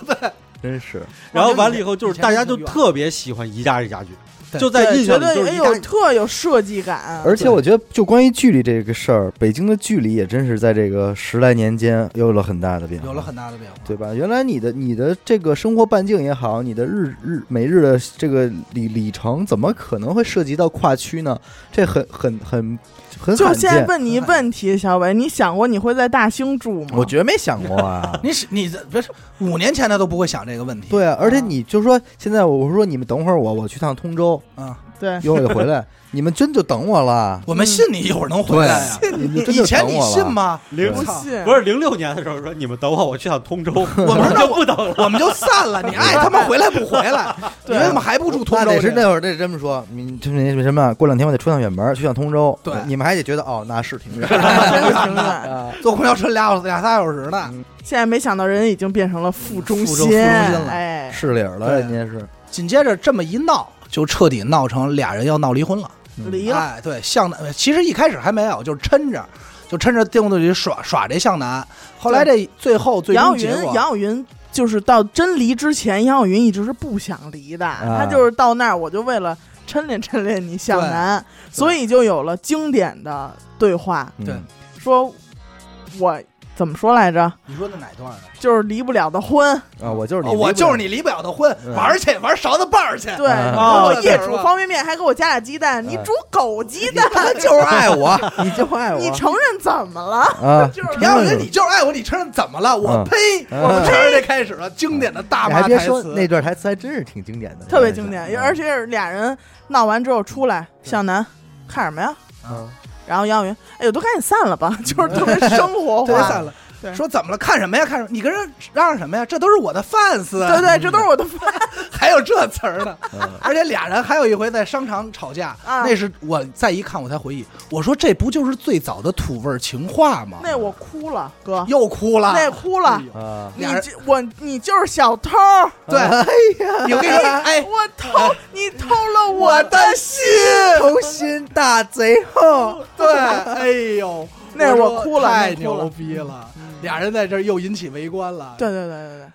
Speaker 2: 真是
Speaker 5: 然后完了以后，就是大家就
Speaker 3: 以前以前
Speaker 5: 特别喜欢宜家这家具，
Speaker 3: 对
Speaker 5: 就在印
Speaker 4: 觉
Speaker 5: 象
Speaker 4: 得
Speaker 5: 里就是
Speaker 4: 哎
Speaker 5: 一
Speaker 4: 呦
Speaker 5: 大
Speaker 4: 特有设计感，
Speaker 2: 而且我觉得，就关于距离这个事儿，北京的距离也真是在这个十来年间有了很大的变化，
Speaker 3: 有了很大的变化。。
Speaker 2: 对吧？原来你的你的这个生活半径也好，你的日日每日的这个里里程，怎么可能会涉及到跨区呢？这很很很很
Speaker 4: 就
Speaker 2: 罕
Speaker 4: 现在
Speaker 2: 见。
Speaker 4: 问你一问题，小伟，你想过你会在大兴住吗？
Speaker 2: 我绝没想过 啊
Speaker 3: 你是你这不是五年前他都不会想这个问题，
Speaker 2: 对啊，而且你就说现在我我说你们等会儿我，我去趟通州，
Speaker 3: 嗯，
Speaker 4: 对，
Speaker 2: 一会儿就回来，你们真就等我了。
Speaker 3: 我们信你一会儿能回来呀。
Speaker 2: 你们真
Speaker 3: 啊以
Speaker 2: 就
Speaker 3: 前
Speaker 2: 等
Speaker 3: 你
Speaker 2: 我了
Speaker 3: 信？吗？
Speaker 5: 零
Speaker 4: 不
Speaker 3: 操
Speaker 4: 信，
Speaker 5: 不是零六年的时候说你们等我，我去趟通州，我
Speaker 3: 们
Speaker 5: 就不等了。
Speaker 3: 我们就散了，你爱他妈回来不回 来？你
Speaker 4: 对
Speaker 3: 为什么还不住通
Speaker 2: 那
Speaker 3: 州
Speaker 2: 得
Speaker 3: 去
Speaker 2: 是？那会儿得这么说，你这什么？过两天我得出趟远门，去趟通州。
Speaker 3: 对
Speaker 2: 你们还得觉得哦，那是挺远
Speaker 4: 真的挺远。
Speaker 2: 啊。
Speaker 3: 坐公交车俩小时俩仨小时呢，
Speaker 4: 现在没想到人已经变成了副中
Speaker 3: 副中副
Speaker 4: 心，
Speaker 3: 中心了
Speaker 4: 哎，
Speaker 2: 是理儿了，
Speaker 3: 对
Speaker 2: 人家是
Speaker 3: 紧接着这么一闹，就彻底闹成俩人要闹离婚了。
Speaker 4: 离了。
Speaker 3: 哎，对，向南其实一开始还没有，就是抻着，就抻着定律里耍耍这向南。后来这最后最
Speaker 4: 杨
Speaker 3: 终
Speaker 4: 晓
Speaker 3: 结
Speaker 4: 云，
Speaker 3: 果，
Speaker 4: 杨晓云就是到真离之前，杨晓云一直是不想离的，
Speaker 2: 啊
Speaker 4: 她就是到那儿，我就为了抻练抻练你向南，所以就有了经典的对话，
Speaker 2: 嗯
Speaker 3: 对
Speaker 4: 说我怎么说来着？
Speaker 3: 你说那哪段啊？
Speaker 4: 就是离不了的婚，
Speaker 2: 啊，我就是你，
Speaker 3: 哦 我就是你离不了的婚，
Speaker 2: 嗯
Speaker 3: 玩儿去玩勺子棒儿去，
Speaker 4: 对，
Speaker 2: 啊
Speaker 4: 然后
Speaker 5: 啊
Speaker 4: 业主方便面还给我加俩鸡蛋，你煮狗鸡蛋，
Speaker 2: 就是爱我，你就爱我，
Speaker 4: 你承认怎么了？
Speaker 2: 啊，
Speaker 4: 就是
Speaker 3: 杨晓云你就是爱我，你承认怎么了？我
Speaker 2: 嗯
Speaker 3: 呸！
Speaker 2: 嗯
Speaker 3: 我们承认这开始了，经典的大
Speaker 2: 你还
Speaker 3: 妈
Speaker 2: 别
Speaker 3: 台
Speaker 2: 说
Speaker 3: 词。
Speaker 2: 那段台词还真是挺经典的，
Speaker 4: 特别经典，而
Speaker 2: 且
Speaker 4: 且是俩人闹完之后出来，向南看什么呀？
Speaker 2: 啊
Speaker 4: 然后杨晓云，哎呦，都赶紧散了吧， 就是特别生活
Speaker 3: 对，
Speaker 4: 化
Speaker 3: 散。了
Speaker 4: 对。
Speaker 3: 说怎么了？看什么呀？看什么？你跟人嚷嚷什么呀？这都是我的 fans，啊
Speaker 4: 对对，这都是我的饭。
Speaker 3: 还有这词儿呢
Speaker 2: 嗯。
Speaker 3: 而且俩人还有一回在商场吵架，
Speaker 4: 啊
Speaker 3: 那是我再一看我才回忆，我说这不就是最早的土味儿情话吗？
Speaker 4: 那我哭了，哥，
Speaker 3: 又哭了，
Speaker 4: 那哭了。
Speaker 2: 啊，
Speaker 4: 你
Speaker 3: 俩人
Speaker 4: 这我你就是小偷，
Speaker 3: 对，
Speaker 2: 哎呀，
Speaker 3: 你我跟你说，哎，
Speaker 4: 我偷你偷了 我的心，
Speaker 2: 偷心大贼 后，
Speaker 3: 对，哎呦，
Speaker 4: 那是我
Speaker 3: 说
Speaker 4: 哭了
Speaker 3: 太
Speaker 4: 那是我哭了嗯
Speaker 3: 牛逼了，俩人在这儿又引起围观了，
Speaker 4: 对对对对对，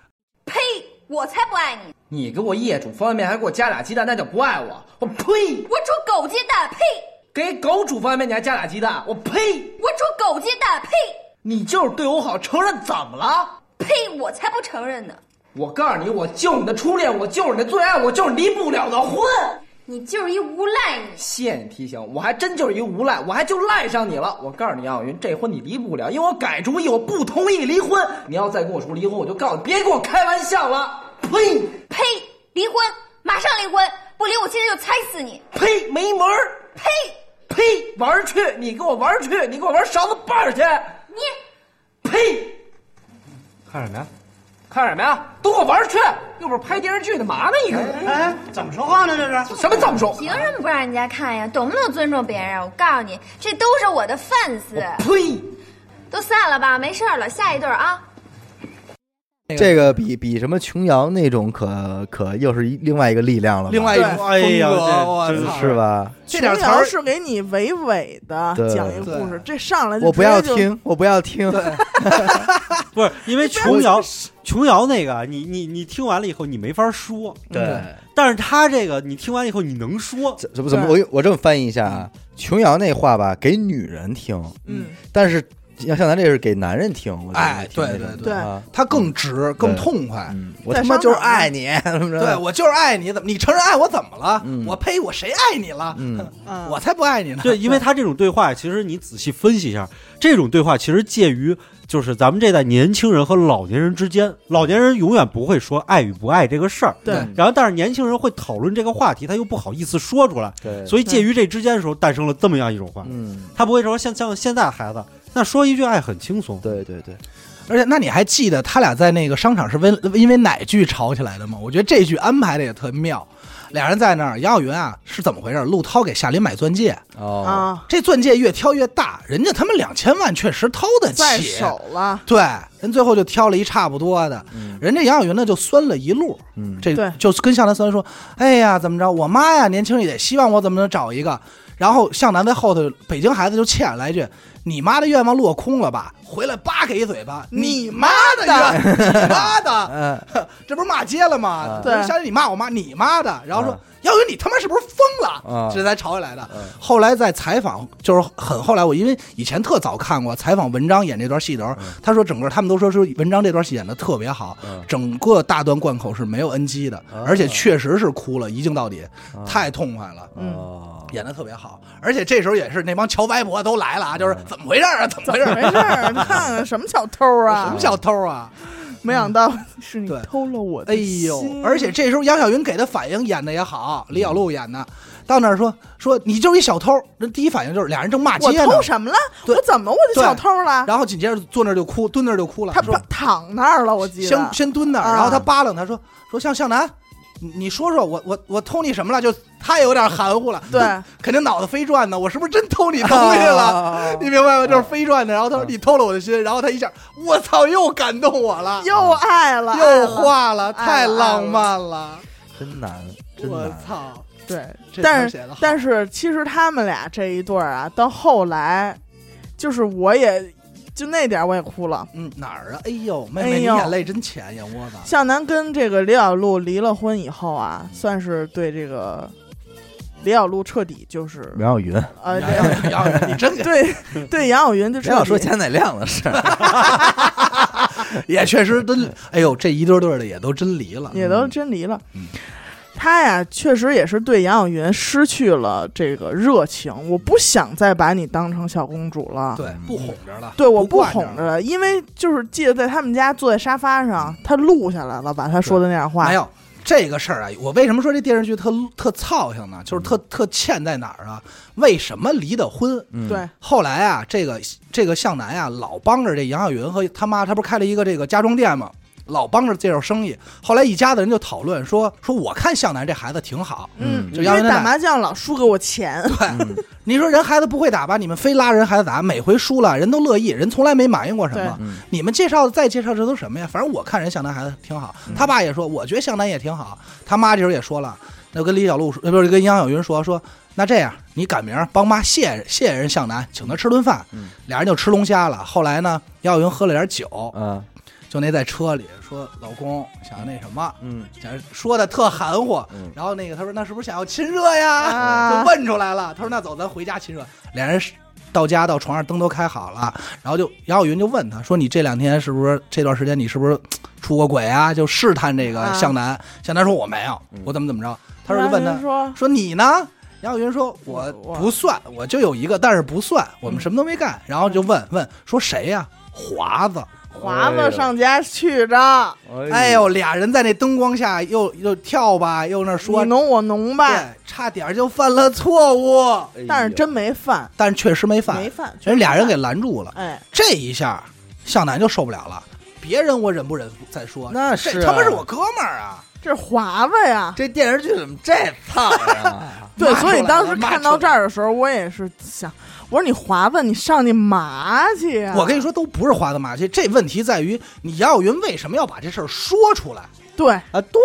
Speaker 6: 呸！我才不爱你！
Speaker 7: 你给我业主方便面还给我加俩鸡蛋，那叫不爱我！我呸！
Speaker 6: 我煮狗鸡蛋，呸！
Speaker 7: 给狗煮方便面你还加俩鸡蛋，我呸！
Speaker 6: 我煮狗鸡蛋，呸！
Speaker 7: 你就是对我好，承认怎么了？
Speaker 6: 呸！我才不承认呢！
Speaker 7: 我告诉你，我就是你的初恋，我就是你的最爱，我就是离不了的婚。
Speaker 6: 你就是一无赖你！
Speaker 7: 谢谢你提醒，我还真就是一无赖，我还就赖上你了。我告诉你，杨晓云，这婚你离不了，因为我改主意，我不同意离婚。你要再跟我说离婚，我就告诉你，别跟我开玩笑了。呸
Speaker 6: 呸！离婚，马上离婚！不离我今天就踩死你！
Speaker 7: 呸，没门儿！
Speaker 6: 呸！
Speaker 7: 呸，玩儿去！你给我玩儿去！你给我玩勺子把儿去！
Speaker 6: 你
Speaker 7: 呸！看什么呀？看什么呀？都给我玩儿去！又不是拍电视剧的，嘛呢？你看，哎，怎么说话呢？这是什么怎么说？
Speaker 6: 凭什么不让人家看呀？懂不懂尊重别人啊？我告诉你，这都是我的 fans，
Speaker 7: 呸！
Speaker 6: 都散了吧，没事儿了，下一对儿啊！
Speaker 2: 这个比比什么琼瑶那种可可又是一另外一个力量了吧，
Speaker 3: 另外一种风格，
Speaker 5: 哎呀，
Speaker 3: 我
Speaker 5: 这真
Speaker 3: 操，
Speaker 2: 是吧？
Speaker 3: 这点词
Speaker 4: 琼瑶
Speaker 3: 儿
Speaker 4: 是给你娓娓的
Speaker 2: 对
Speaker 4: 讲一个故事
Speaker 3: 对，
Speaker 4: 这上来就
Speaker 2: 我不要
Speaker 4: 直接就，
Speaker 2: 听，我不要听，
Speaker 5: 不是因为琼瑶，琼瑶那个你你你听完了以后你没法说，
Speaker 2: 对。
Speaker 5: 但是他这个你听完了以后你能说，
Speaker 2: 怎怎么怎么我我这么翻译一下啊？琼瑶那话吧，给女人听，
Speaker 4: 嗯，
Speaker 2: 但是像像咱这是给男人听，我觉得
Speaker 3: 哎
Speaker 2: 挺那
Speaker 3: 对
Speaker 2: 什么
Speaker 3: 对
Speaker 4: 对
Speaker 2: 的啊
Speaker 3: 他更直，更
Speaker 2: 对
Speaker 3: 痛快。
Speaker 2: 嗯，我
Speaker 4: 在
Speaker 2: 他妈
Speaker 4: 商
Speaker 2: 就是
Speaker 4: 场
Speaker 2: 爱你， 怎么着？
Speaker 3: 对我就是爱你，怎么你承认爱我怎么了？
Speaker 2: 嗯
Speaker 3: 我呸！我谁爱你了？
Speaker 2: 嗯
Speaker 4: 嗯
Speaker 3: 我才不爱你呢！
Speaker 5: 对， 因为他这种对话，其实你仔细分析一下，这种对话其实介于就是咱们这代年轻人和老年人之间，老年人永远不会说爱与不爱这个事儿，嗯
Speaker 4: 对
Speaker 5: 然后但是年轻人会讨论这个话题，他又不好意思说出来，
Speaker 2: 对，
Speaker 5: 所以介于这之间的时候，诞生了这么样一种话，
Speaker 2: 嗯，
Speaker 5: 他不会说像像现在孩子，那说一句爱很轻松，
Speaker 2: 对对对，
Speaker 3: 而且，那你还记得他俩在那个商场是为因为哪句吵起来的吗？我觉得这句安排的也特妙。俩人在那儿，杨晓云啊是怎么回事？陆涛给夏琳买钻戒，
Speaker 2: 哦，
Speaker 4: 啊，
Speaker 3: 这钻戒越挑越大，人家他们两千万确实掏得
Speaker 4: 在
Speaker 3: 起。
Speaker 4: 手了，
Speaker 3: 对，人最后就挑了一差不多的，人家杨晓云呢就酸了一路，
Speaker 2: 嗯
Speaker 3: 这
Speaker 4: 对
Speaker 3: 就跟向南酸说：“哎呀，怎么着？我妈呀，年轻人也希望我怎么能找一个。”然后向南在后头，北京孩子就欠来一句：“你妈的愿望落空了吧？回来叭给一嘴巴，你妈的愿，你妈的，
Speaker 2: 嗯，
Speaker 3: 这不是骂街了吗？
Speaker 2: 啊
Speaker 4: 对
Speaker 3: 相信你骂我妈，你妈的，然后说
Speaker 2: 啊
Speaker 3: 姚云你他妈是不是疯了
Speaker 2: 啊？
Speaker 3: 这才吵起来的。后来在采访，就是很后来，我因为以前特早看过采访文章演这段戏的时候，他说整个他们都说说文章这段戏演的特别好，整个大段贯口是没有 NG 的，而且确实是哭了，一镜到底，太痛快了。
Speaker 2: 哦，
Speaker 3: 演的特别好，而且这时候也是那帮乔白婆都来了啊，就是怎么回事儿啊？怎么回事
Speaker 4: 怎么
Speaker 3: 儿
Speaker 4: 回
Speaker 3: 啊？
Speaker 4: 事儿？看看什么小偷
Speaker 3: 什
Speaker 4: 啊
Speaker 3: 么！小偷啊？
Speaker 4: 没想到嗯是你
Speaker 3: 对
Speaker 4: 偷了我
Speaker 3: 哎
Speaker 4: 的心。
Speaker 3: 呦！而且这时候杨晓云给的反应演的也好，李小璐演的，到那儿说说你就是一小偷，那第一反应就是俩人正骂
Speaker 4: 我
Speaker 3: 街呢
Speaker 4: 偷，什么了？
Speaker 3: 对
Speaker 4: 我怎么我就
Speaker 3: 对
Speaker 4: 小偷了？
Speaker 3: 然后紧接着坐那儿就哭，蹲那儿就哭了，
Speaker 4: 啊他
Speaker 3: 说
Speaker 4: 不躺那儿了，我记
Speaker 3: 先
Speaker 4: 得。
Speaker 3: 先蹲那儿，
Speaker 4: 啊
Speaker 3: 然后他扒拉他说说向向南。你你说说我我我偷你什么了？就他也有点含糊了，
Speaker 4: 对
Speaker 3: 肯定脑子飞转呢。我是不是真偷你东西
Speaker 4: 啊
Speaker 3: 了？你明白吗？就是飞转的。然后他说你偷了我的心，然后他一下，我操，又感动我了，
Speaker 4: 又爱了，哎爱
Speaker 3: 又
Speaker 4: 了
Speaker 3: 化了，太
Speaker 4: 爱了
Speaker 3: 浪漫了，
Speaker 2: 真难，
Speaker 4: 哎
Speaker 2: 真
Speaker 3: 我
Speaker 2: 难，
Speaker 3: 操！
Speaker 4: 对，
Speaker 3: 这词儿
Speaker 4: 但
Speaker 3: 写
Speaker 4: 是
Speaker 3: 得好
Speaker 4: 但是其实他们俩这一对儿啊，到后来就是我也就那点儿我也哭了。
Speaker 3: 嗯，哪儿啊？哎呦，妹妹，
Speaker 4: 哎
Speaker 3: 你
Speaker 4: 呦
Speaker 3: 眼泪真浅，眼窝子。
Speaker 4: 向南跟这个李小璐离了婚以后啊，算是对这个李小璐彻底就是
Speaker 2: 杨晓云，
Speaker 4: 呃，
Speaker 3: 杨洋
Speaker 4: 对
Speaker 3: 杨 洋你 真
Speaker 4: 对对杨晓云就
Speaker 2: 别老
Speaker 4: 彻
Speaker 2: 说
Speaker 4: 底
Speaker 2: 贾乃亮的事儿，
Speaker 3: 也确实真，哎呦，这一对对的也都真离了，
Speaker 4: 也都真离了
Speaker 3: 嗯。
Speaker 4: 他呀，确实也是对杨晓云失去了这个热情。我不想再把你当成小公主了。
Speaker 3: 对，不哄着了，
Speaker 4: 啊对，我
Speaker 3: 不
Speaker 4: 不
Speaker 3: 惯
Speaker 4: 哄
Speaker 3: 了
Speaker 4: 着。了，因为就是记得在他们家坐在沙发上，他录下来了，把他说的那样话。
Speaker 3: 没有这个事儿啊，我为什么说这电视剧特特操性呢？就是特
Speaker 4: 嗯
Speaker 3: 特欠在哪儿啊？为什么离的婚？
Speaker 2: 嗯
Speaker 4: 对，
Speaker 3: 后来啊，这个这个向南啊，老帮着这杨晓云和他妈，他不是开了一个这个家装店吗？老帮着介绍生意。后来一家子人就讨论说说，我看向南这孩子挺好，
Speaker 4: 嗯，
Speaker 3: 就
Speaker 4: 因
Speaker 3: 杨
Speaker 4: 为
Speaker 3: 云
Speaker 4: 打
Speaker 3: 奶。
Speaker 4: 麻将老输给我钱，
Speaker 3: 你说人孩子不会打吧？你们非拉人孩子打，每回输了人都乐意，人从来没埋怨过什么
Speaker 4: 对。
Speaker 2: 嗯
Speaker 3: 你们介绍的再介绍这都什么呀？反正我看人向南孩子挺好，他爸也说，我觉得向南也挺好。他妈这时候也说了，那跟李小璐说，呃不是跟杨晓云说说，那这样你赶明儿帮妈谢谢谢人向南，请他吃顿饭。
Speaker 2: 嗯
Speaker 3: 俩人就吃龙虾了。后来呢，杨晓云喝了点酒，
Speaker 2: 啊，
Speaker 3: 就那在车里说，老公想那什么。
Speaker 2: 嗯
Speaker 3: 想说的特含糊，
Speaker 2: 嗯
Speaker 3: 然后那个他说那是不是想要亲热呀？
Speaker 4: 啊
Speaker 3: 就问出来了。他说那走，咱回家亲热。俩人到家到床上灯都开好了，然后就杨晓云就问他说你这两天是不是这段时间你是不是嘖出过轨啊？就试探这个
Speaker 4: 啊
Speaker 3: 向南。向南说我没有，
Speaker 2: 嗯
Speaker 3: 我怎么怎么着。他说就问他哎
Speaker 4: 杨云说
Speaker 3: 说你呢？杨晓云说我
Speaker 4: 我嗯
Speaker 3: 不算，我就有一个，但是不算，我们什么都没干。然后就问问说谁呀、华子。
Speaker 4: 华子上家去着，
Speaker 3: 哎，呦，俩人在那灯光下又又跳吧，又那说
Speaker 4: 你侬我侬吧，
Speaker 3: 对，差点就犯了错误，
Speaker 2: 哎呦
Speaker 4: 但是真没犯，
Speaker 3: 但是确实没犯，
Speaker 4: 没犯，确实
Speaker 3: 人俩人
Speaker 4: 没
Speaker 3: 给
Speaker 4: 犯
Speaker 3: 拦住了。
Speaker 4: 哎，
Speaker 3: 这一下，向南就受不了了。别人我忍不忍再说，
Speaker 2: 那
Speaker 3: 这
Speaker 2: 是啊
Speaker 3: 他妈是我哥们儿啊！
Speaker 4: 这是华子呀。
Speaker 2: 这电视剧怎么这操 呀？
Speaker 4: 对，
Speaker 3: 骂出来
Speaker 4: 所以当时
Speaker 3: 了骂
Speaker 4: 看
Speaker 3: 出
Speaker 4: 到
Speaker 3: 来
Speaker 4: 这儿的时候，我也是想，我说你华子，你上去嘛去呀？
Speaker 3: 我跟你，说，都不是花的马屁。这问题在于，你杨晓云为什么要把这事儿说出来，
Speaker 4: 对，
Speaker 2: 啊，对，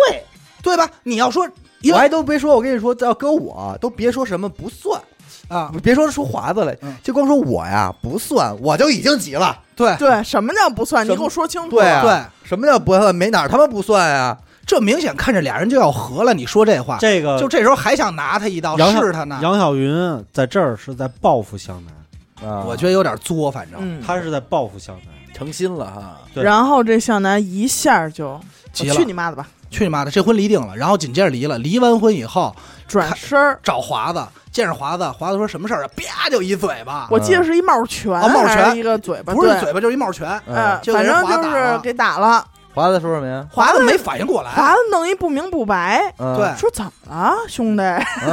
Speaker 3: 对吧？你要说，因
Speaker 2: 我
Speaker 3: 为
Speaker 2: 还都别说，我跟你说，要搁我都别说什么不算，
Speaker 3: 啊，
Speaker 2: 别说出华子来
Speaker 3: 嗯，
Speaker 2: 就光说我呀不算，我就已经急了。
Speaker 3: 对
Speaker 4: 对，什么叫不算？
Speaker 2: 什
Speaker 4: 你
Speaker 2: 么
Speaker 4: 给我说清楚。
Speaker 2: 对啊，
Speaker 3: 对
Speaker 2: 什么叫不算？没哪儿他妈不算啊？
Speaker 3: 这明显看着俩人就要和了。你说这话，
Speaker 5: 这个
Speaker 3: 就这时候还想拿他一刀
Speaker 5: 杨晓
Speaker 3: 试他呢，
Speaker 5: 杨晓云在这儿是在报复向南，
Speaker 2: 啊
Speaker 3: 我觉得有点作，反正
Speaker 4: 嗯，
Speaker 5: 他是在报复向南。
Speaker 2: 成心了哈。
Speaker 5: 对
Speaker 4: 然后这向南一下就
Speaker 3: 急了
Speaker 4: 去你妈的吧！
Speaker 3: 去你妈的，这婚离定了，然后紧接着离了，离完婚以后
Speaker 4: 转身儿，
Speaker 3: 找华子，见着华子，华子说什么事儿啊？啪就一嘴巴，
Speaker 4: 我记得是一帽拳，
Speaker 3: 啊帽拳
Speaker 4: 还是一个嘴巴，
Speaker 3: 不是
Speaker 4: 对
Speaker 3: 嘴，巴就是一帽拳。
Speaker 4: 呃，
Speaker 3: 就给
Speaker 4: 反
Speaker 3: 人
Speaker 4: 正
Speaker 3: 划
Speaker 4: 就
Speaker 3: 打
Speaker 4: 是
Speaker 3: 了哎
Speaker 4: 给打了。
Speaker 2: 嗯华子说什么呀？
Speaker 3: 华子没反应过来，
Speaker 4: 华子弄一不明不白，
Speaker 2: 嗯
Speaker 3: 对
Speaker 4: 说怎么了，兄弟？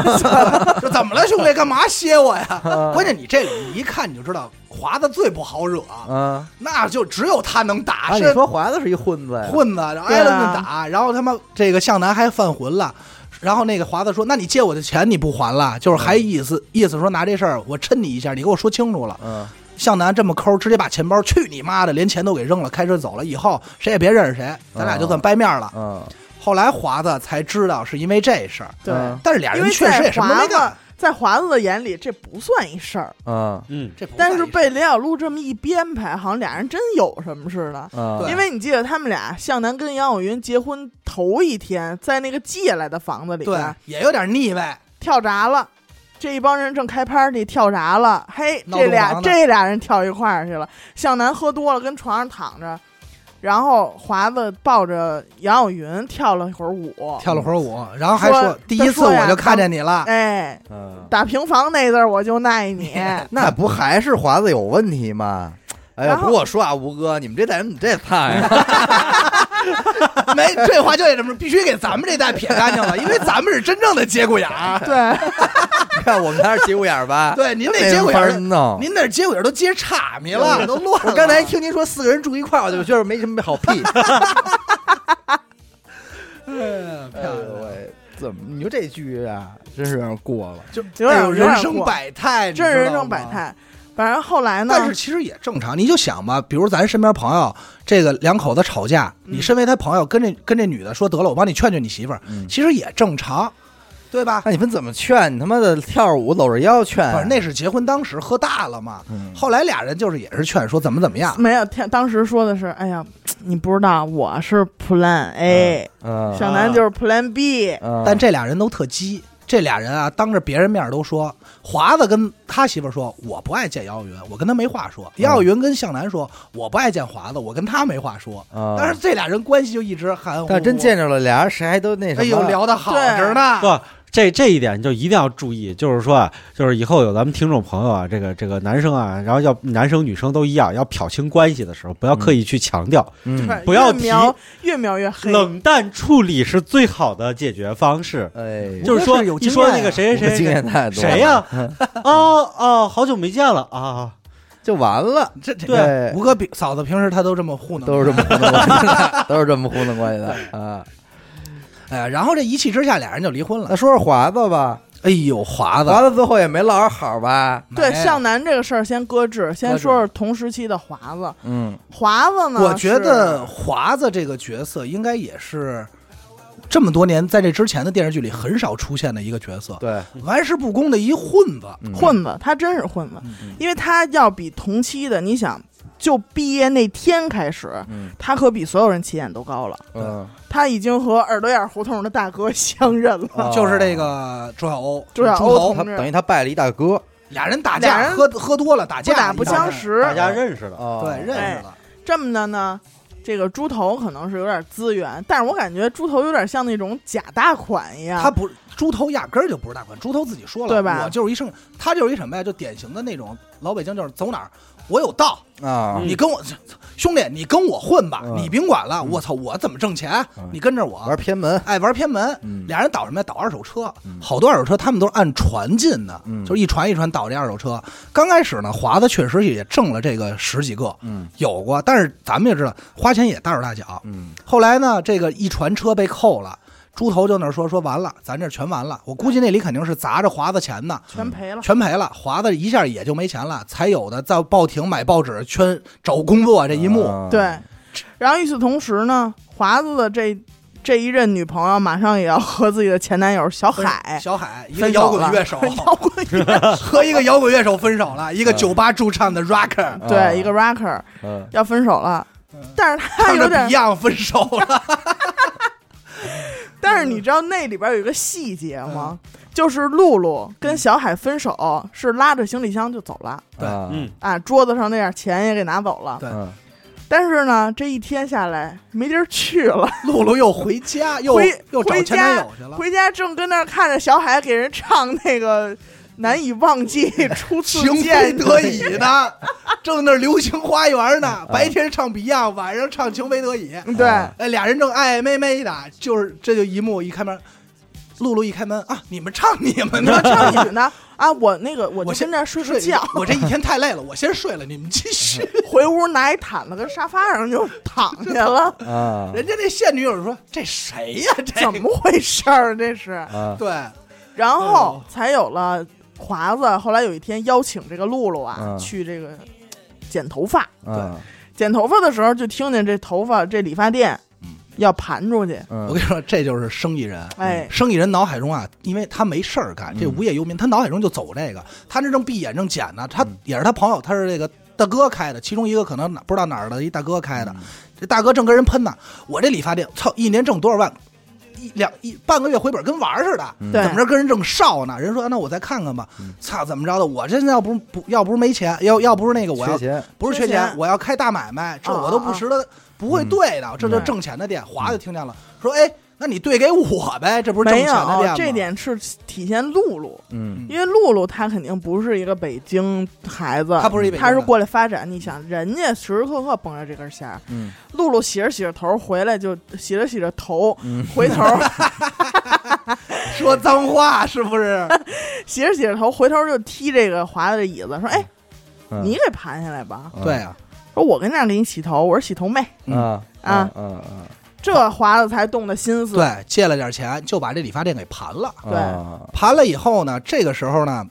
Speaker 3: 说怎么了，兄弟，干嘛歇我呀？关键你这里一看你就知道，华子最不好惹，
Speaker 2: 啊，
Speaker 3: 那就只有他能打，
Speaker 2: 啊，你
Speaker 3: 是
Speaker 2: 说华子是一混子呀？
Speaker 3: 混子，然后
Speaker 4: 对
Speaker 3: 挨
Speaker 4: 啊
Speaker 3: 了顿打，然后他妈这个向南还犯浑了。然后那个华子说：“那你借我的钱你不还了？就是还意
Speaker 4: 嗯
Speaker 3: 思、意思说拿这事儿我抻你一下，你给我说清楚了。”
Speaker 2: 嗯，
Speaker 3: 向南这么抠，直接把钱包去你妈的，连钱都给扔了，开车走了。以后谁也别认识谁，咱
Speaker 4: 啊
Speaker 3: 俩就算掰面了。
Speaker 2: 嗯
Speaker 3: 后来华子才知道是因为这事儿，
Speaker 4: 对，
Speaker 2: 嗯
Speaker 3: 但是俩
Speaker 4: 因
Speaker 3: 人
Speaker 4: 为
Speaker 3: 确实也
Speaker 4: 在
Speaker 3: 什么都
Speaker 4: 华
Speaker 3: 没
Speaker 4: 子
Speaker 3: 干。
Speaker 4: 在华子的眼里这不算一事儿，
Speaker 2: 啊
Speaker 5: 嗯，
Speaker 7: 这不
Speaker 4: 但是
Speaker 7: 在意
Speaker 4: 被林小璐这么一编排，好像俩人真有什么似的。
Speaker 2: 啊
Speaker 4: 因为你记得他们俩向南跟杨晓云结婚头一天，在那个借来的房子里
Speaker 3: 对
Speaker 4: 边，
Speaker 3: 也有点腻歪。
Speaker 4: 跳闸了。这一帮人正开 party 跳闸了，嘿，
Speaker 3: 闹
Speaker 4: 这
Speaker 3: 洞
Speaker 4: 俩
Speaker 3: 房呢
Speaker 4: 这俩人跳一块儿去了。向南喝多了，跟床上躺着，然后华子抱着杨晓云跳了一会儿舞，
Speaker 3: 跳了会儿舞，然后还说
Speaker 4: 嗯说
Speaker 3: 第一次我就看见你 了，
Speaker 4: 哎，
Speaker 2: 嗯，
Speaker 4: 打平房那字儿我就 耐你。
Speaker 2: 那不还是华子有问题吗？哎呀，
Speaker 4: 然后
Speaker 2: 不过我说啊，吴哥，你们这代人怎么这菜呀？
Speaker 3: 没这话就得这么，必须给咱们这代撇干净了，因为咱们是真正的节骨眼儿。
Speaker 4: 对，
Speaker 2: 你看我们还是节骨眼儿吧？
Speaker 3: 对，您
Speaker 2: 没
Speaker 3: 那节骨眼
Speaker 2: 法
Speaker 3: 儿，
Speaker 2: 弄。
Speaker 3: 您那节骨眼儿都接岔迷了，都乱
Speaker 2: 我
Speaker 3: 了。
Speaker 2: 刚才听您说四个人住一块儿， 我就觉得没什么好屁。
Speaker 3: 嗯漂
Speaker 2: 哎呦
Speaker 3: 亮，
Speaker 2: 喂，怎么你说这剧啊，真是让人过了。
Speaker 3: 就
Speaker 4: 有点
Speaker 3: 哎呦
Speaker 4: 有点
Speaker 3: 人生
Speaker 4: 过
Speaker 3: 百态，
Speaker 4: 这是人生
Speaker 3: 你知道吗
Speaker 4: 百。态。反正后来呢，
Speaker 3: 但是其实也正常，你就想吧，比如咱身边朋友这个两口子吵架，
Speaker 4: 嗯
Speaker 3: 你身为他朋友，跟这跟这女的说得了，我帮你劝劝你媳妇儿，
Speaker 2: 嗯
Speaker 3: 其实也正常，对吧？
Speaker 2: 那你们怎么劝？你他妈的跳着舞搂着腰劝
Speaker 4: 哎
Speaker 3: 不
Speaker 2: 啊
Speaker 3: 是，？那是结婚当时喝大了嘛。
Speaker 2: 嗯
Speaker 3: 后来俩人就是也是劝说怎么怎么样，
Speaker 4: 没有，天当时说的是，哎呀，你不知道我是 Plan A，
Speaker 2: 嗯
Speaker 4: 小南就是 Plan B，
Speaker 2: 嗯
Speaker 3: 但这俩人都特鸡。这俩人啊，当着别人面都说，华子跟他媳妇儿说，我不爱见姚云，我跟他没话说；姚云跟向南说，我不爱见华子，我跟他没话说。
Speaker 2: 啊
Speaker 3: 但是这俩人关系就一直含含糊糊。
Speaker 2: 但真见着了，俩人谁还都那什
Speaker 3: 哎
Speaker 2: 么？
Speaker 3: 呦，聊得好
Speaker 4: 对
Speaker 3: 着呢。
Speaker 5: 不，这这一点就一定要注意，就是说啊，就是以后有咱们听众朋友啊，这个这个男生啊，然后要男生女生都一样，要漂清关系的时候，不要刻意去强调，
Speaker 2: 嗯，
Speaker 4: 就是
Speaker 5: 不要
Speaker 4: 越
Speaker 5: 提
Speaker 4: 描越描越黑。
Speaker 5: 冷淡处理是最好的解决方式。
Speaker 2: 哎，
Speaker 3: 我
Speaker 5: 就是说，
Speaker 3: 是有
Speaker 5: 一
Speaker 3: 经
Speaker 5: 说
Speaker 3: 验
Speaker 5: 那个
Speaker 3: 啊
Speaker 5: 谁谁
Speaker 2: 我经
Speaker 5: 谁
Speaker 2: 验太多了
Speaker 5: 谁呀、哦哦，好久没见了啊！
Speaker 2: 就完了，
Speaker 3: 这这
Speaker 2: 对
Speaker 3: 吴哥比嫂子平时他都这么糊弄，
Speaker 2: 都是这么糊弄关系的，都是这么糊弄关系的啊。
Speaker 3: 哎呀，然后这一气之下俩人就离婚
Speaker 2: 那
Speaker 3: 了。
Speaker 2: 说说华子吧，
Speaker 3: 嗯哎呦，华子，
Speaker 2: 华子最后也没落着好吧？
Speaker 4: 对
Speaker 3: 哎呀
Speaker 4: 向南这个事儿先搁置，先
Speaker 3: 搁置
Speaker 4: 说说同时期的华子。
Speaker 2: 嗯，
Speaker 4: 华子呢，
Speaker 3: 我觉得华子这个角色应该也是这么多年在这之前的电视剧里很少出现的一个角色，
Speaker 2: 对，
Speaker 3: 玩世不恭的一混子。
Speaker 4: 是
Speaker 2: 嗯
Speaker 4: 混子，他真是混子，因为他要比同期的，你想，就毕业那天开始，
Speaker 2: 嗯
Speaker 4: 他可比所有人起点都高了。
Speaker 2: 嗯，
Speaker 4: 他已经和耳朵眼胡同的大哥相认了，
Speaker 2: 哦
Speaker 3: 就是这个周晓鸥，
Speaker 4: 周晓
Speaker 3: 猪
Speaker 4: 鸥
Speaker 3: 头
Speaker 2: 他
Speaker 4: 同志
Speaker 2: 等于他拜了一大哥
Speaker 3: 俩人打
Speaker 4: 俩
Speaker 3: 架，
Speaker 4: 人
Speaker 3: 喝喝多了打
Speaker 4: 不
Speaker 3: 架，
Speaker 4: 打不相
Speaker 3: 识，
Speaker 4: 识。
Speaker 5: 大家认识了，
Speaker 2: 哦
Speaker 3: 对，认识了。
Speaker 4: 这么的呢，这个猪头可能是有点资源，但是我感觉猪头有点像那种假大款一样。
Speaker 3: 他不，猪头压根儿就不是大款，猪头自己说了，
Speaker 4: 哎啊对吧
Speaker 3: 我就是一生，他就是一什么呀？就典型的那种老北京，就是走哪儿我有道，
Speaker 2: 啊
Speaker 5: 嗯，
Speaker 3: 你跟我兄弟，你跟我混吧，
Speaker 2: 嗯
Speaker 3: 你甭管了，我操，我怎么挣钱
Speaker 2: 嗯，
Speaker 3: 你跟着我
Speaker 2: 玩偏门，
Speaker 3: 爱玩偏门，
Speaker 2: 嗯
Speaker 3: 俩人倒什么呀？倒二手车
Speaker 2: 嗯，
Speaker 3: 好多二手车他们都是按船进的
Speaker 2: 嗯，
Speaker 3: 就是一船一船倒这二手车。刚开始呢，华子确实也挣了这个十几个，
Speaker 2: 嗯
Speaker 3: 有过，但是咱们也知道花钱也大手大脚。
Speaker 2: 嗯，
Speaker 3: 后来呢，这个一船车被扣了，猪头就那儿说说完了，咱这全完了。我估计那里肯定是砸着华子钱呢，
Speaker 4: 全赔了，
Speaker 3: 全赔了，华子一下也就没钱了，才有的在报亭买报纸圈找工作这一幕。
Speaker 2: 啊
Speaker 4: 对。然后与此同时呢，华子的这这一任女朋友马上也要和自己的前男友小海
Speaker 3: 小海，一个
Speaker 4: 分
Speaker 3: 摇
Speaker 4: 手了，，
Speaker 3: 滚乐手
Speaker 4: 摇滚乐，
Speaker 3: 和一个摇滚乐手分手了，一
Speaker 4: 嗯
Speaker 3: 个酒吧驻唱的 rocker，
Speaker 2: 啊
Speaker 4: 对，一个 rocker
Speaker 2: 嗯
Speaker 4: 要分手了。但是他
Speaker 3: 唱着啊
Speaker 4: 有点
Speaker 3: Beyond 分手 了。
Speaker 4: 但是你知道那里边有一个细节吗？就是露露跟小海分手是拉着行李箱就走了，
Speaker 3: 对
Speaker 2: 啊
Speaker 5: 嗯，
Speaker 4: 啊，桌子上那点钱也给拿走了。
Speaker 3: 对
Speaker 2: 嗯
Speaker 4: 但是呢，这一天下来没地儿去了，
Speaker 3: 露露又回家，又
Speaker 4: 回
Speaker 3: 又找
Speaker 4: 回
Speaker 3: 前男
Speaker 4: 家
Speaker 3: 友去了。
Speaker 4: 回家正跟那儿看着小海给人唱那个难以忘记 初次
Speaker 3: 情非
Speaker 4: 见你，
Speaker 3: 得已 呢，正那儿流星花园呢，白天唱 Beyond，晚上唱情非得已。
Speaker 4: 对，
Speaker 2: 啊，
Speaker 3: 哎，俩人正爱爱妹妹的，就是这就一幕一开门，露露一开门啊，你们唱你们
Speaker 4: 你要
Speaker 3: 的，
Speaker 4: 唱你呢啊，我那个我就
Speaker 3: 我
Speaker 4: 跟
Speaker 3: 先
Speaker 4: 那儿睡
Speaker 3: 睡
Speaker 4: 睡觉，
Speaker 3: 我这一天太累了，我先睡了，你们继 续。
Speaker 4: 回屋拿一毯子跟沙发上就 躺下了
Speaker 2: 啊
Speaker 3: 人家那现女友说这谁呀、这
Speaker 4: 怎么回事儿这是？
Speaker 2: 啊
Speaker 3: 对？
Speaker 4: 然
Speaker 3: 哦
Speaker 4: 后才有了华子。后来有一天邀请这个露露啊、
Speaker 2: 嗯
Speaker 4: 去这个剪头发，
Speaker 2: 啊
Speaker 3: 嗯
Speaker 4: 剪头发的时候就听见这头发这理发店要盘出去。
Speaker 2: 嗯
Speaker 3: 我跟你说，这就是生意人。
Speaker 4: 哎，
Speaker 3: 生意人脑海中啊，因为他没事儿干，这
Speaker 2: 嗯
Speaker 3: 无业游民，他脑海中就走这个。他这正闭眼正捡呢，他也是他朋友，他是这个大哥开的，其中一个可能哪不知道哪儿的一大哥开的，这大哥正跟人喷呢，我这理发店，操，一年挣多少万？一两一半个月回本跟玩儿似的，
Speaker 4: 对
Speaker 3: 怎么着跟人正少呢？人说啊那我再看看吧，操，怎么着的？我这要不不要不是没钱，要要不是那个我
Speaker 2: 缺
Speaker 3: 要
Speaker 2: 钱，
Speaker 3: 不是缺
Speaker 4: 缺钱
Speaker 3: 钱，我要开大买卖，这我都
Speaker 4: 啊
Speaker 3: 不值得，不会对的，这就挣钱的店。华就听见了，说：“哎，那你兑给我呗，这不是挣
Speaker 4: 没
Speaker 3: 钱的店
Speaker 4: 有
Speaker 3: 吗？”
Speaker 4: 这点是体现露露，
Speaker 2: 嗯，
Speaker 4: 因为露露她肯定不是一个北京孩子，
Speaker 3: 她不是一北京
Speaker 4: 她
Speaker 3: 人
Speaker 4: 是过来发展。你想，人家时时刻刻绷着这根弦儿，
Speaker 2: 嗯，
Speaker 4: 露露洗着洗着头回来就洗着洗着头，
Speaker 3: 嗯
Speaker 4: 回头
Speaker 3: 说脏话是不是？
Speaker 4: 洗着洗着头回头就踢这个华子的椅子，说：“哎，
Speaker 2: 嗯
Speaker 4: 你给盘下来吧。
Speaker 2: 嗯
Speaker 3: 对啊，
Speaker 4: 说我跟那儿给你洗头，我是洗头妹。
Speaker 2: 啊
Speaker 4: 啊
Speaker 2: 啊啊
Speaker 4: 这华子才动的心思。
Speaker 3: 对，借了点钱就把这理发店给盘了。
Speaker 2: 啊啊，
Speaker 3: 盘了以后呢，这个时候呢，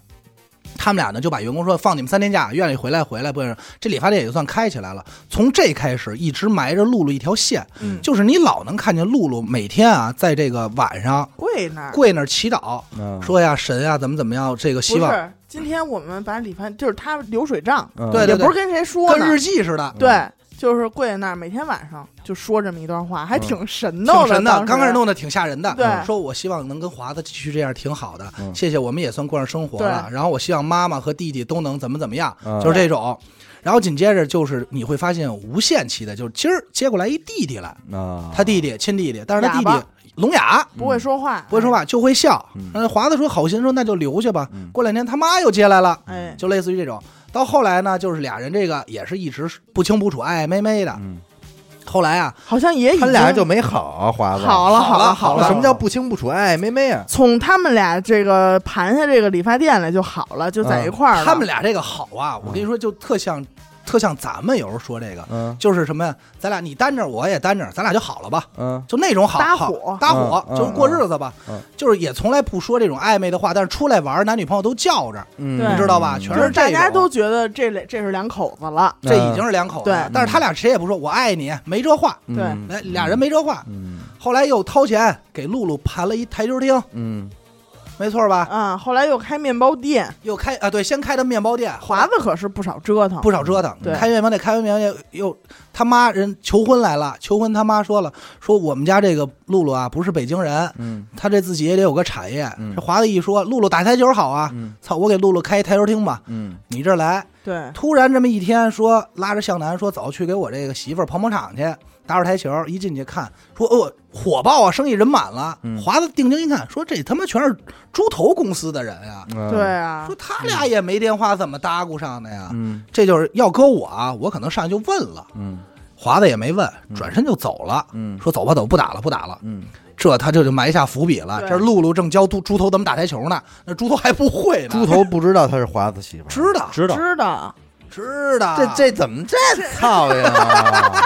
Speaker 3: 他们俩呢就把员工说放你们三天假，愿意回来回来。不是，这理发店也就算开起来了。从这开始一直埋着露露一条线，
Speaker 4: 嗯
Speaker 3: 就是你老能看见露露每天啊，在这个晚上
Speaker 4: 跪那儿
Speaker 3: 跪那儿祈祷，
Speaker 2: 嗯
Speaker 3: 说呀神呀怎么怎么样，这个希
Speaker 4: 不
Speaker 3: 望。
Speaker 4: 是，今天我们把理发就是他流水账，
Speaker 2: 嗯
Speaker 3: 对
Speaker 4: 也
Speaker 3: 对
Speaker 4: 不是跟谁说
Speaker 3: 跟
Speaker 4: 呢
Speaker 3: 日，记似的，
Speaker 4: 对，就是跪在那儿，每天晚上就说这么一段话，还挺神
Speaker 3: 嗯挺
Speaker 4: 叨
Speaker 3: 神
Speaker 4: 的
Speaker 3: 的。。刚开始弄得挺吓人的，
Speaker 4: 对
Speaker 3: 说我希望能跟华子继续这样挺好的，
Speaker 2: 嗯
Speaker 3: 谢谢，我们也算过上生活了。
Speaker 4: 对
Speaker 3: 然后我希望妈妈和弟弟都能怎么怎么样，
Speaker 2: 嗯
Speaker 3: 就是这种。然后紧接着就是你会发现无限期的，就是今儿接过来一弟弟来，
Speaker 2: 啊，
Speaker 3: 他弟弟亲弟弟，但是他弟
Speaker 4: 哑巴
Speaker 3: 弟聋哑。
Speaker 4: 不会说话，
Speaker 3: 嗯不会说话就会笑
Speaker 2: 嗯，
Speaker 3: 嗯，华子说好心说那就留下吧
Speaker 2: 嗯，
Speaker 3: 过两天他妈又接来了，
Speaker 4: 哎，
Speaker 3: 嗯就类似于这种。到后来呢，就是俩人这个也是一直不清不楚、爱爱妹妹的。
Speaker 2: 嗯，
Speaker 3: 后来啊，
Speaker 4: 好像也已
Speaker 2: 他
Speaker 4: 经
Speaker 2: 俩人就没好，华子
Speaker 4: 好了，了，好
Speaker 3: 好
Speaker 2: 那
Speaker 3: 了
Speaker 2: 什么叫不清不楚？哎，妹妹啊，
Speaker 4: 从他们俩这个盘下这个理发店来就好了，就在一块儿
Speaker 3: 嗯
Speaker 4: 了。
Speaker 3: 他们俩这个好啊，我跟你说，就特像，特像咱们有时候说这个，
Speaker 2: 嗯
Speaker 3: 就是什么呀，咱俩你单着我也单着，咱俩就好了吧，
Speaker 2: 嗯
Speaker 3: 就那种好
Speaker 4: 搭
Speaker 3: 好
Speaker 4: 伙
Speaker 3: 搭伙，
Speaker 2: 嗯
Speaker 3: 就是过日子吧
Speaker 2: 嗯嗯，
Speaker 3: 就是也从来不说这种暧昧的话，但是出来玩，男女朋友都叫着，
Speaker 2: 嗯，
Speaker 4: 对
Speaker 3: 你知道吧？全
Speaker 4: 就是是大
Speaker 3: 这
Speaker 4: 家都
Speaker 3: 种。
Speaker 4: 觉得这俩这是两口子了，
Speaker 2: 嗯
Speaker 3: 这已经是两口子了
Speaker 4: 对，
Speaker 3: 但是他俩谁也不说“我爱你”，没这话。
Speaker 2: 嗯
Speaker 4: 对
Speaker 3: 哎，俩人没这话。
Speaker 2: 嗯
Speaker 3: 后来又掏钱给露露盘了一台球厅，
Speaker 2: 嗯
Speaker 3: 没错吧？
Speaker 4: 啊，后来又开面包店，
Speaker 3: 又开啊，对，先开的面包店，
Speaker 4: 华子可是不少折腾，
Speaker 3: 不少折腾。
Speaker 4: 对
Speaker 3: 开面包店，开完面包店又他妈人求婚来了，求婚他妈说了，说我们家这个露露啊不是北京人，
Speaker 2: 嗯
Speaker 3: 她这自己也得有个产业。
Speaker 2: 嗯
Speaker 3: 这华子一说，露露打台球好啊，
Speaker 2: 嗯
Speaker 3: 操，我给露露开一台球厅吧，
Speaker 2: 嗯
Speaker 3: 你这儿来。
Speaker 4: 对，
Speaker 3: 突然这么一天说，拉着向南说走去给我这个媳妇儿捧捧场去，打会儿台球。一进去看，说哦火爆啊，生意人满了。
Speaker 2: 嗯
Speaker 3: 华子定睛一看，说这他妈全是猪头公司的人啊。
Speaker 2: 嗯，
Speaker 4: 对，啊
Speaker 3: 说，他俩也没电话，怎么搭咕上的呀？
Speaker 2: 嗯
Speaker 3: 这就是要搁我啊，我可能上去就问了，
Speaker 2: 嗯
Speaker 3: 华子也没问，转身就走了，
Speaker 2: 嗯
Speaker 3: 说走吧走，不打了不打了。
Speaker 2: 嗯
Speaker 3: 这他这就埋下伏笔了。
Speaker 4: 对
Speaker 3: 这露露正教猪猪头怎么打台球呢，那猪头还不会呢。
Speaker 2: 猪头不知道他是华子媳妇儿，
Speaker 3: 知道
Speaker 5: 知道
Speaker 4: 知道，
Speaker 3: 知道，
Speaker 2: 这这怎么这操呀？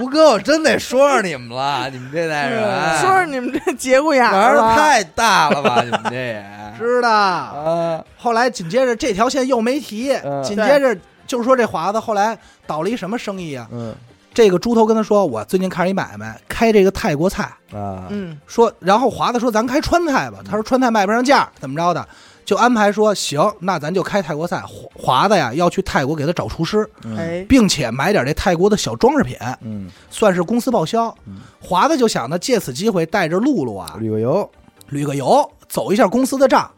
Speaker 2: 吴哥，我真得说说你们了，你们这代
Speaker 3: 哎
Speaker 2: 人，
Speaker 4: 说说你们这节骨眼
Speaker 2: 玩
Speaker 4: 儿
Speaker 2: 的
Speaker 4: 了，
Speaker 2: 太大了吧，你 们这也
Speaker 3: 知道。
Speaker 2: 啊，
Speaker 3: 后来紧接着这条线又没提，
Speaker 2: 嗯
Speaker 3: 紧接着就是说这华子后来倒了一什么生意啊？
Speaker 2: 嗯
Speaker 3: 这个猪头跟他说，我最近看上一买卖，开这个泰国菜。
Speaker 2: 啊，
Speaker 4: 嗯，
Speaker 3: 说，然后华子说咱开川菜吧，他说川菜卖不上价，怎么着的，就安排说行，那咱就开泰国菜。华华子呀要去泰国给他找厨师，
Speaker 2: 嗯
Speaker 4: 哎，
Speaker 3: 并且买点这泰国的小装饰品，
Speaker 2: 嗯，
Speaker 3: 算是公司报销。华子就想呢，借此机会带着露露啊
Speaker 2: 旅个游，
Speaker 3: 旅个游，走一下公司的账。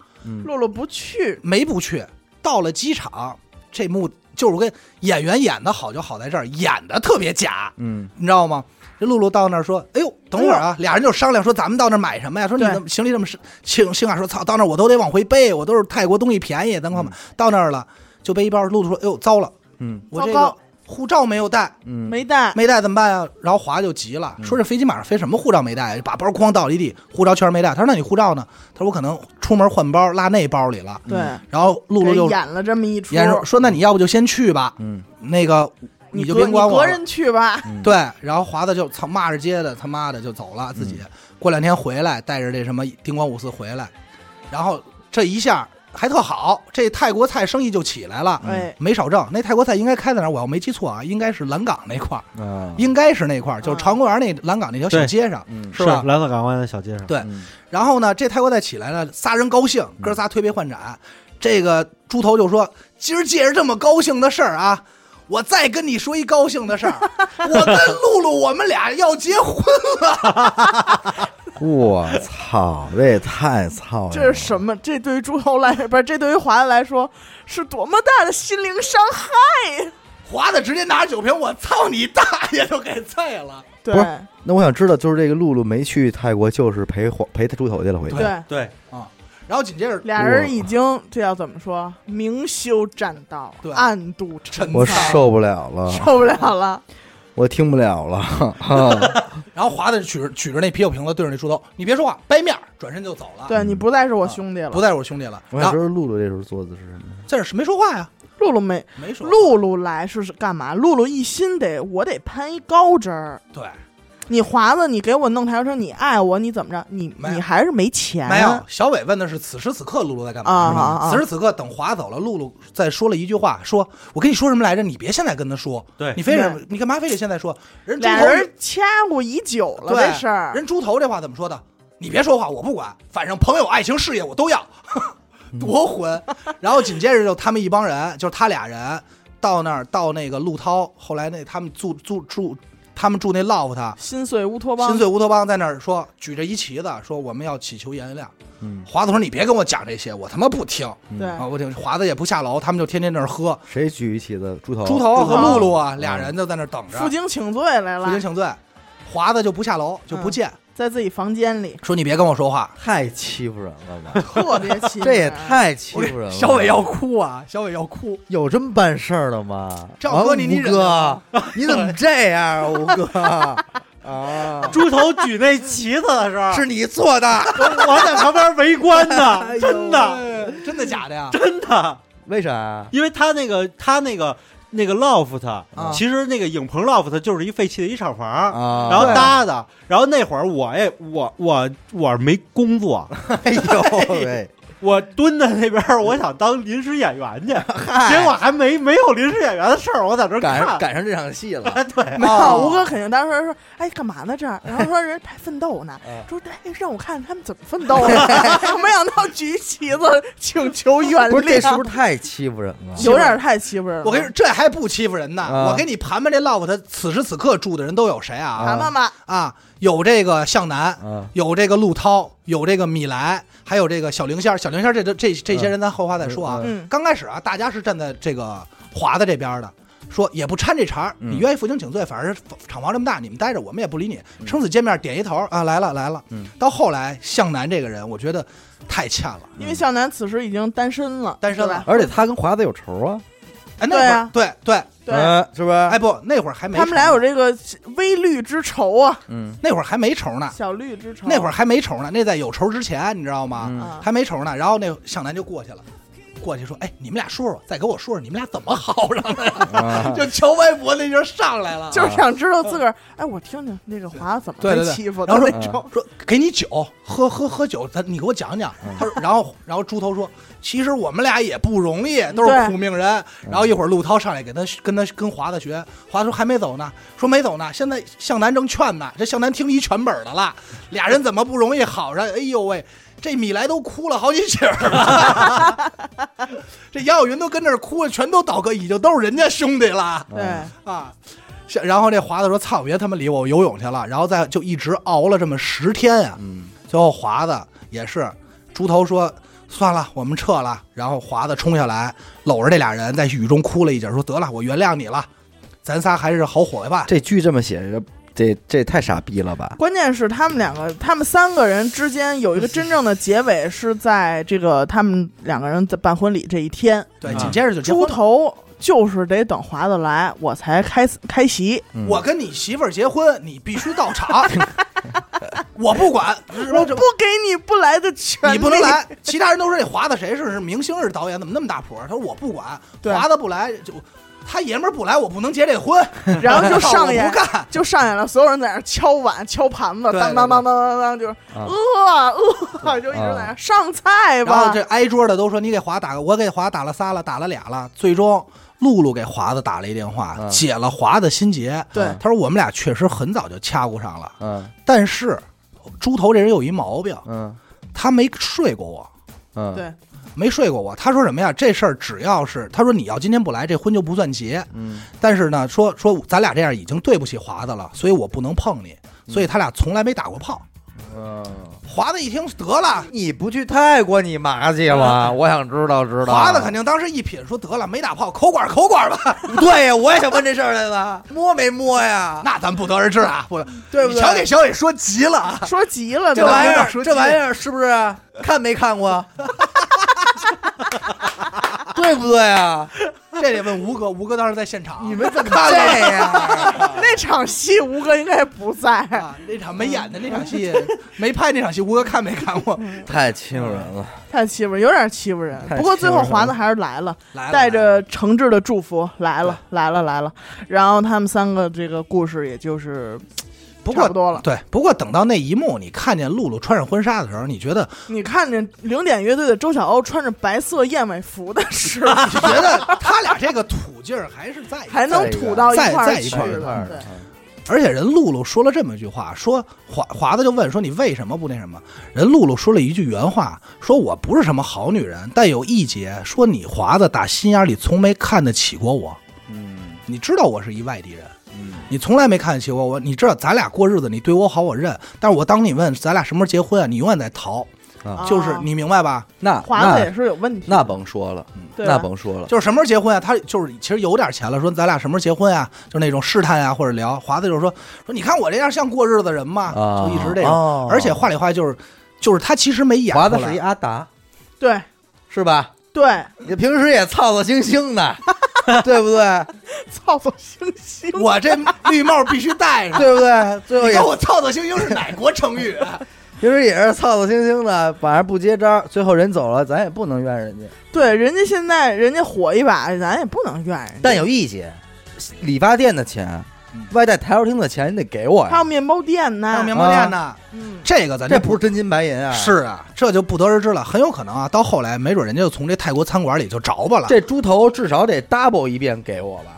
Speaker 4: 露露不去，
Speaker 3: 没不去，到了机场，这幕就是我跟演员演的好就好在这儿，演的特别假。
Speaker 2: 嗯
Speaker 3: 你知道吗？这露露到那儿说：“哎呦，等会儿啊！”俩人就商量说：“咱们到那儿买什么呀？”说你
Speaker 4: 对
Speaker 3: 怎么行李这么是轻轻啊？说操，到那儿我都得往回背，我都是泰国东西便宜，等会儿嘛到那儿了就背一包。露露说：“哎呦，糟了，
Speaker 2: 嗯
Speaker 3: 我这
Speaker 4: 糟
Speaker 3: 个
Speaker 4: 糕
Speaker 3: 护照没有带，
Speaker 2: 嗯，
Speaker 4: 没带，
Speaker 3: 没带怎么办呀？”然后华就急了，说：“这飞机马上飞，什么护照没带？把包哐倒了一地，护照确实没带。”他说：“那你护照呢？”他说：“我可能出门换包，落那包里了。”
Speaker 4: 对，
Speaker 3: 然后露露
Speaker 4: 给
Speaker 3: 就
Speaker 4: 演了这么一出，
Speaker 3: 演说说：“那你要不就先去吧，
Speaker 2: 嗯
Speaker 3: 那个
Speaker 4: 你
Speaker 3: 就
Speaker 4: 隔
Speaker 3: 别管
Speaker 4: 你
Speaker 3: 我
Speaker 4: 隔
Speaker 3: 了。”
Speaker 4: 人去吧，
Speaker 3: 对，然后华子就操骂着街的，他妈的就走了，自己、过两天回来，带着这什么丁光五四回来，然后这一下还特好，这泰国菜生意就起来了，
Speaker 4: 哎，
Speaker 3: 没少挣。那泰国菜应该开在哪儿？我要没记错啊，应该是蓝港那块儿，
Speaker 2: 啊，
Speaker 3: 应该是那块儿，就是
Speaker 4: 啊
Speaker 3: 长公园那蓝港那条小
Speaker 5: 对
Speaker 3: 街上。
Speaker 2: 嗯
Speaker 3: 是吧
Speaker 5: 来自港湾的小街上，
Speaker 3: 对
Speaker 2: 嗯
Speaker 3: 然后呢，这泰国菜起来了，仨人高兴，哥仨推杯换盏。这个猪头就说：“今儿借着这么高兴的事儿啊，我再跟你说一高兴的事儿，我跟露露我们俩要结婚了。
Speaker 2: 我操，这也太操了！
Speaker 3: 嗯
Speaker 4: 这是什么？这对于猪头来，不是这对于华子来说，是多么大的心灵伤害呀！”
Speaker 3: 华子直接拿着酒瓶，我操你大爷，就给啐了。
Speaker 4: 对
Speaker 2: 不是那我想知道，就是这个露露没去泰国，就是陪黄陪他猪头去了，回去。
Speaker 4: 对，
Speaker 5: 对，
Speaker 3: 然后紧接着
Speaker 4: 俩人已经这要怎么说？明修栈道
Speaker 3: 对，
Speaker 4: 暗度
Speaker 3: 陈
Speaker 4: 陈
Speaker 2: 我
Speaker 4: 仓，
Speaker 2: 受不了了，
Speaker 4: 受不了了。
Speaker 2: 我听不了 了。嗯
Speaker 3: 然后华子举着举着那啤酒瓶子对着那猪头，你别说话，掰面儿，转身就走了。，
Speaker 4: 对你不再是我兄弟了，
Speaker 3: 啊不再是我兄弟了。
Speaker 2: 我
Speaker 3: 然
Speaker 2: 想知
Speaker 3: 后
Speaker 2: 道露露这时候做的是什么。
Speaker 3: 这是没说话呀，
Speaker 4: 露露没
Speaker 3: 没说话
Speaker 4: 露露来是干嘛？露露一心得我得攀一高枝儿。
Speaker 3: 对，
Speaker 4: 你华子，你给我弄台球车，你爱我，你怎么着？你
Speaker 3: 没有
Speaker 4: 你还是没钱、
Speaker 3: 没有。小伟问的是此时此刻露露在干
Speaker 4: 啊
Speaker 3: 嘛？是吧
Speaker 4: 啊啊
Speaker 3: 此时此刻等华走了，露露再说了一句话，说：“我跟你说什么来着？你别现在跟他说，
Speaker 5: 对
Speaker 3: 你非得
Speaker 4: 对
Speaker 3: 你干嘛非得现在说？人猪
Speaker 4: 俩
Speaker 3: 头
Speaker 4: 人掐过已久了，
Speaker 3: 对
Speaker 4: 这事儿
Speaker 3: 人猪头这话怎么说的？你别说话，我不管，反正朋友、爱情、事业我都要， 多 混。然后紧接着就他们一帮人，就是他俩人到那儿到那个陆涛，后来那他们住住住，他们住那 loft，啊
Speaker 4: 心碎乌托邦。
Speaker 3: 心碎乌托邦在那儿说举着一旗子说我们要祈求原谅。
Speaker 2: 嗯，
Speaker 3: 华子说：“你别跟我讲这些，我他妈不听
Speaker 4: 对，
Speaker 3: 啊！我听华子也不下楼，他们就天天在那儿喝。
Speaker 2: 谁举一起的猪头？嗯
Speaker 3: 猪头和
Speaker 4: 猪头
Speaker 3: 露露啊，俩人就在那儿等着。
Speaker 4: 负荆请罪来
Speaker 3: 负荆
Speaker 4: 了，
Speaker 3: 请罪，华子就不下楼，就不见，
Speaker 4: 在自己房 间里
Speaker 3: 说你别跟我说话。
Speaker 2: 太欺负人了吧？
Speaker 4: 特别哦气人，
Speaker 2: 这也太欺负人了。
Speaker 3: 小伟要哭啊，小伟要哭。
Speaker 2: 有这么办事儿的吗？
Speaker 3: 赵哥
Speaker 2: 啊
Speaker 3: 你你
Speaker 2: 吴
Speaker 3: 忍
Speaker 2: 哥， 你怎么这样啊，吴哥？啊，
Speaker 5: 猪头举那旗子的时候，
Speaker 2: 是你做的。
Speaker 5: 我在旁边围观呢，真的
Speaker 3: 哎，真的假的呀？
Speaker 5: 真的，
Speaker 2: 为 啥？啊
Speaker 5: 因为他那个他那个那个 loft，
Speaker 3: 啊
Speaker 5: 其实那个影棚 loft 就是一废弃的一厂房。
Speaker 2: 啊，
Speaker 5: 然后
Speaker 3: 对
Speaker 5: 搭的，然后那会儿我哎，我我我没工作，
Speaker 2: 哎呦 喂，
Speaker 5: 我蹲在那边儿，我想当临时演员去， 结果还没没有临时演员的事儿，我在这儿
Speaker 2: 赶上
Speaker 5: 看，哎
Speaker 2: 赶上这场戏 了。
Speaker 5: 对，
Speaker 4: 没有，
Speaker 3: 哦
Speaker 4: 吴哥肯定当时说：“哎，干嘛呢这儿？”然后说人还奋斗呢
Speaker 2: 嗯，
Speaker 4: 说：“哎，让我看他们怎么奋斗的。”没想到举旗子请求原
Speaker 2: 不是，这是
Speaker 4: 谅
Speaker 2: 不，是太欺负人了？
Speaker 4: 有点太欺负人了。
Speaker 3: 我跟你说，这还不欺负人呢。
Speaker 2: 啊
Speaker 3: 我给你盘盘这 loft，此时此刻住的人都有谁啊？
Speaker 4: 谈妈妈，
Speaker 3: 啊，有这个向南，
Speaker 2: 啊，
Speaker 3: 有这个陆涛，有这个米莱，还有这个小灵仙儿。小灵仙儿这这这这些人，咱后话再说啊。
Speaker 4: 嗯，
Speaker 3: 刚开始啊，大家是站在这个华子这边的，说也不掺这茬儿，
Speaker 2: 嗯
Speaker 3: 你愿意负荆请罪，反正厂房这么大，你们待着，我们也不理你。生死见面，点一头啊，来了来了。
Speaker 2: 嗯
Speaker 3: 到后来，向南这个人，我觉得太欠了。
Speaker 4: 因为小南此时已经单身了，
Speaker 3: 单身了
Speaker 2: 而且他跟华子有仇啊，
Speaker 3: 哎，那会
Speaker 4: 对
Speaker 3: 儿
Speaker 4: 啊
Speaker 3: 对对，
Speaker 4: 对吧，
Speaker 2: 嗯是不是？
Speaker 3: 哎不，那会儿还
Speaker 4: 对
Speaker 3: 没
Speaker 4: 他们俩
Speaker 3: 仇
Speaker 4: 有
Speaker 3: 呢
Speaker 4: 这个微绿之仇啊，
Speaker 2: 嗯
Speaker 3: 那会儿还没仇呢，
Speaker 4: 小绿之仇。
Speaker 3: 那会儿还没仇呢，那在有仇之前，你知道吗？
Speaker 2: 嗯
Speaker 4: 啊，
Speaker 3: 还没仇呢，然后那向南就过去了。过去说：“哎，你们俩说说，再给我说说你们俩怎么好上的？
Speaker 2: 啊
Speaker 3: 就乔歪博那劲儿上来了，
Speaker 4: 就是想知道自个儿，哎，我听听那个华子怎么
Speaker 3: 啊对对
Speaker 4: 被
Speaker 3: 对
Speaker 4: 欺负的
Speaker 3: 然后
Speaker 4: 那
Speaker 3: 说嗯
Speaker 4: 种。
Speaker 3: 说给你酒喝喝喝酒，咱你给我讲讲。
Speaker 4: 嗯
Speaker 3: 他说，然后然后猪头说，其实我们俩也不容易，都是
Speaker 4: 对
Speaker 3: 苦命人。然后一会儿陆涛上来给他跟他跟华子学，华子说还没走呢，说没走呢，现在向南正劝呢。这向南听一全本的了，俩人怎么不容易好上？哎呦喂！这米莱都哭了好几曲儿了， 这杨晓云都跟这儿哭了，全都倒戈，已经都是人家兄弟了。
Speaker 4: 对，
Speaker 3: 啊。像然后这华子说：“操，别他妈理我，我游泳去了。”然后再就一直熬了这么十天啊。
Speaker 2: 嗯
Speaker 3: 最后华子也是，猪头说：“算了，我们撤了。”然后华子冲下来，搂着这俩人在雨中哭了一截，说：“得了，我原谅你了，咱仨还是好伙伴。
Speaker 2: 这剧这么写，这这太傻逼了吧？
Speaker 4: 关键是他们两个，他们三个人之间有一个真正的结尾是在这个他们两个人在办婚礼这一天。”
Speaker 3: 对，
Speaker 2: 嗯
Speaker 5: 啊
Speaker 3: 紧接着就结婚
Speaker 4: 猪
Speaker 3: 了。
Speaker 4: 头就是得等华子来，我才开开席。
Speaker 2: 嗯
Speaker 3: 我跟你媳妇儿结婚，你必须 到场，我不管，是吧
Speaker 4: 我不给你不来的权利，
Speaker 3: 你不能来。其他人都说这华子谁是是明星是导演，怎么那么大谱？他说我不管，
Speaker 4: 对
Speaker 3: 华子不来就他爷们儿不来，我不能结这婚，
Speaker 4: 然后就 上
Speaker 3: 我
Speaker 4: 演
Speaker 3: 不，干。
Speaker 4: 就上演了，所有人在那儿敲碗、敲盘子，
Speaker 3: 对
Speaker 4: 当当当当当当，就是
Speaker 2: 啊
Speaker 4: 饿饿，就一直在那儿上菜
Speaker 3: 然后
Speaker 4: 吧
Speaker 3: 这。挨桌的都说你给华打个，我给华打了仨了，打了俩了。最终露露给华子打了一电话，
Speaker 2: 嗯
Speaker 3: 解了华的心结。
Speaker 4: 对
Speaker 3: 他说我们俩确实很早就掐过上了，
Speaker 2: 嗯
Speaker 3: 但是猪头这人有一毛病，
Speaker 2: 嗯
Speaker 3: 他没睡过我。
Speaker 2: 嗯，
Speaker 4: 对，
Speaker 3: 没睡过我，他说什么呀？这事儿只要是他说你要今天不来，这婚就不算结。
Speaker 2: 嗯
Speaker 3: 但是呢，说说咱俩这样已经对不起华子了，所以我不能碰你。所以他俩从来没打过炮。
Speaker 2: 嗯，
Speaker 3: 华子一听得了，
Speaker 2: 你不去泰国你嘛去了？我想知道知道。
Speaker 3: 华子肯定当时一品说得了，没打炮，口管口管吧，
Speaker 2: 对呀，我也想问这事儿来了，摸没摸呀？
Speaker 3: 那咱不得而知啊，不，
Speaker 2: 对
Speaker 3: 你瞧给小伟说急了啊，
Speaker 4: 说急了，
Speaker 2: 这玩意
Speaker 3: 有
Speaker 2: 儿
Speaker 3: 点，说
Speaker 2: 这玩意儿是不是看没看过？ 对不对啊？
Speaker 3: 这得问吴哥，吴哥当时在现场，
Speaker 2: 你们怎么这样？
Speaker 4: 那场戏吴哥应该不在，
Speaker 3: 啊那场没演的那场 戏，嗯没拍那场戏，吴哥看没看过？
Speaker 2: 太欺负人了！
Speaker 4: 太欺负人，有点欺负人。
Speaker 2: 太
Speaker 4: 不过
Speaker 2: 欺
Speaker 4: 最
Speaker 2: 负
Speaker 4: 后
Speaker 2: 人
Speaker 4: 华
Speaker 2: 了
Speaker 4: 子还是来了，
Speaker 3: 来了
Speaker 4: 带着诚挚的祝福来了，来了，来了。然后他们三个这个故事，也就是
Speaker 3: 不
Speaker 4: 差
Speaker 3: 过
Speaker 4: 不多了。
Speaker 3: 对，不过等到那一幕，你看见露露穿上婚纱的时候，你觉得
Speaker 4: 你看见零点乐队的周晓鸥穿着白色燕尾服的 时候，
Speaker 3: 你觉得他俩这个土劲儿还是在，
Speaker 4: 还能吐到
Speaker 3: 在
Speaker 4: 块
Speaker 3: 在
Speaker 4: 儿
Speaker 3: 一
Speaker 4: 去
Speaker 3: 块儿啊
Speaker 4: 了。嗯对，
Speaker 3: 而且人露露说了这么一句话，说华华子就问说你为什么不那什么？人露露说了一句原话，说我不是什么好女人，但有一节说你华子打心眼里从没看得起过我，
Speaker 2: 嗯
Speaker 3: 你知道我是一外地人。
Speaker 2: 嗯
Speaker 3: 你从来没看得起我，我你知道咱俩过日子，你对我好我认，但是我当你问咱俩什么时候结婚啊，你永远在逃，
Speaker 2: 啊
Speaker 4: 哦
Speaker 3: 就是你明白吧？
Speaker 2: 那
Speaker 4: 华子也
Speaker 2: 那
Speaker 4: 是有问题，
Speaker 2: 那甭说了，
Speaker 4: 对啊吧
Speaker 2: 那甭说了。
Speaker 3: 就是什么时候结婚啊？他就是其实有点钱了，说咱俩什么时候结婚啊？就那种试探啊，或者聊。华子就是说说你看我这样像过日子的人吗？
Speaker 2: 啊
Speaker 3: 就一直这样，
Speaker 2: 哦
Speaker 3: 而且话里话就是就是他其实没演
Speaker 2: 华子
Speaker 3: 出来
Speaker 2: 是一阿达，
Speaker 4: 对
Speaker 2: 是吧？
Speaker 4: 对，
Speaker 2: 你平时也操操星星的， 对不对？
Speaker 4: 操操星星，
Speaker 3: 我这绿帽必须戴上。
Speaker 2: 对不对？最后
Speaker 3: 你
Speaker 2: 也
Speaker 3: 跟我操操星星是哪国成语？啊
Speaker 2: 平时也是操操星星的，反正不接招儿，最后人走了，咱也不能怨人家。
Speaker 4: 对，人家现在人家火一把，咱也不能怨人家。
Speaker 2: 但有一节，理发店的钱，
Speaker 3: 嗯
Speaker 2: 外带台球厅的钱，你得给我
Speaker 4: 还有
Speaker 2: 呀。
Speaker 4: 面包店
Speaker 3: 还有
Speaker 4: 呢，
Speaker 3: 面包店呢？
Speaker 4: 嗯，
Speaker 3: 啊这个咱就
Speaker 2: 这不是真金白银啊！
Speaker 3: 是啊，这就不得而知了。很有可能啊，到后来没准人家就从这泰国餐馆里就着吧了。
Speaker 2: 这猪头至少得 double 一遍给我 吧？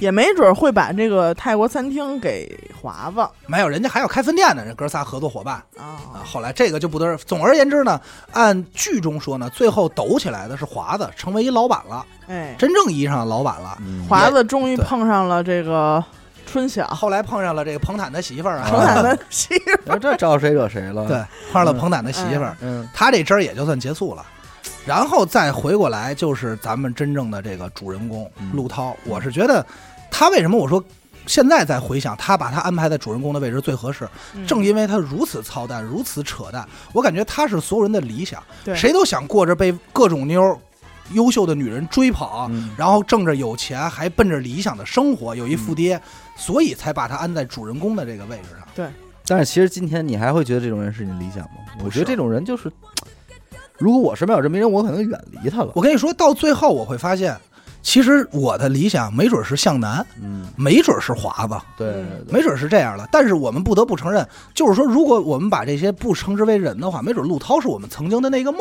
Speaker 4: 也没准会把这个泰国餐厅给华子
Speaker 3: 没有，人家还要开分店呢。这哥仨合作伙伴啊，
Speaker 4: 啊，
Speaker 3: 后来这个就不得而。总而言之呢，按剧中说呢，最后抖起来的是华子，成为一老板了，
Speaker 4: 哎，
Speaker 3: 真正意义上的老板了。
Speaker 4: 华子终于
Speaker 3: 对
Speaker 4: 碰上了这个春晓，
Speaker 3: 后来碰上了这个彭坦的媳妇儿
Speaker 4: 彭
Speaker 3: 啊，
Speaker 4: 坦的媳妇
Speaker 2: 然后这招谁惹谁了？
Speaker 3: 对，，碰上了彭坦的媳妇儿，
Speaker 2: 嗯
Speaker 3: 他这针儿也就算结束了。然后再回过来就是咱们真正的这个主人公
Speaker 2: 嗯
Speaker 3: 陆涛，我是觉得他为什么我说现在再回想，他把他安排在主人公的位置最合适，
Speaker 4: 嗯
Speaker 3: 正因为他如此操蛋，如此扯淡，我感觉他是所有人的理想，
Speaker 4: 对
Speaker 3: 谁都想过着被各种妞儿、优秀的女人追捧，
Speaker 2: 嗯
Speaker 3: 然后挣着有钱，还奔着理想的生活，有一富爹，所以才把他安在主人公的这个位置上。
Speaker 2: 但是其实今天你还会觉得这种人是你理想吗？我觉
Speaker 3: 不是
Speaker 2: 得这种人就是，如果我身边有这么一人，我可能远离他了。
Speaker 3: 我跟你说到最后，我会发现，其实我的理想没准是向南，
Speaker 2: 嗯，
Speaker 3: 没准是华子，
Speaker 2: 对，
Speaker 4: 嗯
Speaker 2: 对
Speaker 3: 没准是这样的。但是我们不得不承认，就是说，如果我们把这些不称之为人的话，没准陆涛是我们曾经的那个梦，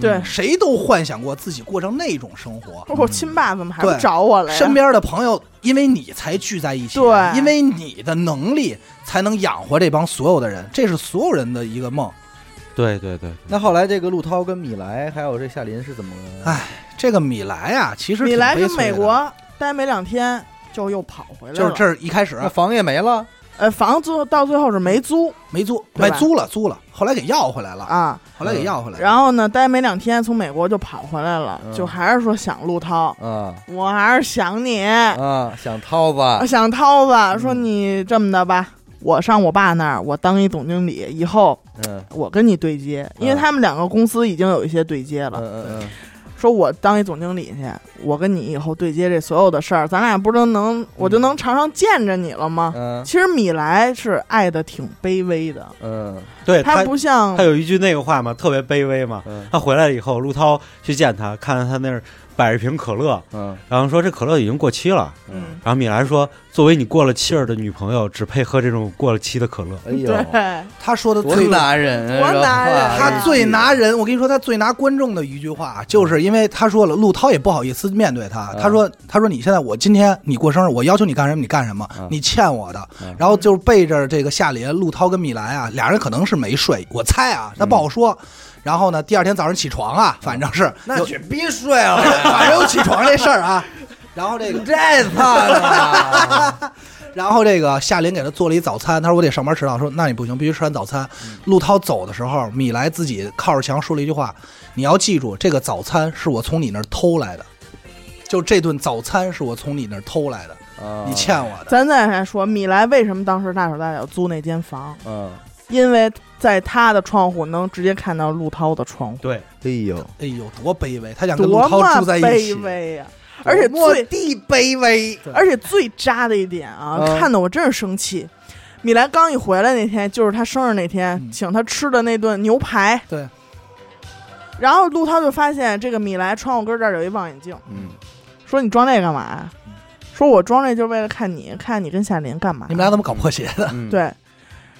Speaker 4: 对，
Speaker 3: 谁都幻想过自己过成那种生活。
Speaker 4: 我亲爸怎么还不
Speaker 3: 嗯对
Speaker 4: 找我来呀？啊
Speaker 3: 身边的朋友因为你才聚在一起，
Speaker 4: 对
Speaker 3: 因为你的能力才能养活这帮所有的人，这是所有人的一个梦。
Speaker 5: 对对对，
Speaker 2: 那后来这个陆涛跟米莱还有这夏琳是怎 么？
Speaker 3: 哎这个米莱啊，其实
Speaker 4: 米
Speaker 3: 挺
Speaker 4: 莱
Speaker 3: 悲
Speaker 4: 跟
Speaker 3: 催
Speaker 4: 美
Speaker 3: 的，
Speaker 4: 国待没两天，就又跑回来了。
Speaker 3: 就是这儿一开始
Speaker 2: 那
Speaker 4: 嗯
Speaker 2: 房也没了，
Speaker 4: 呃，房最后到最后是没租
Speaker 3: 没租，
Speaker 4: 对
Speaker 3: 买
Speaker 4: 吧
Speaker 3: 租了租了，后来给要回来了，
Speaker 4: 啊，
Speaker 3: 后来给要回来了。
Speaker 4: 然后呢，待没两天从美国就跑回来了，
Speaker 2: 嗯
Speaker 4: 就还是说想陆涛，
Speaker 2: 啊
Speaker 3: 嗯
Speaker 4: 我还是想你，
Speaker 2: 啊，想涛
Speaker 4: 我
Speaker 2: 子，
Speaker 4: 想涛子，说
Speaker 3: 嗯
Speaker 4: 你这么的吧，我上我爸那儿，我当一总经理，以后
Speaker 2: 嗯
Speaker 4: 我跟你对接，因为
Speaker 2: 嗯
Speaker 4: 他们两个公司已经有一些对接
Speaker 2: 嗯
Speaker 4: 了，
Speaker 2: 嗯
Speaker 4: 说我当一总经理去，我跟你以后对接这所有的事儿，咱俩不都能，我就能常常见着你了吗？
Speaker 2: 嗯
Speaker 4: 其实米莱是爱的挺卑微的，
Speaker 2: 嗯
Speaker 5: 对
Speaker 4: 他
Speaker 5: 他
Speaker 4: 不像
Speaker 5: 他有一句那个话嘛，特别卑微嘛。
Speaker 2: 嗯
Speaker 5: 他回来以后，陆涛去见他，看他那儿摆一瓶可乐，
Speaker 2: 嗯，
Speaker 5: 然后说这可乐已经过期了。
Speaker 4: 嗯，
Speaker 5: 然后米兰说，作为你过了期儿的女朋友，只配喝这种过了期的可乐。
Speaker 2: 哎呦，
Speaker 4: 对，
Speaker 3: 他说的
Speaker 2: 多
Speaker 3: 最
Speaker 2: 拿人，
Speaker 4: 多拿人
Speaker 2: 这话
Speaker 3: 他最拿人，我跟你说，他最拿观众的一句话，就是因为他说了，陆涛也不好意思面对他。
Speaker 2: 嗯
Speaker 3: 他说：“他说你现在我今天你过生日，我要求你干什么你干什么
Speaker 2: 嗯，
Speaker 3: 你欠我的
Speaker 2: 嗯。”
Speaker 3: 然后就是背着这个夏琳、陆涛跟米兰啊，俩人可能是没睡，我猜
Speaker 2: 嗯
Speaker 3: 啊，他不好说。然后呢，第二天早上起床啊，反正是
Speaker 2: 那啊
Speaker 3: 有
Speaker 2: 去逼睡了，
Speaker 3: 反正有起床这事儿啊。然后这个
Speaker 2: 这操的！
Speaker 3: 然后这个夏琳给他做了一早餐，他说我得上班迟到，说那你不行，必须吃完早餐。
Speaker 4: 嗯
Speaker 3: 陆涛走的时候，米莱自己靠着墙说了一句话：“你要记住，这个早餐是我从你那儿偷来的，就这顿早餐是我从你那儿偷来的，
Speaker 2: 啊
Speaker 3: 你欠我的。
Speaker 4: 咱再来说，米莱为什么当时大手大脚租那间房？
Speaker 2: 嗯，
Speaker 4: 因为在他的窗户能直接看到陆涛的窗户，
Speaker 5: 对，
Speaker 2: 哎呦，”
Speaker 3: 哎呦，多卑微！他想跟陆
Speaker 4: 多
Speaker 3: 涛
Speaker 4: 么
Speaker 3: 住在一起
Speaker 4: 卑，微呀、而且
Speaker 2: 我
Speaker 4: 最
Speaker 2: 地卑微，
Speaker 4: 而且最渣的一点啊，
Speaker 2: 嗯
Speaker 4: 看得我真是生气。米兰刚一回来那天，就是他生日那天，
Speaker 3: 嗯
Speaker 4: 请他吃的那顿牛排。
Speaker 3: 对。
Speaker 4: 然后陆涛就发现这个米兰窗户根儿这儿有一望远镜，
Speaker 2: 嗯，
Speaker 4: 说你装这干嘛呀？说我装这就是为了看你，嗯看你跟夏琳干嘛？
Speaker 3: 你们俩怎么搞破鞋 的？
Speaker 2: 嗯，
Speaker 4: 对，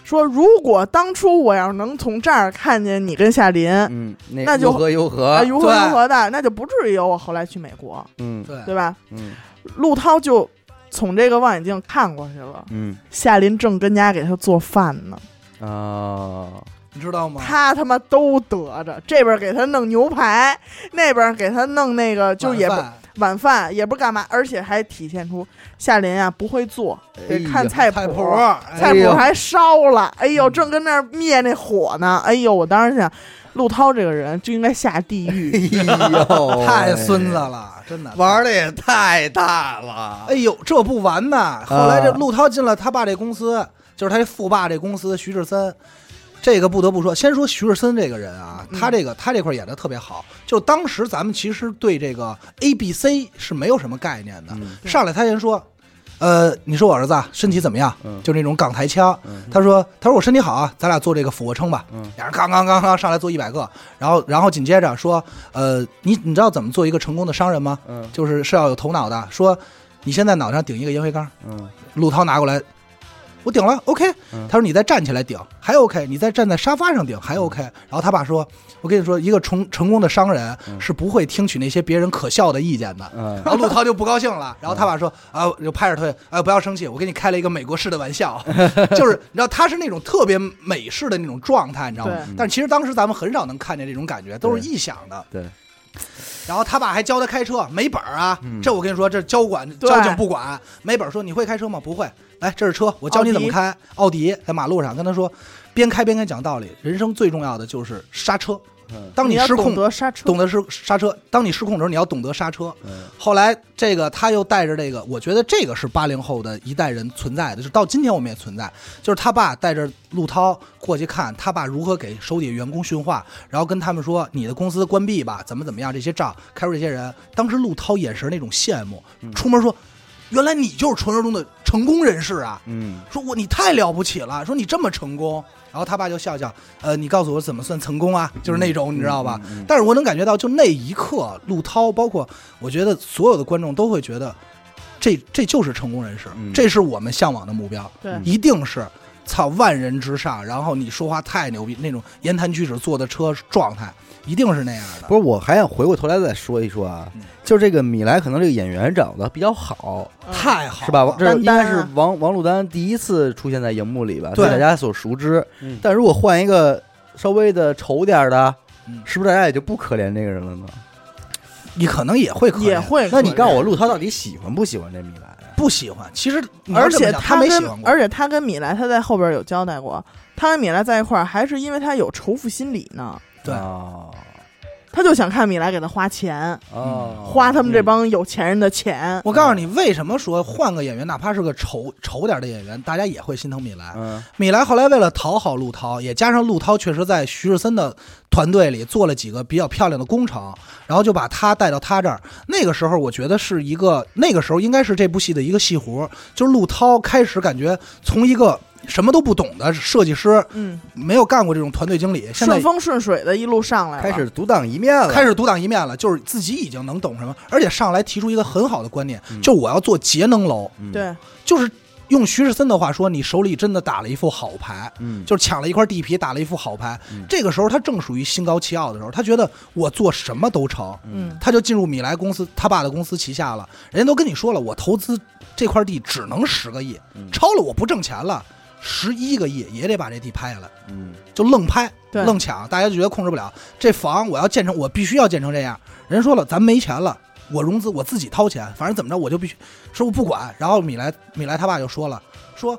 Speaker 4: 说如果当初我要是能从这儿看见你跟夏琳，
Speaker 2: 嗯，
Speaker 4: 那就
Speaker 2: 如何如何
Speaker 4: 啊，，如何
Speaker 3: 对
Speaker 4: 如何的，那就不至于有我后来去美国，
Speaker 2: 嗯
Speaker 4: 对
Speaker 3: 对，
Speaker 4: 吧？
Speaker 2: 嗯
Speaker 4: 陆涛就从这个望远镜看过去了，
Speaker 2: 嗯
Speaker 4: 夏琳正跟家给他做饭呢，
Speaker 2: 啊，
Speaker 3: 你知道吗？
Speaker 4: 他他妈都得着，这边给他弄牛排，那边给他弄那个，就是也不
Speaker 3: 晚饭
Speaker 4: 晚饭也不干嘛，而且还体现出夏琳啊不会做，
Speaker 2: 哎
Speaker 4: 得
Speaker 2: 呀
Speaker 4: 看菜
Speaker 3: 菜
Speaker 4: 谱。
Speaker 3: 谱，
Speaker 4: 菜
Speaker 2: 哎
Speaker 4: 谱
Speaker 2: 呦
Speaker 4: 还烧了，哎呦，正跟那儿灭那火呢，哎呦，我当时想，陆涛这个人就应该下地
Speaker 2: 哎
Speaker 4: 狱，
Speaker 2: 呦，
Speaker 3: 太孙子了，真的。
Speaker 2: 玩的也太大了
Speaker 3: 哎，呦，这不完
Speaker 2: 啊
Speaker 3: 呐！后来这陆涛进了他爸这公司，就是他这富爸这公司，徐志森。这个不得不说，先说徐志森这个人啊，
Speaker 2: 嗯
Speaker 3: 他这个他这块演的特别好。就当时咱们其实对这个 A、B、C 是没有什么概念的，
Speaker 2: 嗯
Speaker 3: 上来他先说。呃，你说我儿子啊身体怎么样？
Speaker 2: 嗯
Speaker 3: 就那种港台腔。
Speaker 2: 嗯
Speaker 3: 他说：“他说我身体好啊，咱俩做这个俯卧撑吧。
Speaker 2: 嗯
Speaker 3: 俩人刚刚刚刚上来做一百个，然后然后紧接着说，呃，你你知道怎么做一个成功的商人吗？
Speaker 2: 嗯
Speaker 3: 就是是要有头脑的。说你现在脑袋上顶一个烟灰缸，
Speaker 2: 嗯
Speaker 3: 陆涛拿过来，我顶了，OK。
Speaker 2: 嗯
Speaker 3: 他说你再站起来顶，还 OK。你再站在沙发上顶，还 OK。然后他爸说，我跟你说，一个成成功的商人
Speaker 2: 嗯
Speaker 3: 是不会听取那些别人可笑的意见的。
Speaker 2: 嗯，
Speaker 3: 然后陆涛就不高兴了，然后他爸说啊，就拍着腿，啊，不要生气，我给你开了一个美国式的玩笑， 就是你知道他是那种特别美式的那种状态，你知道吗
Speaker 4: 对？
Speaker 3: 但其实当时咱们很少能看见这种感觉，都是臆想的。
Speaker 2: 对。
Speaker 3: 然后他爸还教他开车，没本儿啊！
Speaker 2: 嗯
Speaker 3: 这我跟你说，这交管
Speaker 4: 对
Speaker 3: 交警不管，没本儿说你会开车吗？不会，来这是车，我教你怎么开。奥迪在马路上跟他说，边开边跟他讲道理。人生最重要的就是刹车，
Speaker 2: 嗯
Speaker 3: 当
Speaker 4: 你要
Speaker 3: 失控
Speaker 4: 懂得刹车，
Speaker 3: 懂得是刹车，当你失控的时候，你要懂得刹车。
Speaker 2: 嗯
Speaker 3: 后来这个他又带着这个，我觉得这个是八零后的一代人存在的，就到今天我们也存在。就是他爸带着陆涛过去看他爸如何给手底下员工训话，然后跟他们说你的公司关闭吧，怎么怎么样，这些账开除这些人。当时陆涛眼神那种羡慕，出门说，原来你就是传说中的成功人士啊。
Speaker 2: 嗯
Speaker 3: 说我你太了不起了，说你这么成功，然后他爸就笑笑，呃，你告诉我怎么算成功啊？就是那种、你知道吧？
Speaker 2: 嗯
Speaker 3: 但是我能感觉到，就那一刻，陆涛，包括我觉得所有的观众都会觉得，这这就是成功人士，
Speaker 2: 嗯
Speaker 3: 这是我们向往的目标，嗯
Speaker 4: 对
Speaker 3: 一定是操万人之上，然后你说话太牛逼，那种言谈举止、坐的车状态，一定是那样的。
Speaker 2: 不是，我还想回过头来再说一说啊
Speaker 3: 嗯，
Speaker 2: 就这个米莱，可能这个演员找的比较好，
Speaker 4: 嗯
Speaker 3: 太好了
Speaker 2: 是吧？这
Speaker 4: 丹
Speaker 2: 应该
Speaker 4: 丹
Speaker 2: 是
Speaker 4: 啊
Speaker 2: 王王珞丹第一次出现在荧幕里吧，
Speaker 3: 对
Speaker 2: 被大家所熟知
Speaker 5: 嗯。
Speaker 2: 但如果换一个稍微的丑点儿的
Speaker 3: 嗯，
Speaker 2: 是不是大家也就不可怜这个人了呢？
Speaker 3: 你可能也会可能
Speaker 4: 嗯也会。
Speaker 2: 那你告诉我，陆涛到底喜欢不喜欢这米莱啊？
Speaker 3: 不喜欢，其实你要
Speaker 4: 而
Speaker 3: 这么
Speaker 4: 且
Speaker 3: 想他没
Speaker 4: 跟
Speaker 3: 喜欢过，
Speaker 4: 而且他跟米莱，他在后边有交代过，他跟米莱在一块儿还是因为他有仇富心理呢，
Speaker 3: 对
Speaker 2: 啊
Speaker 4: 他就想看米莱给他花钱，
Speaker 3: 哦
Speaker 2: 啊，
Speaker 4: 花他
Speaker 3: 嗯
Speaker 4: 们这帮有钱人的钱。
Speaker 3: 我告诉你，为什么说换个演员，哪怕是个丑丑点的演员，大家也会心疼米兰。
Speaker 2: 嗯
Speaker 3: 米兰后来为了讨好陆涛，也加上陆涛确实在徐志森的团队里做了几个比较漂亮的工程，然后就把他带到他这儿。那个时候，我觉得是一个那个时候应该是这部戏的一个戏活，就是陆涛开始感觉从一个什么都不懂的设计师，
Speaker 4: 嗯，
Speaker 3: 没有干过这种团队经理，现在
Speaker 4: 顺风顺水的一路上来了，
Speaker 2: 开始独当一面了，
Speaker 3: 开始独当一面了，就是自己已经能懂什么，而且上来提出一个很好的观念，就我要做节能楼，
Speaker 4: 对，
Speaker 3: 就是用徐世森的话说，你手里真的打了一副好牌，
Speaker 2: 嗯，
Speaker 3: 就是抢了一块地皮，打了一副好牌。这个时候他正属于心高气傲的时候，他觉得我做什么都成，
Speaker 4: 嗯，
Speaker 3: 他就进入米莱公司他爸的公司旗下了。人家都跟你说了，我投资这块地只能十个亿，
Speaker 2: 嗯
Speaker 3: 超了我不挣钱了，十一个亿也得把这地拍下来。
Speaker 2: 嗯，
Speaker 3: 就愣拍，
Speaker 4: 对
Speaker 3: 愣抢，大家就觉得控制不了。这房我要建成，我必须要建成这样。人说了，咱没钱了，我融资我自己掏钱，反正怎么着我就必须说我不管。然后米莱米莱他爸就说了，说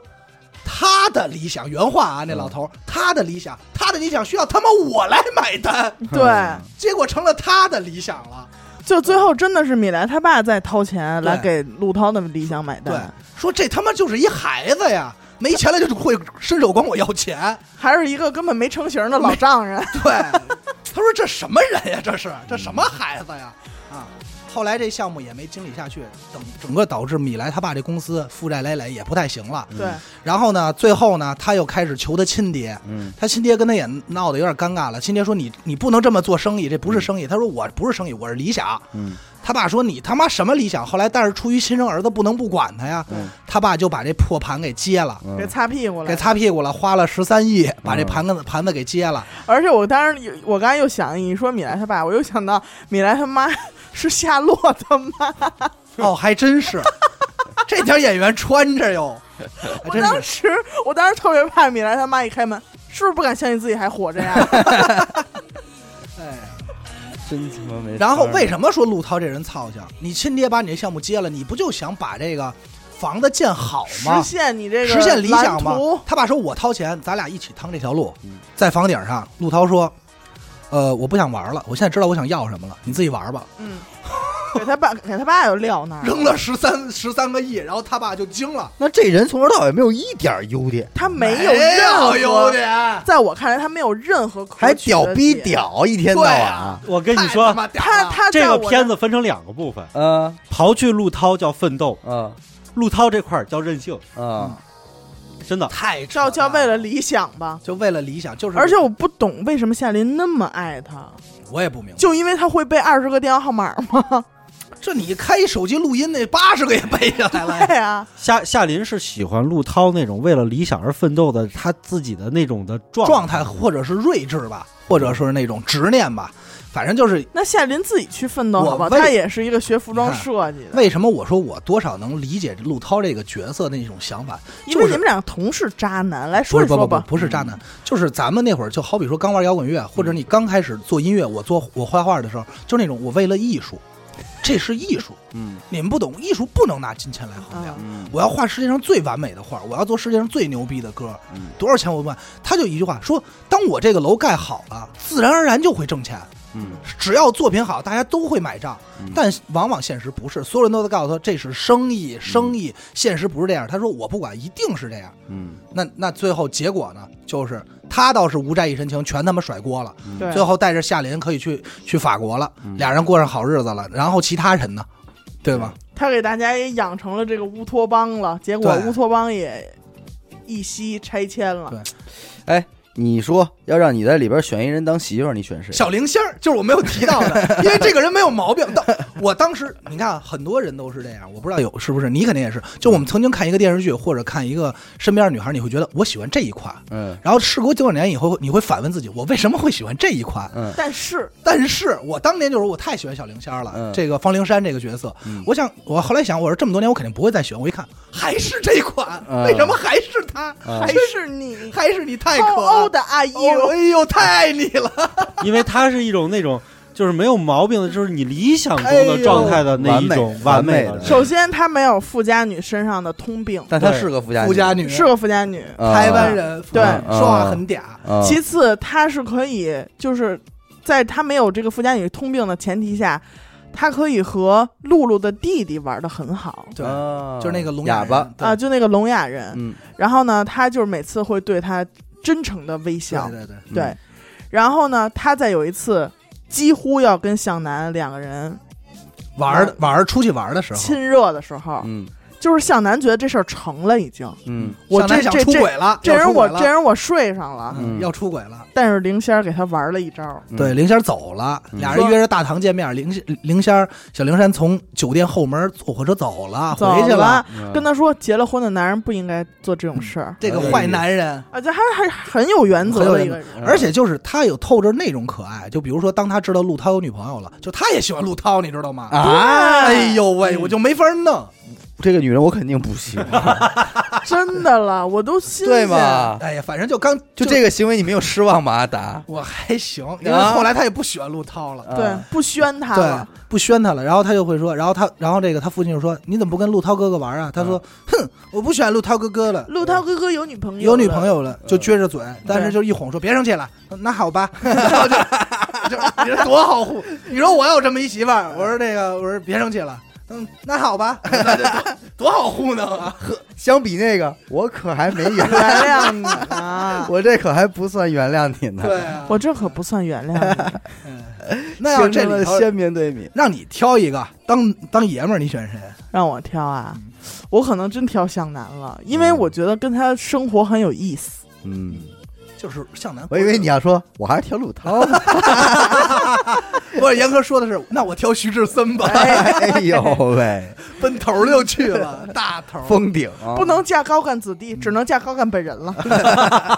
Speaker 3: 他的理想原话啊，那老头、他的理想，他的理想需要他妈我来买单，
Speaker 4: 对，
Speaker 3: 结果成了他的理想了。
Speaker 4: 就最后真的是米莱他爸在掏钱来
Speaker 3: 对
Speaker 4: 给陆涛的理想买
Speaker 3: 对
Speaker 4: 单，，
Speaker 3: 说这他妈就是一孩子呀，没钱了就会伸手管我要钱。
Speaker 4: 还是一个根本没成型的老丈人，
Speaker 3: 对，他说这什么人呀？这是这什么孩子呀？啊！后来这项目也没经理下去，等整个导致米莱他爸这公司负债累累，也不太行了。
Speaker 4: 对，
Speaker 3: 然后呢，最后呢，他又开始求他亲爹，
Speaker 2: 嗯，
Speaker 3: 他亲爹跟他也闹得有点尴尬了。亲爹说你你不能这么做生意，这不是生意。他说我不是生意，我是理想。
Speaker 2: 嗯，
Speaker 3: 他爸说你他妈什么理想？后来但是出于亲生儿子不能不管他呀，
Speaker 2: 嗯
Speaker 3: 他爸就把这破盘给接了，
Speaker 2: 嗯
Speaker 4: 给擦屁股了，
Speaker 3: 给擦屁股了，花了十三亿把这盘子、盘子给接 了。
Speaker 4: 而且我当时有，我刚才又想，你说米莱他爸，我又想到米莱他妈 是夏洛他妈，
Speaker 3: 哦，还真是，这点演员穿 着哟，还
Speaker 4: 我
Speaker 3: 真
Speaker 4: 当
Speaker 3: 是。
Speaker 4: 时我当时特别怕米莱他妈一开门，是不是不敢相信自己还活着呀？
Speaker 3: 哎，
Speaker 2: 真他妈没。
Speaker 3: 然后为什么说陆涛这人操性？你亲爹把你这项目接了，你不就想把这个房子建好
Speaker 4: 实
Speaker 3: 吗？
Speaker 4: 现你这个
Speaker 3: 实现理想吗
Speaker 4: 蓝图？
Speaker 3: 他爸说：“我掏钱，咱俩一起趟这条路。”
Speaker 5: 嗯
Speaker 3: 在房顶上，陆涛说：“呃，我不想玩了，我现在知道我想要什么了，你自己玩吧。
Speaker 4: 嗯，给他爸给他爸又撂那”儿了，
Speaker 3: 扔了十三十三个亿，然后他爸就惊了，
Speaker 2: 那这人从头到尾没有一点优点，哎
Speaker 4: 他没有
Speaker 3: 没有
Speaker 4: 任
Speaker 3: 优
Speaker 4: 何，
Speaker 3: 点，
Speaker 4: 在我看来他没有任何可
Speaker 2: 还
Speaker 4: 取的
Speaker 2: 屌逼
Speaker 4: 点。
Speaker 2: 屌，一天到
Speaker 3: 对
Speaker 2: 晚
Speaker 3: 啊。
Speaker 5: 我跟你
Speaker 3: 太他
Speaker 5: 说，
Speaker 3: 妈屌
Speaker 4: 他
Speaker 3: 了
Speaker 4: 他
Speaker 5: 这
Speaker 4: 在
Speaker 5: 个
Speaker 4: 我
Speaker 5: 片子分成两个部分，
Speaker 2: 啊
Speaker 5: 刨去陆涛叫奋斗，
Speaker 2: 啊
Speaker 5: 陆涛这块儿叫任性，
Speaker 2: 啊！
Speaker 5: 真的。
Speaker 3: 太扯
Speaker 4: 叫叫为
Speaker 3: 了，
Speaker 4: 了理想吧。
Speaker 3: 就为了理想，就是
Speaker 4: 而且我不懂为什么夏琳那么爱他，
Speaker 3: 我也不明白。
Speaker 4: 就因为他会背二十个电话号码吗？
Speaker 3: 这你开一手机录音那八十个也背下来了呀，
Speaker 4: 对啊，
Speaker 5: 夏夏琳是喜欢陆涛那种为了理想而奋斗的，他自己的那种的状
Speaker 3: 状态或者是睿智吧，或者是那种执念吧，反正就是
Speaker 4: 那夏琳自己去奋斗好吧，
Speaker 3: 我为
Speaker 4: 她也是一个学服装设计的，
Speaker 3: 为什么我说我多少能理解陆涛这个角色的那种想法，
Speaker 4: 因
Speaker 3: 就
Speaker 4: 为
Speaker 3: 是
Speaker 4: 你们俩同是渣男，来
Speaker 3: 不
Speaker 4: 说
Speaker 3: 是
Speaker 4: 一
Speaker 3: 不
Speaker 4: 说
Speaker 3: 不不
Speaker 4: 吧。
Speaker 3: 不是渣男，就是咱们那会儿就好比说刚玩摇滚乐，或者你刚开始做音乐，我做我画画的时候，就那种我为了艺术，这是艺术，
Speaker 2: 嗯
Speaker 3: 你们不懂，艺术不能拿金钱来衡量。
Speaker 4: 嗯，
Speaker 2: 嗯
Speaker 3: 我要画世界上最完美的画，我要做世界上最牛逼的歌
Speaker 2: 嗯，
Speaker 3: 多少钱我不管。他就一句话说：“当我这个楼盖好了，自然而然就会挣钱。
Speaker 2: 嗯
Speaker 3: 只要作品好，大家都会买账
Speaker 2: 嗯。
Speaker 3: 但往往现实不是，所有人都在告诉他这是生意，生意。现实不是这样。他说我不管，一定是这样。
Speaker 2: 嗯
Speaker 3: 那那最后结果呢？就是他倒是无债一身轻，全他妈甩锅了。
Speaker 4: 对，
Speaker 3: 最后带着夏琳可以去去法国了，俩人过上好日子了。然后其他人呢？对吧？
Speaker 4: 他给大家也养成了这个乌托邦了，结果
Speaker 3: 对
Speaker 4: 乌托邦也一夕拆迁了
Speaker 3: 对。
Speaker 2: 哎，你说要让你在里边选一人当媳妇儿，你选谁？
Speaker 3: 小灵仙儿，就是我没有提到 的，因为这个人没有毛病。但我当时，你看很多人都是这样，我不知道有是不是，你肯定也是。就我们曾经看一个电视剧，或者看一个身边的女孩，你会觉得我喜欢这一款，
Speaker 2: 嗯
Speaker 3: 然后事隔多少年以后，你会反问自己，我为什么会喜欢这一款？
Speaker 2: 嗯
Speaker 4: 但是
Speaker 3: 但是我当年就是我太喜欢小灵仙儿了，
Speaker 2: 嗯
Speaker 3: 这个方灵山这个角色，
Speaker 2: 嗯
Speaker 3: 我想我后来想，我说这么多年我肯定不会再选，我一看还是这一款，
Speaker 2: 嗯
Speaker 3: 为什么还是它？
Speaker 2: 嗯
Speaker 4: 还
Speaker 3: 真是
Speaker 4: 是你
Speaker 3: 还是你啊太
Speaker 4: 高
Speaker 3: 可
Speaker 4: 傲
Speaker 3: 爱
Speaker 4: 的阿姨，
Speaker 3: 哦哎呦，太爱你了。
Speaker 5: 因为他是一种那种就是没有毛病的，就是你理想中的状态的那一
Speaker 2: 哎
Speaker 5: 种
Speaker 2: 呦完
Speaker 5: 完
Speaker 2: 美完美
Speaker 5: 的人。
Speaker 2: 的
Speaker 4: 首先她没有富家女身上的通病，
Speaker 2: 但她是个富家
Speaker 3: 富家女，
Speaker 4: 是个富家女。
Speaker 2: 啊
Speaker 3: 台湾人，
Speaker 4: 对
Speaker 2: 嗯
Speaker 3: 说话很嗲。
Speaker 2: 啊
Speaker 4: 其次，她是可以就是在她没有这个富家女通病的前提下，她可以和露露的弟弟玩的很好。
Speaker 3: 对，
Speaker 2: 啊
Speaker 3: 就是那个聋
Speaker 2: 哑
Speaker 3: 人
Speaker 2: 巴，
Speaker 3: 对
Speaker 4: 啊，就那个聋哑人，
Speaker 2: 嗯
Speaker 4: 然后呢，他就是每次会对他真诚的微笑，
Speaker 3: 对对对，
Speaker 2: 对
Speaker 4: 啊对然后呢，他在有一次几乎要跟向南两个人
Speaker 3: 玩儿玩儿出去玩儿的时候，
Speaker 4: 亲热的时候，
Speaker 2: 嗯
Speaker 4: 就是向南觉得这事儿成了，已经
Speaker 2: 嗯
Speaker 4: 我
Speaker 3: 向南
Speaker 4: 这
Speaker 3: 想
Speaker 4: 这
Speaker 3: 出轨了，
Speaker 4: 这
Speaker 3: 要
Speaker 4: 人
Speaker 3: 出
Speaker 4: 我
Speaker 3: 轨了
Speaker 4: 这人我睡上了，
Speaker 2: 嗯
Speaker 3: 要出轨了。
Speaker 4: 但是灵仙儿给他玩了一招，
Speaker 2: 嗯
Speaker 3: 对，林仙儿走了，
Speaker 2: 嗯
Speaker 3: 俩人约着大堂见面。林林仙儿、小灵山从酒店后门坐火车走了，
Speaker 4: 走
Speaker 3: 回去了。嗯
Speaker 4: 了，
Speaker 2: 嗯
Speaker 4: 跟他说结了婚的男人不应该做这种事儿，
Speaker 3: 这个坏男人，
Speaker 4: 啊，这还还很有原则的一个人，
Speaker 2: 嗯
Speaker 3: 而且就是他有透着那种可爱，就比如说，当他知道陆涛有女朋友了，就他也喜欢陆涛，你知道吗？
Speaker 2: 啊，
Speaker 3: 哎呦喂，我就没法弄。
Speaker 2: 这个女人我肯定不喜欢，
Speaker 4: 哎真的了，我都新
Speaker 2: 对
Speaker 4: 鲜。
Speaker 2: 吗？
Speaker 3: 哎呀，反正就刚
Speaker 2: 就这个啊行为，你没有失望吧，阿达？
Speaker 3: 我还行，因为后来他也不喜欢陆涛
Speaker 2: 啊
Speaker 3: 了，
Speaker 4: 对，不宣他
Speaker 3: 对
Speaker 4: 了，，
Speaker 3: 不宣他了。然后他就会说，然后他，然后这个他父亲就说：“你怎么不跟陆涛哥哥玩啊？”他说：“哼，我不喜欢陆涛哥哥了。”
Speaker 4: 陆涛哥哥有女朋友，
Speaker 3: 有女朋，友了，就撅着嘴，但是就一哄说别生气了，那好吧，然后就就你说多好糊，你说我有这么一媳妇儿，我说这个，我说别生气了，嗯，那好吧，多好糊弄啊，
Speaker 2: 相比那个，我可还没原
Speaker 4: 原
Speaker 2: 谅，！
Speaker 4: 谅你啊
Speaker 2: 我这可还不算原谅你呢。
Speaker 3: 对啊，
Speaker 4: 我这可不算原谅你，
Speaker 3: 那要这
Speaker 2: 形成了
Speaker 3: 里头
Speaker 2: 鲜明对比，
Speaker 3: 让你挑一个当当爷们儿，你选谁？
Speaker 4: 让我挑啊，我可能真挑向南了，因为我觉得跟他生活很有意思。
Speaker 2: 嗯，
Speaker 3: 就是向南，
Speaker 2: 我以为你要说，我还是挑陆涛呢。
Speaker 3: 不是严哥说的是，那我挑徐志森吧，
Speaker 2: 哎呦喂，
Speaker 3: 奔头儿就去了，大头儿。
Speaker 2: 封顶啊
Speaker 4: 不能嫁高干子弟，只能嫁高干本人了。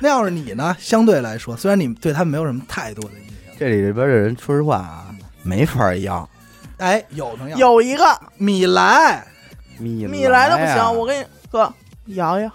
Speaker 3: 那要是你呢？相对来说，虽然你对他没有什么太多的印象，
Speaker 2: 这里边的人，说实话啊，没法要。
Speaker 3: 哎，有能要
Speaker 4: 有一个
Speaker 3: 米兰
Speaker 2: 米
Speaker 4: 米
Speaker 2: 来啊
Speaker 4: 来的不
Speaker 2: 呀
Speaker 4: 行，我跟你哥瑶瑶，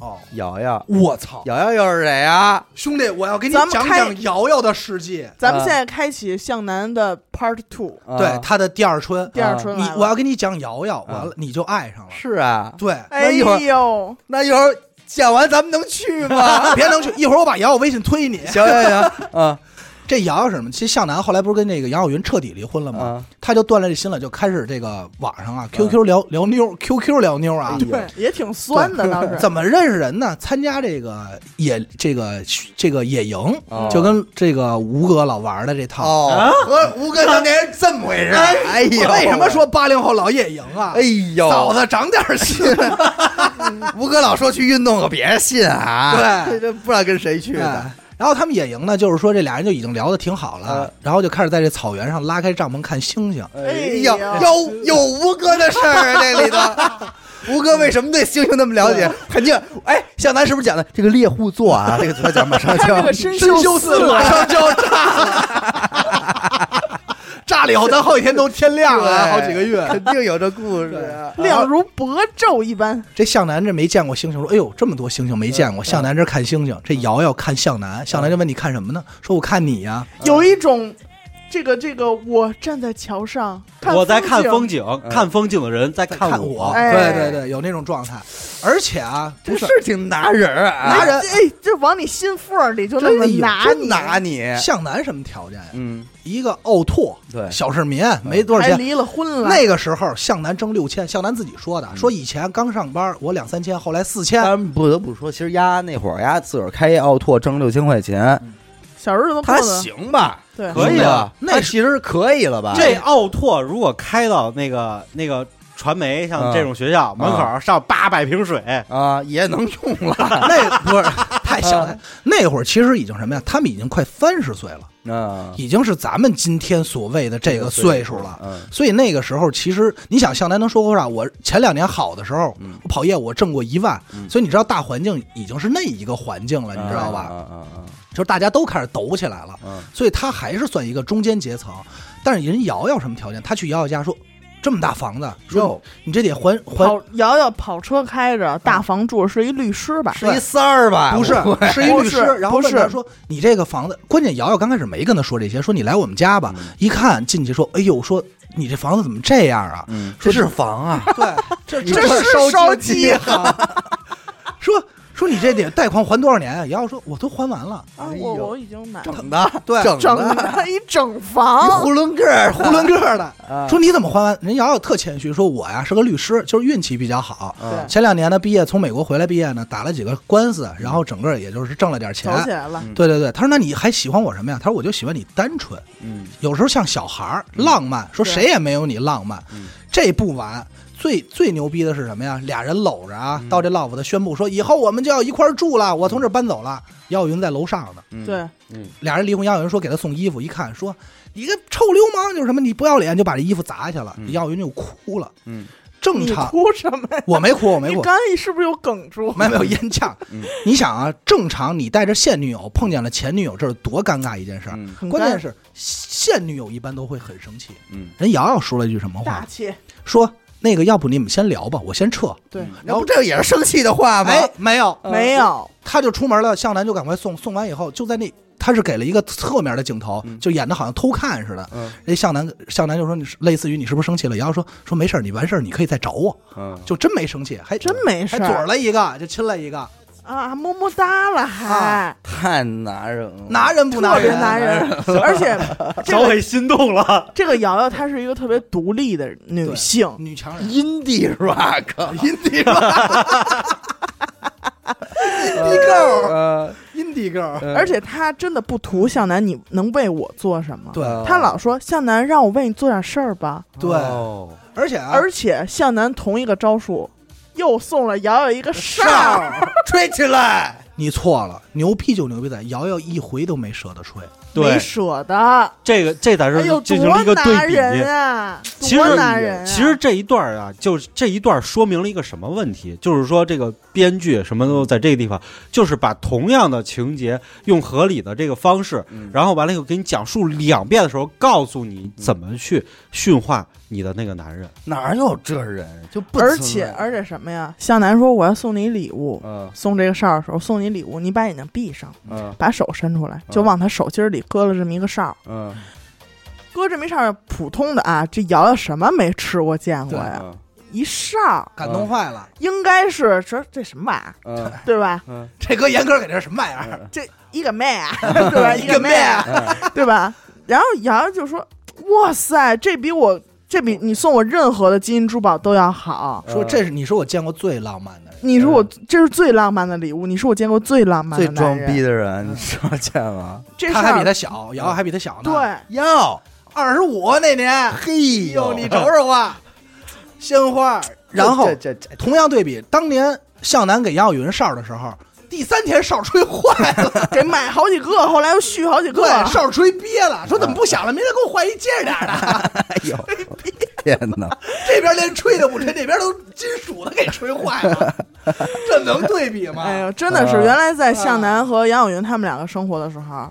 Speaker 3: 哦，
Speaker 2: 瑶瑶，
Speaker 3: 我操！
Speaker 2: 瑶瑶又是谁啊？
Speaker 3: 兄弟，我要给你
Speaker 4: 咱们
Speaker 3: 讲
Speaker 4: 开
Speaker 3: 讲瑶瑶的世界，
Speaker 4: 咱们
Speaker 2: 啊
Speaker 4: 现在开启向南的 Part Two
Speaker 3: 对她的第二春。
Speaker 4: 第二春
Speaker 3: 啊你
Speaker 4: 来了。
Speaker 3: 我要给你讲瑶瑶，完了
Speaker 2: 啊
Speaker 3: 你就爱上了。
Speaker 2: 是啊，
Speaker 3: 对，
Speaker 4: 哎
Speaker 2: 那一会儿
Speaker 4: 呦，
Speaker 2: 那一会儿讲完咱们能去吗？
Speaker 3: 别能去，一会儿我把瑶瑶微信推你。
Speaker 2: 行行行，啊
Speaker 3: 这瑶瑶是什么？其实向南后来不是跟那个杨晓云彻底离婚了吗？
Speaker 2: 啊，
Speaker 3: 他就断了这心了，就开始这个网上啊，QQ 聊聊妞，QQ 聊妞
Speaker 2: 哎
Speaker 3: 啊。
Speaker 4: 对， 也挺酸的倒是。
Speaker 3: 怎么认识人呢？参加这个野这个这个野营，
Speaker 2: 哦
Speaker 3: 就跟这个吴哥老玩的这套。
Speaker 2: 哦，和吴哥当年是这么回事。哎呦，
Speaker 3: 为什么说？八零后老野营啊？
Speaker 2: 哎呦，
Speaker 3: 嫂子长点心。
Speaker 2: 吴哥老说去运动可别信啊，
Speaker 3: 对
Speaker 2: 这这不知道跟谁去的
Speaker 3: 哎。然后他们野营呢，就是说这俩人就已经聊得挺好了，
Speaker 2: 啊
Speaker 3: 然后就开始在这草原上拉开帐篷看星星。
Speaker 2: 哎
Speaker 4: 哎
Speaker 2: 呦，
Speaker 4: 呀
Speaker 2: 有有吴哥的事儿啊，这里头。 吴哥为什么对猩猩那么了解？肯定，哎，向南是不是讲的这个猎户座啊？这个他讲马上就
Speaker 4: 这
Speaker 2: 要
Speaker 4: 个深修四
Speaker 2: 马
Speaker 4: 了，
Speaker 2: 上就要炸
Speaker 3: 炸了以后，咱好几天都天亮了，
Speaker 2: 对
Speaker 3: 啊好几个月。
Speaker 2: 肯定有这故事啊。
Speaker 4: 亮如薄昼一般。
Speaker 3: 这向南这没见过星星，说：“哎呦，这么多星星没
Speaker 2: 哎
Speaker 3: 见过。”向南这看星星，这瑶瑶看向南，向南就问：“你看什么呢？”说：“我看你啊呀。
Speaker 4: 有一种这个这个，我站在桥上，看
Speaker 5: 我在看
Speaker 4: 风
Speaker 5: 风
Speaker 4: 景，
Speaker 5: 景，看风景的人在
Speaker 3: 看
Speaker 5: 看我。
Speaker 4: 哎
Speaker 3: 对对对，有那种状态。而且啊，
Speaker 2: 这
Speaker 3: 不
Speaker 2: 是
Speaker 3: 是
Speaker 2: 挺拿人儿啊，
Speaker 3: 拿人
Speaker 4: 哎，就往你心缝里就那
Speaker 2: 真
Speaker 4: 么
Speaker 2: 的有
Speaker 4: 拿
Speaker 2: 真
Speaker 4: 你，
Speaker 2: 拿你，
Speaker 3: 向南什么条件呀？啊
Speaker 2: 嗯，
Speaker 3: 一个奥拓，
Speaker 2: 对哎
Speaker 3: 小市民，没多少
Speaker 4: 还
Speaker 3: 钱，
Speaker 4: 离了婚了，
Speaker 3: 那个时候，向南挣六千，向南自己说
Speaker 2: 嗯
Speaker 3: 的，说以前刚上班，我两三千，后来四千，
Speaker 2: 但是不得不说，其实丫那会儿丫自个儿开一奥拓挣六千块钱，
Speaker 4: 小时候都过
Speaker 2: 他
Speaker 4: 得
Speaker 2: 行吧？
Speaker 4: 对，
Speaker 5: 可以啊
Speaker 2: 啊，
Speaker 3: 那
Speaker 2: 他其实可以了吧？
Speaker 5: 这奥拓如果开到那个那个传媒，像这种学校门口上八百瓶水，
Speaker 2: 啊也能用了，
Speaker 3: 那不是太小
Speaker 2: 嗯
Speaker 3: 了。那会儿其实已经什么呀？他们已经快三十岁了，
Speaker 2: 嗯，
Speaker 3: 已经是咱们今天所谓的这个岁数了。
Speaker 2: 嗯，
Speaker 3: 所以那个时候，其实你想向南能说过啥？我前两年好的时候，
Speaker 2: 嗯
Speaker 3: 我跑业务我挣过一万，
Speaker 2: 嗯
Speaker 3: 所以你知道大环境已经是那一个环境了，你知道吧？就是大家都开始抖起来了，
Speaker 2: 嗯
Speaker 3: 所以他还是算一个中间阶层。但是人瑶瑶什么条件？他去瑶瑶家说，这么大房子，说
Speaker 2: 哟
Speaker 3: 你这得还还啊
Speaker 4: 跑瑶瑶跑车开着，大房住是一律师吧？
Speaker 2: 是一三儿吧？
Speaker 3: 不是
Speaker 2: 我，
Speaker 3: 是一律
Speaker 4: 不
Speaker 3: 师
Speaker 4: 是，
Speaker 3: 然后
Speaker 4: 不
Speaker 3: 问
Speaker 4: 是
Speaker 3: 他说：“你这个房子，关键瑶瑶刚开始没跟他说这些，说你来我们家
Speaker 2: 嗯
Speaker 3: 吧。一看进去说：‘哎呦，说你这房子怎么这样啊
Speaker 2: 嗯，这是房啊？’，
Speaker 3: 对，这
Speaker 2: 你这
Speaker 4: 是
Speaker 2: 烧
Speaker 4: 烧
Speaker 2: 鸡
Speaker 4: 鸡
Speaker 2: 啊？
Speaker 3: 说说你这得贷款还多少年啊？瑶瑶说：‘我都还完 了。
Speaker 4: 啊，
Speaker 2: 哎
Speaker 4: 我
Speaker 2: 呦
Speaker 4: 我已经买了
Speaker 2: 整的，
Speaker 3: 对
Speaker 2: 整
Speaker 4: 整
Speaker 3: 嗯
Speaker 2: 的，
Speaker 4: 的一整
Speaker 2: 一
Speaker 4: 房，
Speaker 2: 囫囵个儿，’
Speaker 3: 囫囵个儿 的
Speaker 2: 啊
Speaker 3: 说：‘你怎么还完？’人瑶瑶特谦虚，说：‘我呀是个律师，就是运气比较好。’
Speaker 2: 啊
Speaker 3: 前两年呢，毕业从美国回来毕业呢，打了几个官司，然后整个也就是挣了点
Speaker 4: 走
Speaker 3: 钱。
Speaker 4: 起来了。
Speaker 3: 对对对，他说：“那你还喜欢我什么呀？”他说：“我就喜欢你单纯，
Speaker 2: 嗯
Speaker 4: 嗯
Speaker 3: 有时候像小孩儿浪漫，说谁也没有你浪漫。这不完，最最牛逼的是什么呀？俩人搂着啊，
Speaker 4: 嗯
Speaker 3: 到这 love 的宣布说，以后我们就要一块儿住了，我从这儿搬走了。
Speaker 4: 嗯
Speaker 3: 姚晓云在楼上呢，
Speaker 2: 嗯，
Speaker 4: 对，
Speaker 3: 俩人离婚，姚晓云说给他送衣服，一看说你个臭流氓，就是什么你不要脸，就把这衣服砸下去了。
Speaker 2: 嗯
Speaker 3: 姚晓云就哭了，
Speaker 2: 嗯，
Speaker 3: 正
Speaker 4: 你
Speaker 3: 常，
Speaker 4: 哭什么呀？
Speaker 3: 我没哭，我没
Speaker 4: 你
Speaker 3: 哭。
Speaker 4: 刚才是不是有梗住？
Speaker 3: 没有没有烟呛
Speaker 2: 嗯，
Speaker 3: 你想啊，正常你带着现女友碰见了前女友，这是多尴尬一件事儿。
Speaker 2: 嗯
Speaker 4: 很
Speaker 3: 关键
Speaker 4: 尴
Speaker 3: 是现女友一般都会很生气。
Speaker 2: 嗯，
Speaker 3: 人瑶瑶说了一句什么
Speaker 4: 大
Speaker 3: 话？
Speaker 4: 气，
Speaker 3: 说那个，要不你们先聊吧，我先撤。
Speaker 4: 对，
Speaker 3: 嗯
Speaker 2: 那不这也是生气的话吗？
Speaker 3: 哎，没有，
Speaker 4: 没有，
Speaker 3: 他就出门了，向南就赶快送，送完以后就在那，他是给了一个侧面的镜头，就演的好像偷看似的。
Speaker 2: 嗯
Speaker 3: 那向南向南就说你是类似于你是不是生气了？瑶瑶说说没事儿，你完事儿你可以再找我，
Speaker 2: 嗯，
Speaker 3: 就真没生气，还
Speaker 4: 真没事
Speaker 3: 还
Speaker 4: 儿
Speaker 3: 嘴儿了一个，就亲了一个，
Speaker 4: 啊，么么哒了还
Speaker 3: 啊，
Speaker 2: 太拿人了，
Speaker 3: 拿人不拿
Speaker 4: 特别
Speaker 3: 人？
Speaker 4: 男人，而且这
Speaker 5: 小
Speaker 4: 个
Speaker 5: 伟心动了，
Speaker 4: 这个瑶瑶她是一个特别独立的女性，
Speaker 3: 女强人。
Speaker 2: indie rock，indie 呃 rock，indie
Speaker 3: Indie girl，
Speaker 5: 嗯
Speaker 2: girl，
Speaker 4: 而且她真的不图向南你能为我做什么。
Speaker 3: 对
Speaker 2: 哦
Speaker 4: 她老说向南让我为你做点事儿吧，
Speaker 3: 对，而且啊，
Speaker 4: 而且向南同一个招数，又送了瑶瑶一个哨儿。
Speaker 2: 吹起来，
Speaker 3: 你错了，牛逼就牛逼在瑶瑶一回都没舍得吹，
Speaker 4: 没
Speaker 5: 对，
Speaker 4: 舍得，
Speaker 5: 这个这才
Speaker 4: 哎
Speaker 5: 是
Speaker 4: 呦，
Speaker 5: 进
Speaker 4: 多
Speaker 5: 行了一个
Speaker 4: 男
Speaker 5: 对比。
Speaker 4: 人啊！
Speaker 5: 其
Speaker 4: 多
Speaker 5: 实
Speaker 4: 男人啊，
Speaker 5: 其实这一段儿啊，就是这一段儿说明了一个什么问题？就是说这个编剧什么都在这个地方，就是把同样的情节用合理的这个方式，
Speaker 2: 嗯
Speaker 5: 然后完了以后给你讲述两遍的时候，告诉你怎么去驯化你的那个男人。
Speaker 2: 哪有这人就不
Speaker 4: 而
Speaker 2: 存
Speaker 4: 且
Speaker 2: 在
Speaker 4: 而且什么呀？向南说我要送你礼物，
Speaker 2: 嗯
Speaker 4: 送这个哨儿的时候送你礼物，你把眼睛闭上，
Speaker 2: 嗯
Speaker 4: 把手伸出来，就
Speaker 2: 嗯
Speaker 4: 往他手心里搁了这么一个哨儿。
Speaker 2: 嗯
Speaker 4: 搁这么一哨儿，普通的啊，这瑶瑶什么没吃过见过呀？
Speaker 2: 嗯
Speaker 4: 一哨儿
Speaker 3: 感动坏了。
Speaker 4: 应该是说这什么玩意
Speaker 2: 嗯
Speaker 4: 儿，对吧？
Speaker 2: 嗯
Speaker 3: 这哥严哥给这什么玩意儿？
Speaker 4: 这一个妹 啊，对吧？一
Speaker 3: 嗯个妹啊
Speaker 4: 啊，对吧？然后瑶瑶就说：“哇塞，这比我这比你送我任何的金银珠宝都要好。”
Speaker 3: 说这是你是我见过最浪漫的人，
Speaker 4: 你是我
Speaker 3: 嗯
Speaker 4: 这是最浪漫的礼物，你是我见过最浪漫的
Speaker 2: 最装
Speaker 4: 男人
Speaker 2: 逼的人，你少见了，
Speaker 4: 这事
Speaker 3: 他还
Speaker 4: 儿
Speaker 3: 比他小，瑶瑶还比他小呢。，
Speaker 4: 啊对，
Speaker 3: 哟，二十五那年，
Speaker 2: 嘿
Speaker 3: 哟，你瞅瞅啊，鲜花。然后
Speaker 2: 这这这
Speaker 3: 同样对比，当年向南给杨晓云哨的时候，第三天哨吹坏 了，
Speaker 4: 给买好几个，后来又续好几 个，
Speaker 3: 对，哨吹憋了，说怎么不响了？明天给我换一接着点儿的。
Speaker 2: 哎呦，天哪！
Speaker 3: 这边连吹都不吹，那边都金属的给吹坏了，这能对比吗？
Speaker 4: 哎呦，真的是，
Speaker 3: 嗯
Speaker 2: 啊
Speaker 4: 原来在向南和杨晓云他们两个生活的时候，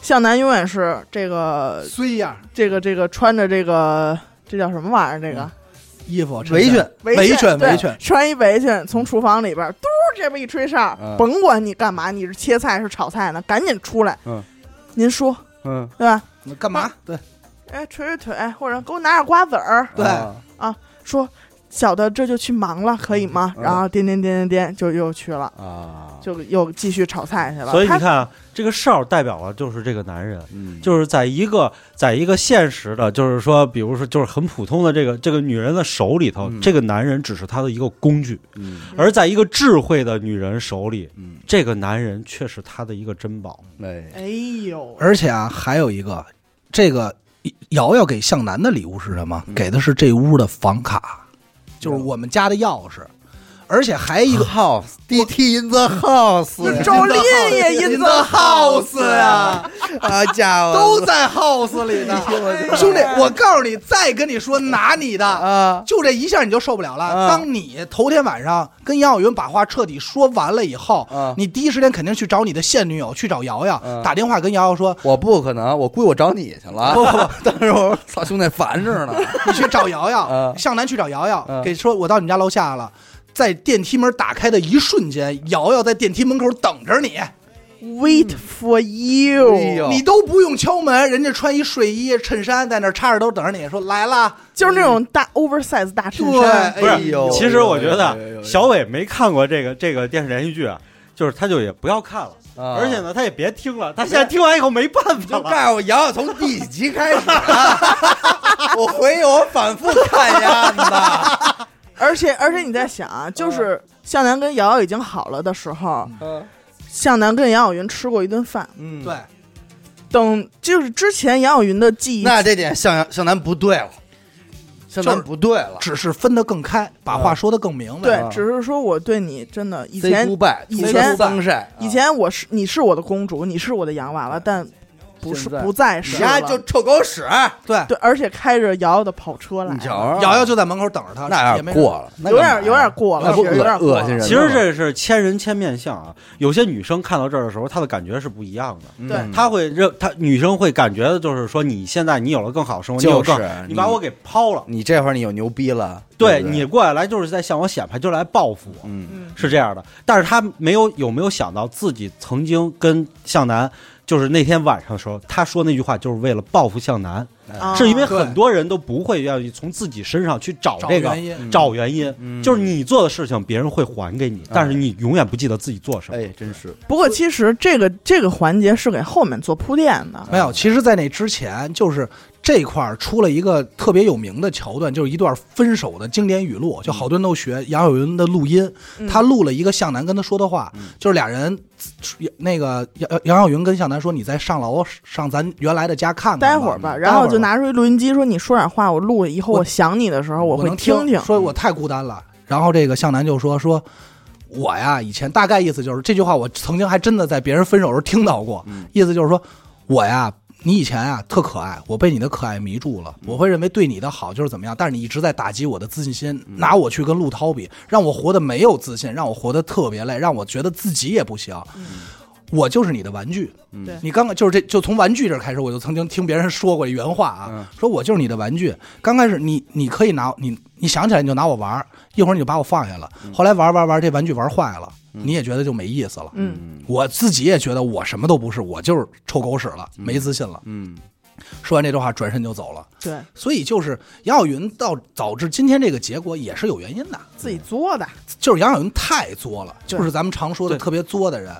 Speaker 4: 向南永远是这个
Speaker 3: 虽样
Speaker 4: 这个这个穿着这个这叫什么玩意儿？这个
Speaker 3: 衣服衬
Speaker 2: 围裙
Speaker 3: 衫围
Speaker 4: 裙，
Speaker 3: 围
Speaker 4: 对
Speaker 3: 裙，
Speaker 4: 穿一围裙从厨房里边嘟这么一吹哨
Speaker 2: 嗯，
Speaker 4: 甭管你干嘛，你是切菜是炒菜呢，赶紧出来
Speaker 2: 嗯。
Speaker 4: 您说
Speaker 2: 嗯，
Speaker 4: 对吧？
Speaker 3: 干嘛？对
Speaker 4: 哎，捶捶腿，或者给我拿点瓜子儿，
Speaker 3: 对
Speaker 2: 啊
Speaker 4: 说小的这就去忙了，可以吗？
Speaker 2: 嗯
Speaker 4: 然后颠颠颠颠颠就又去了，
Speaker 2: 啊，
Speaker 4: 就又继续炒菜去了。
Speaker 5: 所以你
Speaker 4: 他
Speaker 5: 看啊，这个哨代表了就是这个男人。
Speaker 2: 嗯
Speaker 5: 就是在一个在一个现实的，就是说，比如说，就是很普通的这个这个女人的手里头，
Speaker 2: 嗯
Speaker 5: 这个男人只是她的一个工具；
Speaker 2: 嗯
Speaker 5: 而在一个智慧的女人手里，
Speaker 2: 嗯，
Speaker 5: 这个男人却是她的一个珍宝。
Speaker 2: 哎，
Speaker 4: 哎呦，
Speaker 3: 而且啊，还有一个，这个瑶瑶给向南的礼物是什么？给的是这屋的房卡，就是我们家的钥匙，而且还一个
Speaker 2: house DT in the house，
Speaker 4: 周丽也 in the house
Speaker 3: 啊，
Speaker 2: 好家伙，哎
Speaker 3: 都在 house 里呢。哎 兄弟，我告诉你，再跟你说拿你的。
Speaker 2: 啊，
Speaker 3: 就这一下你就受不了了。
Speaker 2: 啊
Speaker 3: 当你头天晚上跟杨晓云把话彻底说完了以后，
Speaker 2: 啊
Speaker 3: 你第一时间肯定去找你的现女友，去找瑶瑶，
Speaker 2: 啊
Speaker 3: 打电话跟瑶 瑶说，
Speaker 2: 我不可能，我归我找你去了。
Speaker 3: 不 不不，
Speaker 2: 当时我说操兄弟烦着呢，
Speaker 3: 你去找瑶
Speaker 2: 啊
Speaker 3: 瑶， 向南去找瑶瑶
Speaker 2: 啊，
Speaker 3: 给说我到你们家楼下了，在电梯门打开的一瞬间，瑶瑶在电梯门口等着你，
Speaker 4: Wait for
Speaker 2: 哎
Speaker 4: you，
Speaker 2: 呦
Speaker 3: 你都不用敲门，人家穿一睡衣衬衫在那儿插着兜等着你，说来了，
Speaker 4: 就是那种大 oversize 大衬
Speaker 3: 对
Speaker 4: 衫，
Speaker 3: 哎
Speaker 2: 呦
Speaker 5: 其实我觉
Speaker 2: 哎呦哎呦哎
Speaker 5: 得
Speaker 2: 呦
Speaker 5: 小伟没看过这个这个电视连续剧啊，就是他就也不要看了，
Speaker 2: 啊
Speaker 5: 而且呢，他也别听了，他现在听完以后没办法
Speaker 2: 就
Speaker 5: 了。
Speaker 2: 哎告诉我瑶瑶从第几集开始啊，我回去我反复看一 案子。
Speaker 4: 而且而且你在想啊，就是向南跟瑶瑶已经好了的时候，向南跟杨晓云吃过一顿饭，
Speaker 2: 嗯，
Speaker 3: 对，，
Speaker 4: 等就是之前杨晓云的记忆，
Speaker 2: 那这点向向南不对了，现在不对了。嗯
Speaker 3: 只是分得更开，把话说得更明白。啊
Speaker 4: 对，只是说我对你真的以
Speaker 2: Say
Speaker 4: 前
Speaker 2: goodbye，
Speaker 4: 以
Speaker 2: say
Speaker 4: 前
Speaker 2: goodbye
Speaker 4: 以前我是你是我的公主，你是我的洋娃娃，但不
Speaker 2: 嗯
Speaker 4: 是
Speaker 2: 现在
Speaker 4: 不再
Speaker 2: 你
Speaker 4: 是
Speaker 2: 丫
Speaker 4: 了
Speaker 2: 就臭狗屎，
Speaker 3: 对，
Speaker 4: 对，而且开着瑶瑶的跑车来
Speaker 2: 你，瞧
Speaker 3: 瑶瑶就在门口等着他，
Speaker 2: 那
Speaker 3: 也
Speaker 2: 有
Speaker 3: 没
Speaker 2: 点过了，那
Speaker 4: 有
Speaker 2: 干嘛
Speaker 4: 点有点过了
Speaker 2: 那不
Speaker 4: 是有点过
Speaker 2: 恶
Speaker 4: 了
Speaker 2: 心人了吗。
Speaker 5: 其实这是千人千面相啊，有些女生看到这儿的时候，她的感觉是不一样的。
Speaker 2: 嗯
Speaker 4: 对
Speaker 5: 她会认她女生会感觉就是说，你现在你有了更好的生活，你有
Speaker 2: 就是
Speaker 5: 更
Speaker 2: 你
Speaker 5: 你把我给抛了，
Speaker 2: 你这会儿你有牛逼了，
Speaker 5: 对
Speaker 2: 不
Speaker 5: 你过来就是在向我显摆，就是来报复我，
Speaker 2: 嗯
Speaker 4: 嗯，
Speaker 5: 是这样的。但是她没有有没有想到自己曾经跟向南，就是那天晚上的时候，她说那句话就是为了报复向南，
Speaker 4: 啊
Speaker 5: 是因为
Speaker 3: 对
Speaker 5: 很多人都不会愿意从自己身上去找
Speaker 3: 找
Speaker 5: 这个
Speaker 3: 原因。
Speaker 5: 找原因。
Speaker 2: 嗯
Speaker 5: 就是你做的事情，别人会还给你，但是你永远不记得自己做什么。
Speaker 2: 哎，真是
Speaker 4: 不过其实这个这个环节是给后面做铺垫的，
Speaker 3: 没有，其实，在那之前，就是这块儿出了一个特别有名的桥段，就是一段分手的经典语录，就好多人都学杨晓云的录音，
Speaker 4: 嗯
Speaker 3: 他录了一个向南跟他说的话，
Speaker 2: 嗯
Speaker 3: 就是俩人，那个杨杨杨晓云跟向南说：“你再上楼上咱原来的家看看，嗯
Speaker 4: 嗯待会儿吧，然后就。拿出一录音机说：“你说点话，我录以后
Speaker 3: 我
Speaker 4: 我想你的时候
Speaker 3: 我
Speaker 4: 会
Speaker 3: 能
Speaker 4: 听
Speaker 3: 听，说我太孤单了。”然后这个向南就说：“说。”我呀，以前大概意思就是这句话，我曾经还真的在别人分手时候听到过，意思就是说，我呀，你以前啊特可爱，我被你的可爱迷住了，我会认为对你的好就是怎么样，但是你一直在打击我的自信心，拿我去跟陆涛比，让我活得没有自信，让我活得特别累，让我觉得自己也不行。我就是你的玩具，
Speaker 4: 对
Speaker 3: 你刚刚就是这就从玩具这儿开始，我就曾经听别人说过一原话啊，说我就是你的玩具。刚开始你你可以拿你你想起来你就拿我玩儿，一会儿你就把我放下了，后来玩玩玩这玩具玩坏了，你也觉得就没意思了。
Speaker 4: 嗯，
Speaker 3: 我自己也觉得我什么都不是，我就是臭狗屎了，没自信了。
Speaker 2: 嗯，
Speaker 3: 说完这段话，转身就走了。
Speaker 4: 对
Speaker 3: 所以就是杨晓云到导致今天这个结果也是有原因的，
Speaker 4: 自己作的，
Speaker 3: 就是杨晓云太作了，
Speaker 4: 对
Speaker 3: 就是咱们常说的
Speaker 5: 对
Speaker 3: 特别作的人。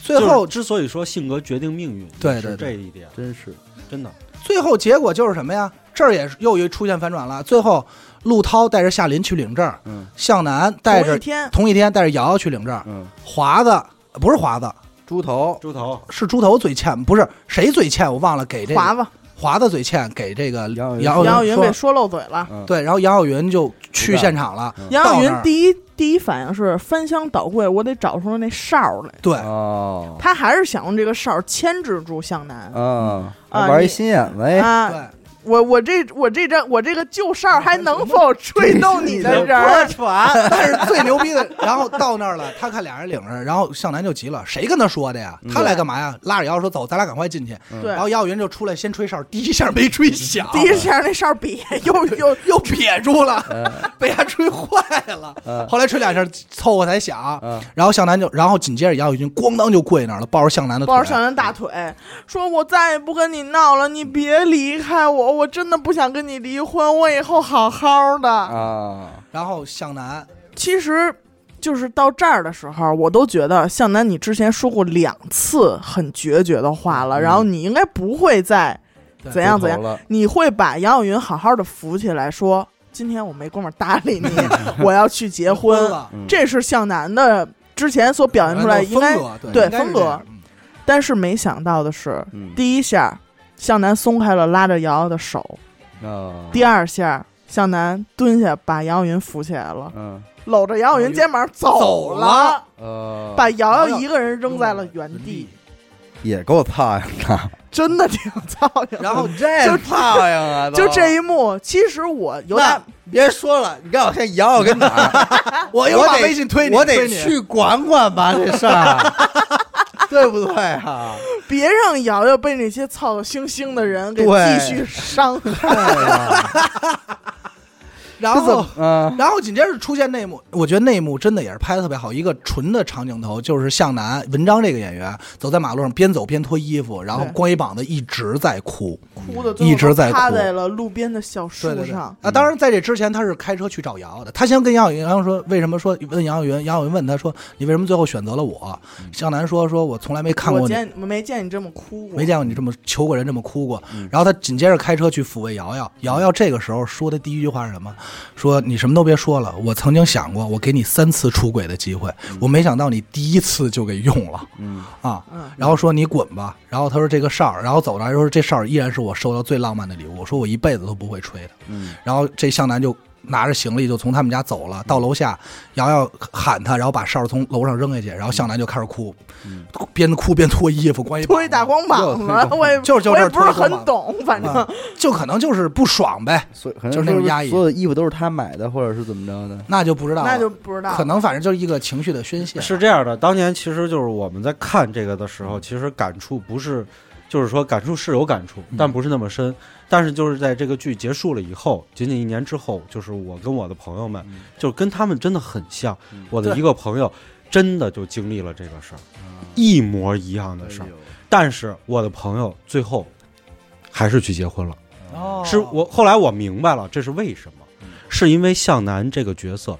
Speaker 3: 最
Speaker 5: 最
Speaker 3: 后
Speaker 5: 后，之所以说性格决定命运，
Speaker 3: 对
Speaker 5: 也是
Speaker 3: 对对
Speaker 5: 这一点
Speaker 2: 真是
Speaker 5: 真的。
Speaker 3: 最后结果就是什么呀？这儿也是又一出现反转了。最后，陆涛带着夏琳去领证，
Speaker 2: 嗯
Speaker 3: 向南带
Speaker 4: 同
Speaker 3: 着
Speaker 4: 一天
Speaker 3: 同一天带着瑶瑶去领证，
Speaker 2: 嗯，
Speaker 3: 华子不是华子，
Speaker 2: 猪头
Speaker 5: 猪头，
Speaker 3: 是猪头最欠，不是谁最欠，我忘了给这个
Speaker 4: 华子
Speaker 3: 华子嘴欠给这个
Speaker 2: 杨晓云
Speaker 3: 杨
Speaker 4: 杨
Speaker 3: 晓
Speaker 4: 晓云
Speaker 3: 说
Speaker 4: 被说漏嘴了。
Speaker 2: 嗯
Speaker 3: 对，然后杨晓云就去现场了。
Speaker 4: 杨晓
Speaker 3: 到
Speaker 4: 云
Speaker 3: 那儿
Speaker 4: 第一第一反应是翻箱倒柜，我得找出那哨儿来。
Speaker 3: 对，
Speaker 2: 哦
Speaker 4: 他还是想用这个哨儿牵制住向南
Speaker 2: 啊，
Speaker 4: 啊
Speaker 2: 玩一
Speaker 4: 你
Speaker 2: 心眼子哎，
Speaker 4: 啊！
Speaker 3: 对，
Speaker 4: 我我这我这张我这个旧哨儿还能否吹动你的人儿？
Speaker 5: 船，
Speaker 3: 但是最牛逼的， 然后到那儿了，他看俩人领着，然后向南就急了，谁跟他说的
Speaker 2: 嗯
Speaker 3: 呀？他来干嘛呀？拉着瑶说走，咱俩赶快进去。
Speaker 4: 对
Speaker 3: 然，后杨晓云就出来先吹哨，第一下没吹响，
Speaker 4: 第一下那哨儿瘪， 又又
Speaker 3: 又撇住了，被他吹坏了。
Speaker 2: 嗯
Speaker 3: 后来吹两下凑合才响，
Speaker 2: 嗯
Speaker 3: 然后向南就，然后紧接着杨晓云咣当就跪那儿了，抱着向南的腿，
Speaker 4: 抱着小人大腿，说：“我再也不跟你闹了，你别离开我，我真的不想跟你离婚，我以后好好的。
Speaker 2: 啊，
Speaker 3: 然后向南
Speaker 4: 其实，就是到这儿的时候，我都觉得向南，你之前说过两次很决绝的话了，然后你应该不会再
Speaker 3: 对
Speaker 4: 怎样怎
Speaker 2: 回头了
Speaker 4: 样，你会把杨晓云好好的扶起来，说：“今天我没工夫搭理你，我要去结婚
Speaker 3: 婚了，哎
Speaker 4: 这是向南的之前所表现出嗯来，应
Speaker 3: 风
Speaker 4: 该
Speaker 3: 格对
Speaker 4: 对
Speaker 3: 应该是
Speaker 4: 风格
Speaker 3: 这样嗯
Speaker 4: 但是没想到的是，
Speaker 2: 嗯
Speaker 4: 第一下向南松开了拉着瑶瑶的手，
Speaker 2: 啊，
Speaker 4: 第二下向南蹲下把杨晓云扶起来了，
Speaker 2: 嗯
Speaker 4: 搂着杨晓云肩膀
Speaker 3: 走
Speaker 4: 走
Speaker 3: 了
Speaker 2: 呃，
Speaker 4: 把瑶瑶一个人扔在了原地，
Speaker 2: 也够操呀，
Speaker 4: 真的挺操心。
Speaker 3: 然后
Speaker 2: 这操呀啊，
Speaker 4: 就这
Speaker 2: 一。
Speaker 4: 一幕，其实我有
Speaker 2: 那
Speaker 4: 点
Speaker 2: 别说了，你看我现在摇我跟哪儿？ 我
Speaker 3: 又
Speaker 2: 我
Speaker 3: 把
Speaker 2: 得
Speaker 3: 微信推你
Speaker 2: 我
Speaker 3: 推
Speaker 2: 得
Speaker 3: 你
Speaker 2: 去管管吧，这事儿，啊 对不对啊？
Speaker 4: 别让瑶瑶被那些操的星星的人给
Speaker 2: 对
Speaker 4: 继续伤害。
Speaker 3: 然后。
Speaker 2: 嗯，
Speaker 3: 然后紧接着出现那一幕，我觉得那一幕真的也是拍的特别好，一个纯的长镜头，就是向南文章这个演员走在马路上，边走边脱衣服，然后
Speaker 4: 对
Speaker 3: 光一膀子一直在哭，
Speaker 4: 哭的
Speaker 3: 一直在哭
Speaker 4: 趴在了路边的小树
Speaker 3: 对对对
Speaker 4: 上
Speaker 3: 啊，，当然在这之前他是开车去找杨的，他先跟杨晓云杨晓云说为什么说问杨晓云，杨晓云问他说你为什么最后选择了我？向南说说我从来没看过
Speaker 4: 我
Speaker 3: 你，
Speaker 4: 见没见你这么哭过？
Speaker 3: 没见过你这么求过人这么哭过。然后他紧接着开车去抚慰瑶瑶，瑶瑶这个时候说的第一句话是什么？说你什么都别说了，我曾经想过，我给你三次出轨的机会，我没想到你第一次就给用了，嗯啊，然后说你滚吧，然后他说这个哨儿，然后走了，说这哨儿依然是我收到最浪漫的礼物，我说我一辈子都不会吹的，嗯，然后这向南就。拿着行李就从他们家走了，到楼下，瑶瑶喊他，然后把哨儿从楼上扔下去，然后向南就开始哭，边哭边脱衣服，关于
Speaker 4: 推大光膀子，我也
Speaker 3: 就是就
Speaker 4: 我也
Speaker 3: 这
Speaker 4: 不是
Speaker 3: 推光
Speaker 4: 很
Speaker 3: 膀
Speaker 4: 懂，反正
Speaker 3: 啊，就可能就是不爽呗，
Speaker 2: 所以可能
Speaker 3: 就是那种压抑
Speaker 2: 所有的衣服都是他买的，或者是怎么着的。
Speaker 3: 那就不知道了，
Speaker 4: 那就不知道了。
Speaker 3: 可能反正就是一个情绪的宣泄，
Speaker 5: 是这样的，当年其实就是我们在看这个的时候，其实感触不是，就是说感触是有感触，但不是那么深。但是就是在这个剧结束了以后，仅仅一年之后，就是我跟我的朋友们，就跟他们真的很像。我的一个朋友真的就经历了这个事儿，一模一样的
Speaker 2: 哎
Speaker 5: 事儿。但是我的朋友最后还是去结婚了。
Speaker 3: 哦
Speaker 5: 是我后来我明白了，这是为什么？是因为向南这个角色，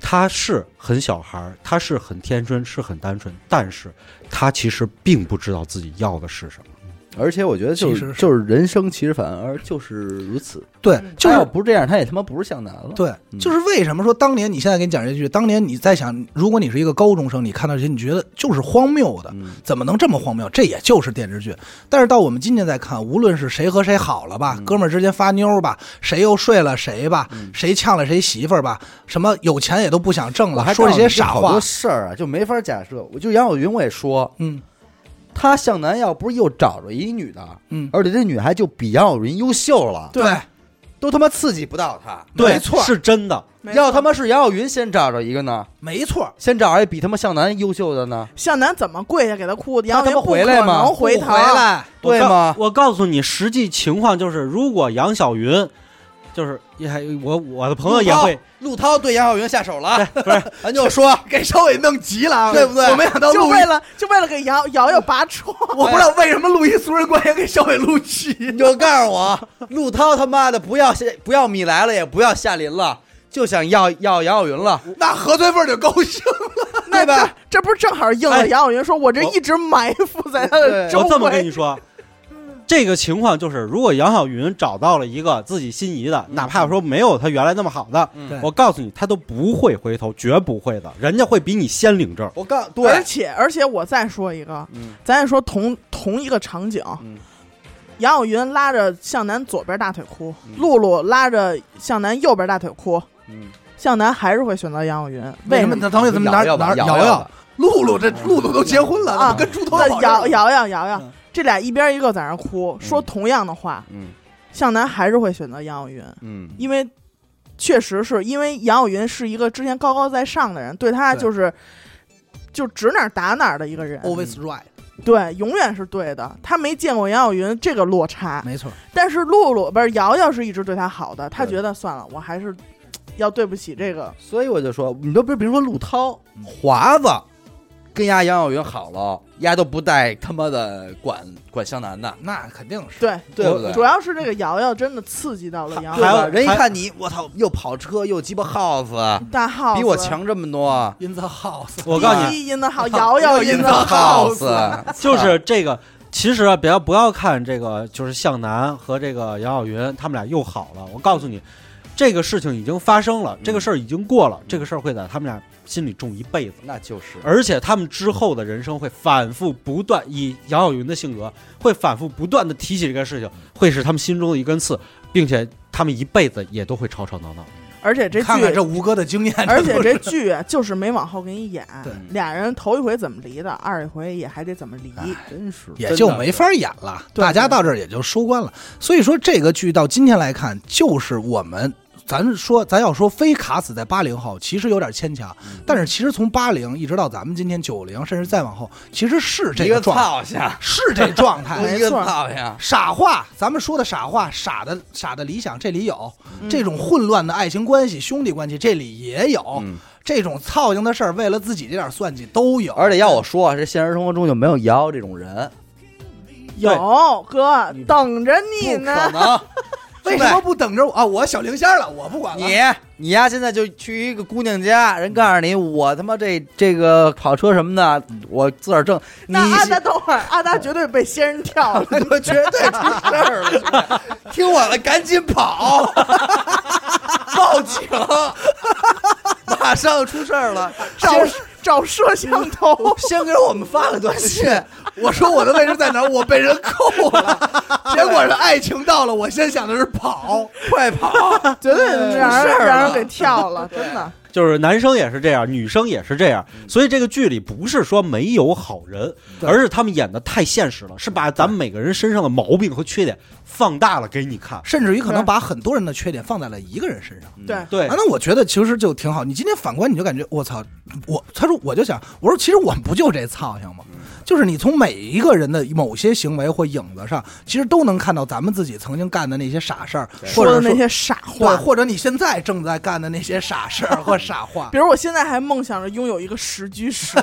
Speaker 5: 他是很小孩儿，他是很天真，是很单纯，但是他其实并不知道自己要的是什么。
Speaker 2: 而且我觉得就
Speaker 3: 其实
Speaker 2: 是
Speaker 3: 是
Speaker 2: 就是人生其实反而就是如此，
Speaker 3: 对，
Speaker 4: 嗯
Speaker 3: 就
Speaker 2: 他
Speaker 4: 哎
Speaker 2: 要
Speaker 3: 是
Speaker 2: 不是这样，他也他妈不是向南了。
Speaker 3: 对，
Speaker 2: 嗯
Speaker 3: 就是为什么说当年你现在给你讲这句，当年你在想，如果你是一个高中生，你看到这些，你觉得就是荒谬的，
Speaker 2: 嗯
Speaker 3: 怎么能这么荒谬？这也就是电视剧。但是到我们今天再看，无论是谁和谁好了吧，哥们儿之间发妞儿吧，谁又睡了谁吧，谁呛了谁媳妇儿吧，什么有钱也都不想挣
Speaker 2: 我还
Speaker 3: 了，说这
Speaker 2: 告诉
Speaker 3: 些
Speaker 2: 你
Speaker 3: 傻
Speaker 2: 好多
Speaker 3: 话，
Speaker 2: 事儿啊，就没法假设。我就杨晓云我也说，
Speaker 3: 嗯，
Speaker 2: 他向南要不是又找着一女的，
Speaker 3: 嗯
Speaker 2: 而且这女还就比杨晓云优秀了，
Speaker 3: 对
Speaker 2: 都他妈刺激不到他。
Speaker 5: 对，
Speaker 3: 没错
Speaker 5: 是真的。
Speaker 4: 没
Speaker 2: 要
Speaker 4: 错
Speaker 2: 他妈是杨晓云先找着一个呢，
Speaker 3: 没错，
Speaker 2: 先找着一比他妈向南优秀的呢，
Speaker 4: 向南怎么跪下给他哭的？杨
Speaker 2: 他
Speaker 4: 云
Speaker 2: 妈
Speaker 4: 不
Speaker 2: 回来
Speaker 4: 可
Speaker 2: 吗
Speaker 4: 能回
Speaker 3: 不
Speaker 4: 头
Speaker 3: 回来，
Speaker 2: 对吗？
Speaker 5: 我告？我告诉你，实际情况就是，如果杨晓云，就是也还我我的朋友也会，
Speaker 2: 陆涛对杨晓云下手了，
Speaker 5: 不是
Speaker 2: 咱就说
Speaker 3: 给稍微弄急了啊，
Speaker 2: 对不对
Speaker 3: 我没想到
Speaker 4: 就
Speaker 3: 陆毅
Speaker 4: 为了就为了给瑶瑶瑶拔窗，
Speaker 3: 我不知道为什么路易俗人官也给小伟录取。
Speaker 2: 你就告诉我，陆涛他妈的不要夏不要米莱了，也不要夏琳了，就想要要杨晓云了，
Speaker 3: 那何罪份就高兴了，
Speaker 2: 对吧？
Speaker 4: 这不是正好应
Speaker 5: 哎
Speaker 4: 了杨晓云说：“我这
Speaker 5: 我
Speaker 4: 一直埋伏在他的
Speaker 2: 对
Speaker 4: 周
Speaker 5: 我这么跟
Speaker 4: 围嗯
Speaker 5: 你。说。这个情况就是，如果杨晓云找到了一个自己心仪的，哪怕说没有她原来那么好的，
Speaker 3: 对
Speaker 5: 我告诉你，她都不会回头，绝不会的。人家会比你先领证。
Speaker 2: 我告
Speaker 4: 而
Speaker 3: 哎
Speaker 2: 对，
Speaker 4: 且而且我再说一个，
Speaker 2: 嗯
Speaker 4: 咱也说同同一个场景，
Speaker 2: 嗯
Speaker 4: 杨晓云拉着向南左边大腿哭，露露拉着向南右边大腿哭，
Speaker 2: 嗯
Speaker 4: 向南还是会选择杨晓云，
Speaker 3: 为
Speaker 4: 为
Speaker 3: 什
Speaker 4: 什
Speaker 3: 么
Speaker 4: 么？
Speaker 3: 呢？等会儿怎么哪
Speaker 2: 瑶瑶
Speaker 3: 哪
Speaker 2: 吧
Speaker 3: 瑶
Speaker 2: 瑶
Speaker 3: 瑶
Speaker 2: 瑶、
Speaker 3: 露露
Speaker 2: 嗯
Speaker 3: 这露露都结婚了，
Speaker 4: 啊
Speaker 3: 怎么跟猪头
Speaker 4: 那
Speaker 3: 跑这儿
Speaker 4: 瑶瑶瑶瑶瑶
Speaker 3: 嗯，
Speaker 4: 这俩一边一个在那儿哭，说同样的话，
Speaker 2: 嗯
Speaker 4: 向南还是会选择杨晓云，
Speaker 2: 嗯
Speaker 4: 因为确实是因为杨晓云是一个之前高高在上的人，对他
Speaker 3: 对
Speaker 4: 就是就指哪儿打哪儿的一个人，
Speaker 3: always right，
Speaker 4: 对，永远是对的。他没见过杨晓云这个落差，
Speaker 3: 没错，
Speaker 4: 但是露露不是瑶瑶是一直对他好的，他
Speaker 2: 对
Speaker 4: 觉得算了，我还是嘖要对不起这个。
Speaker 2: 所以我就说，你都别别说陆涛、
Speaker 3: 嗯
Speaker 2: 华子，跟丫杨晓云好了，丫都不带他妈的管管湘南的，
Speaker 3: 那肯定是。
Speaker 4: 对，
Speaker 2: 对不对
Speaker 4: 主？要是这个瑶瑶真的刺激到了杨
Speaker 2: 对
Speaker 5: 还
Speaker 4: 瑶
Speaker 5: 有
Speaker 2: 吧？
Speaker 4: 瑶，
Speaker 2: 人一看你，我操，又跑车又鸡巴耗子，
Speaker 4: 大号
Speaker 2: 比我强这么多，
Speaker 3: In the house，
Speaker 5: 我告诉你，
Speaker 4: 第一音的好，瑶瑶哦音的好，
Speaker 2: house，
Speaker 5: 就是这个，其实啊，不要不要看这个，就是向南和这个杨晓云，他们俩又好了。我告诉你，这个事情已经发生了，这个事儿已经过了，这个事儿会在他们俩心里种一辈子，
Speaker 2: 那就是
Speaker 5: 而且他们之后的人生会反复不断，以杨晓云的性格，会反复不断的提起这个事情，会是他们心中的一根刺，并且他们一辈子也都会吵吵闹闹。
Speaker 4: 而且 这
Speaker 3: 看看这
Speaker 4: 剧，
Speaker 3: 吴哥的经验，
Speaker 4: 而且
Speaker 3: 都
Speaker 4: 这
Speaker 3: 是
Speaker 4: 剧啊就是没往后给你演
Speaker 3: 对，
Speaker 4: 俩人头一回怎么离的，二一回也还得怎么离。
Speaker 2: 真是
Speaker 3: 也就没法演了，
Speaker 4: 对
Speaker 3: 大家到这儿也就收官了。所以说，这个剧到今天来看，就是我们。咱说，咱要说非卡死在八零后，其实有点牵强。
Speaker 4: 嗯
Speaker 3: 但是其实从八零一直到咱们今天九零，甚至再往后，其实是这
Speaker 2: 一个
Speaker 3: 状态，
Speaker 2: 操下，
Speaker 3: 是这状态，
Speaker 2: 一个操下。
Speaker 3: 傻话，咱们说的傻话，傻的傻的理想这里有，
Speaker 2: 嗯
Speaker 3: 这种混乱的爱情关系、兄弟关系这里也有，
Speaker 2: 嗯
Speaker 3: 这种操心的事儿，为了自己这点算计都有。
Speaker 2: 而且要我说，啊这现实生活中就没有瑶瑶这种人，
Speaker 4: 有哥等着 你
Speaker 2: 不
Speaker 4: 呢
Speaker 2: 可，能。
Speaker 3: 哎为什么不等着我啊？我小零仙了，我不管了。
Speaker 2: 你你呀，现在就去一个姑娘家，人告诉你，我他妈这这个跑车什么的，我自个儿挣。你
Speaker 4: 那阿达等会儿，阿达绝对被仙人跳了。
Speaker 2: 我 绝对出事儿了，听我的赶紧跑！报警，马上出事儿 了，
Speaker 4: 找
Speaker 2: 先，
Speaker 4: 找摄像 头
Speaker 2: 先给我们发了短信，我说我的位置在哪儿，我被人扣 了，结果是爱情到了，我先想的是 跑，快 跑，
Speaker 4: 绝对
Speaker 3: 嗯
Speaker 4: 让
Speaker 2: 出事
Speaker 4: 人
Speaker 2: 儿
Speaker 4: 让人
Speaker 2: 了
Speaker 4: 给跳了，真的。
Speaker 5: 就是男生也是这样，女生也是这样，所以这个剧里不是说没有好人，而是他们演的太现实了，是把咱们每个人身上的毛病和缺点放大了给你看。
Speaker 3: 甚至于可能把很多人的缺点放在了一个人身上。
Speaker 4: 对，
Speaker 5: 对
Speaker 3: 啊，，那我觉得其实就挺好。你今天反观，你就感觉我操，我他说我就想，我说其实我们不就这操性吗？
Speaker 4: 嗯
Speaker 3: 就是你从每一个人的某些行为或影子上，其实都能看到咱们自己曾经干的那些傻事儿，或
Speaker 4: 说
Speaker 3: 者
Speaker 4: 的那
Speaker 3: 说
Speaker 4: 些傻
Speaker 3: 对，
Speaker 4: 话，
Speaker 3: 或者你现在正在干的那些傻事 儿或傻话。
Speaker 4: 比如我现在还梦想着拥有一个石居室，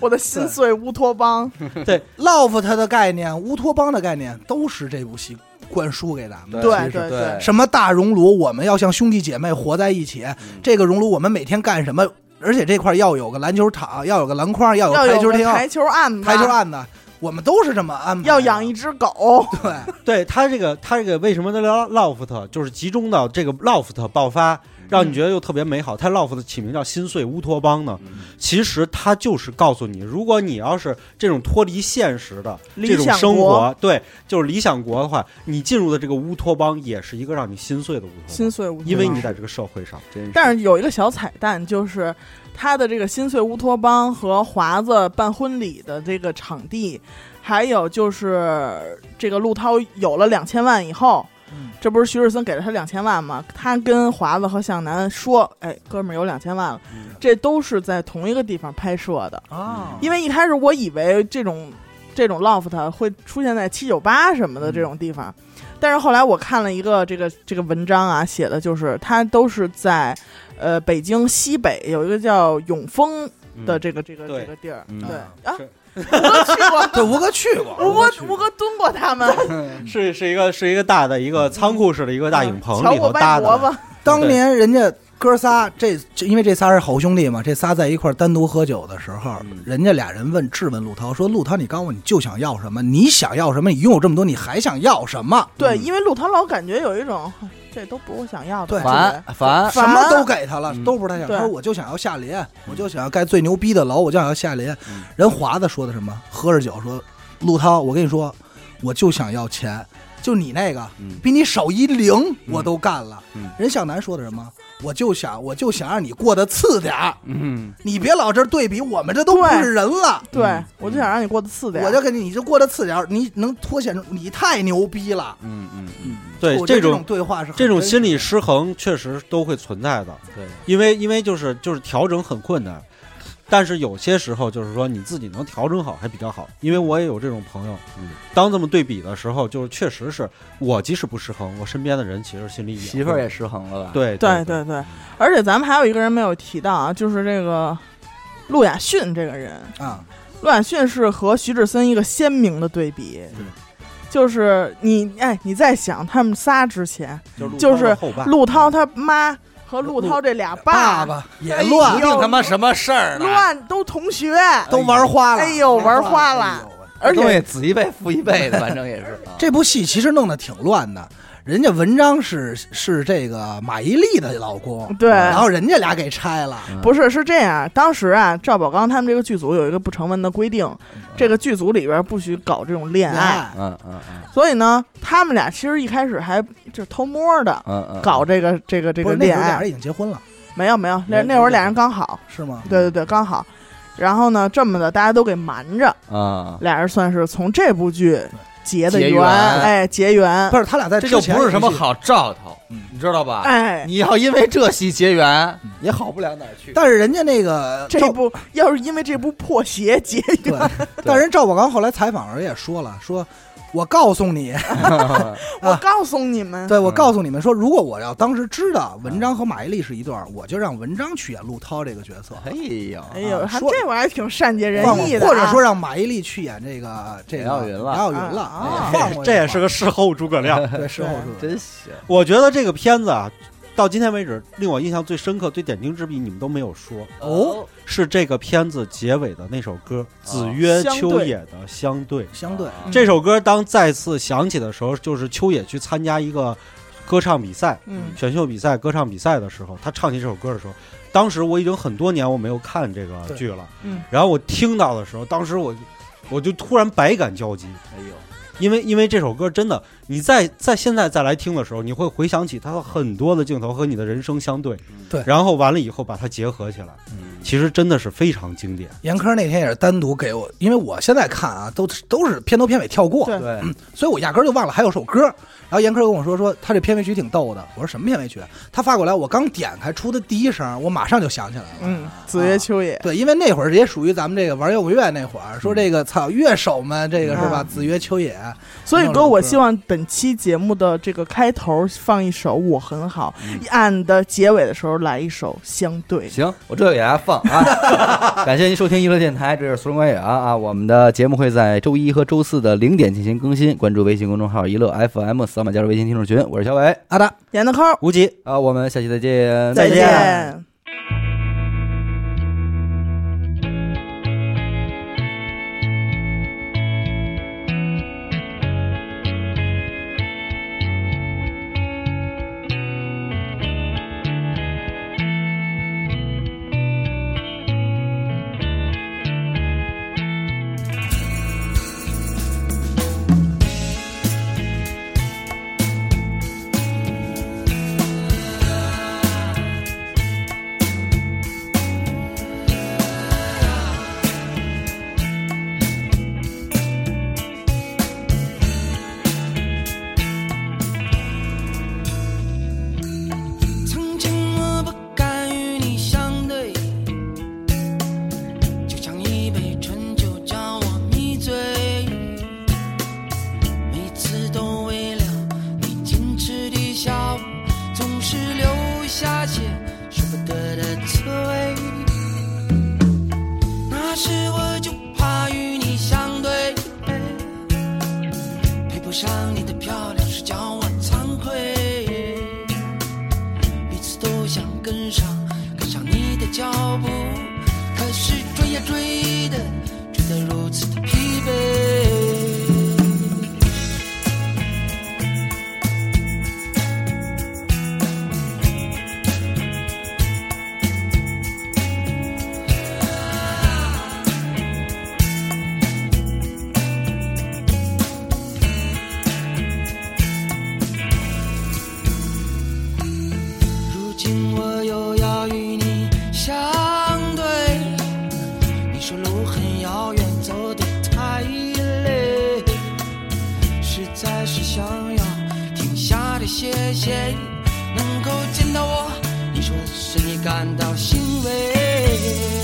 Speaker 4: 我的心碎乌托邦。
Speaker 3: Love 它的概念，乌托邦的概念，都是这部戏灌输给咱们的。
Speaker 4: 对
Speaker 3: 其实
Speaker 4: 对对，嗯
Speaker 3: 什么大熔炉，我们要像兄弟姐妹活在一起。这个熔炉，我们每天干什么？而且这块儿要有个篮球场，要有个篮筐，要
Speaker 4: 要
Speaker 3: 台
Speaker 4: 有
Speaker 3: 球
Speaker 4: 个
Speaker 3: 厅，
Speaker 4: 台球案吧，
Speaker 3: 台球案子，我们都是这么安排的。
Speaker 4: 要养一只狗，
Speaker 3: 对，
Speaker 5: 对他这个，他这个为什么叫 loft，就是集中到这个 loft 爆
Speaker 4: 嗯
Speaker 5: 发，让你觉得又特别美好。他 loft 起名叫心碎乌托邦呢，
Speaker 4: 嗯
Speaker 5: 其实他就是告诉你，如果你要是这种脱离现实的这种生
Speaker 4: 理
Speaker 5: 活
Speaker 4: 想国，
Speaker 5: 对，就是理想国的话，你进入的这个乌托邦也是一个让你心碎的乌托
Speaker 4: 心
Speaker 5: 邦，
Speaker 4: 碎乌托邦。
Speaker 5: 因为你在这个社会上。
Speaker 2: 真
Speaker 4: 但是有一个小彩蛋，就是他的这个心碎乌托邦和华子办婚礼的这个场地，还有就是这个陆涛有了两千万以后。这不是徐志森给了他两千万吗？他跟华子和向南说：“哎，哥们儿有两千万了。”这都是在同一个地方拍摄的。
Speaker 3: 啊
Speaker 4: 因为一开始我以为这种这种 loft 会出现在七九八什么
Speaker 5: 嗯
Speaker 4: 的这种地方，但是后来我看了一个这个这个文章啊，写的就是它都是在呃北京西北有一个叫永丰的这个、这个
Speaker 5: 对
Speaker 4: 这个地儿，
Speaker 2: 嗯
Speaker 4: 对
Speaker 3: 啊。
Speaker 4: 啊
Speaker 5: 嗯是，
Speaker 4: 吴哥去过
Speaker 3: 对，吴哥去过，
Speaker 4: 吴哥，吴哥蹲过他们，
Speaker 5: 是是一个是一个大的一个仓库式的一个大影棚
Speaker 4: 瞧
Speaker 5: 里头
Speaker 4: 我
Speaker 5: 搭
Speaker 4: 歪脖
Speaker 5: 的，嗯
Speaker 4: 子，
Speaker 3: 当年人家哥仨这这，因为这仨是好兄弟嘛，这仨在一块儿单独喝酒的时候，人家俩人问质问陆涛说：“陆涛，你告诉我，你就想要什么？你想要什么？你拥有这么多，你还想要什么？
Speaker 4: 对，因为陆涛老感觉有一种哎这都不是我想要的
Speaker 3: 对
Speaker 2: 烦
Speaker 4: 感觉，
Speaker 2: 烦，
Speaker 3: 什
Speaker 4: 烦
Speaker 3: 么都给他了，
Speaker 2: 嗯
Speaker 3: 都不是他想。
Speaker 4: 啊对
Speaker 3: 他说我就想要夏林，我就想要盖最牛逼的楼，我就想要夏林。
Speaker 5: 嗯
Speaker 3: 人华子说的什么？喝着酒说，陆涛，我跟你说，我就想要钱，就你那个
Speaker 2: 嗯
Speaker 3: 比你少一零我都干了。
Speaker 2: 嗯
Speaker 3: 人向南说的什么？我就想，我就想让你过得次点儿，
Speaker 2: 嗯，
Speaker 3: 你别老这儿对比，我们这都不
Speaker 4: 对
Speaker 3: 是人了。
Speaker 4: 对
Speaker 2: 嗯
Speaker 4: 我就想让你过得次点儿，
Speaker 3: 我就跟你，你就过得次点儿，你能脱显出你太牛逼了。
Speaker 2: 嗯嗯嗯，
Speaker 5: 对
Speaker 3: 我觉得
Speaker 5: 这
Speaker 3: 这
Speaker 5: 种
Speaker 3: 对话是很
Speaker 5: 这种
Speaker 3: 真
Speaker 5: 心
Speaker 3: 实
Speaker 5: 理
Speaker 3: 的
Speaker 5: 失衡确实都会存在的，
Speaker 2: 对，
Speaker 5: 因为因为就是就是调整很困难，但是有些时候就是说你自己能调整好还比较好，因为我也有这种朋友，
Speaker 2: 嗯
Speaker 5: 当这么对比的时候，就是确实是我即使不失衡，我身边的人其实心里也
Speaker 2: 媳妇儿
Speaker 5: 会
Speaker 2: 也失衡了吧？，
Speaker 5: 对
Speaker 4: 对对对，而且咱们还有一个人没有提到啊，就是这个陆亚逊这个人，
Speaker 3: 啊，
Speaker 4: 陆亚逊是和徐志森一个鲜明的对比
Speaker 5: 嗯。
Speaker 4: 就是你，哎，你在想他们仨之前，
Speaker 5: 对，
Speaker 4: 就
Speaker 5: 陆涛
Speaker 4: 是
Speaker 5: 的后半
Speaker 4: 陆涛他妈和陆涛这俩
Speaker 3: 爸
Speaker 4: 爸
Speaker 3: 爸也
Speaker 4: 哎呦
Speaker 3: 乱
Speaker 2: 一，定他妈什么事儿呢？
Speaker 4: 乱都同学，
Speaker 3: 都玩花了，
Speaker 4: 哎呦玩花了
Speaker 3: 哎呦我
Speaker 4: 而
Speaker 2: 东
Speaker 4: 且
Speaker 2: 西子一倍负一倍的，反正也是。啊
Speaker 3: 这部戏其实弄得挺乱的。人家文章是是这个马伊琍的老公，
Speaker 4: 对
Speaker 3: 然后人家俩给拆了，
Speaker 2: 嗯
Speaker 4: 不是是这样，当时啊，赵宝刚他们这个剧组有一个不成文的规定，这个剧组里边不许搞这种恋爱，
Speaker 3: 哎
Speaker 2: 嗯嗯嗯
Speaker 4: 所以呢，他们俩其实一开始还就是偷摸的
Speaker 2: 嗯嗯，
Speaker 4: 搞这个这个这
Speaker 3: 不
Speaker 4: 个
Speaker 3: 是那时
Speaker 4: 恋
Speaker 3: 候俩
Speaker 4: 爱
Speaker 3: 人，已经结婚了，
Speaker 4: 没有没有，
Speaker 2: 没
Speaker 4: 那
Speaker 2: 有
Speaker 4: 那会儿俩人刚好，
Speaker 3: 是吗？
Speaker 4: 对对对，刚好。然后呢，这么的大家都给瞒着，
Speaker 3: 嗯
Speaker 2: 啊，
Speaker 4: 俩人算是从这部剧结的
Speaker 2: 结缘
Speaker 4: 哎，结缘
Speaker 3: 不，是他俩在
Speaker 2: 哎这就
Speaker 3: 之前
Speaker 2: 不是什么
Speaker 3: 一起，
Speaker 2: 好兆头，
Speaker 3: 嗯
Speaker 2: 你知道吧？
Speaker 4: 哎，
Speaker 2: 你要因为这戏结缘，也好不了哪儿去。
Speaker 3: 但是人家那个
Speaker 4: 这
Speaker 3: 赵
Speaker 4: 部要是因为这部破鞋结
Speaker 3: 对
Speaker 4: 缘，，
Speaker 3: 但人赵宝刚后来采访时候也说了，说我告诉 你，
Speaker 4: 我告诉你们，
Speaker 3: 啊对我
Speaker 2: 嗯
Speaker 3: 告诉你们说，如果我要当时知道文章和马伊琍是一对儿，我就让文章去演陆涛这个角色，
Speaker 2: 哎呦，
Speaker 4: 哎呦，
Speaker 3: 啊
Speaker 4: 还
Speaker 3: 说
Speaker 4: 这玩意儿挺善解人
Speaker 3: 放过
Speaker 4: 意的啊，
Speaker 3: 或者说让马伊琍去演这个这个
Speaker 2: 梁耀云了
Speaker 3: 梁耀云
Speaker 4: 啊
Speaker 3: 了
Speaker 4: 啊，
Speaker 3: 哎放过
Speaker 5: 这也
Speaker 3: 吧
Speaker 5: 是个事后诸葛亮。
Speaker 3: 对事后诸
Speaker 4: 对
Speaker 3: 葛亮
Speaker 2: 真行，
Speaker 5: 我觉得这个片子啊，到今天为止令我印象最深刻、最点睛之笔，你们都没有说，
Speaker 3: 哦，
Speaker 5: 是这个片子结尾的那首歌《子曰
Speaker 4: 相对
Speaker 5: 秋野》的《啊相对》。
Speaker 3: 相对
Speaker 4: 嗯
Speaker 5: 这首歌当再次响起的时候，就是秋野去参加一个歌唱比赛、
Speaker 4: 嗯
Speaker 5: 选秀比赛、歌唱比赛的时候，他唱起这首歌的时候，当时我已经很多年我没有看这个
Speaker 3: 对
Speaker 5: 剧了，
Speaker 4: 嗯，
Speaker 5: 然后我听到的时候，当时我就我就突然百感交集，
Speaker 2: 哎呦，
Speaker 5: 因为因为这首歌真的，你在在现在再来听的时候，你会回想起它的很多的镜头和你的人生相对，
Speaker 2: 嗯
Speaker 3: 对
Speaker 5: 然后完了以后把它结合起来，其实真的是非常经典。
Speaker 3: 严科那天也是单独给我，因为我现在看啊，都都是片头片尾跳过，嗯
Speaker 4: 对
Speaker 2: 对，
Speaker 3: 所以我压根儿就忘了还有首歌。然后严科跟我说说他这片尾曲挺逗的，我说什么片尾曲？啊他发过来，我刚点开出的第一声，我马上就想起来了。
Speaker 4: 嗯，子曰秋也，
Speaker 3: 对，因为那会儿也属于咱们这个玩摇滚乐那会儿，说这个操乐手们，这个是吧？
Speaker 4: 嗯
Speaker 3: 子曰秋野，
Speaker 4: 所以哥，我希望本期节目的这个开头放一首《我很好》，按的结尾的时候来一首《相对》。
Speaker 2: 行，我这个给大家放啊！ 感谢您收听娱乐电台，这是苏荣观影啊啊！我们的节目会在周一和周四的零点进行更新，关注微信公众号“娱乐 FM”，扫码加入微信听众群。我是小伟
Speaker 3: 阿达。
Speaker 4: 严的抠儿，
Speaker 5: 无极，
Speaker 2: 啊，我们下期再见，
Speaker 4: 再
Speaker 3: 见
Speaker 4: 见
Speaker 8: 曾经我不敢与你相对，就像一杯醇酒叫我迷醉，每次都为了你矜持的笑，总是留下些说不得的滋味。那时我就怕与你相对，配不上你的漂亮是叫我惭愧。彼此都想跟上，跟上你的脚步，可是追呀追的，追得如此的疲惫。如今我又要与你相对，你说路很遥远，走得太累，实在是想要停下来歇歇，能够见到我，你说是你感到欣慰。啊啊啊啊啊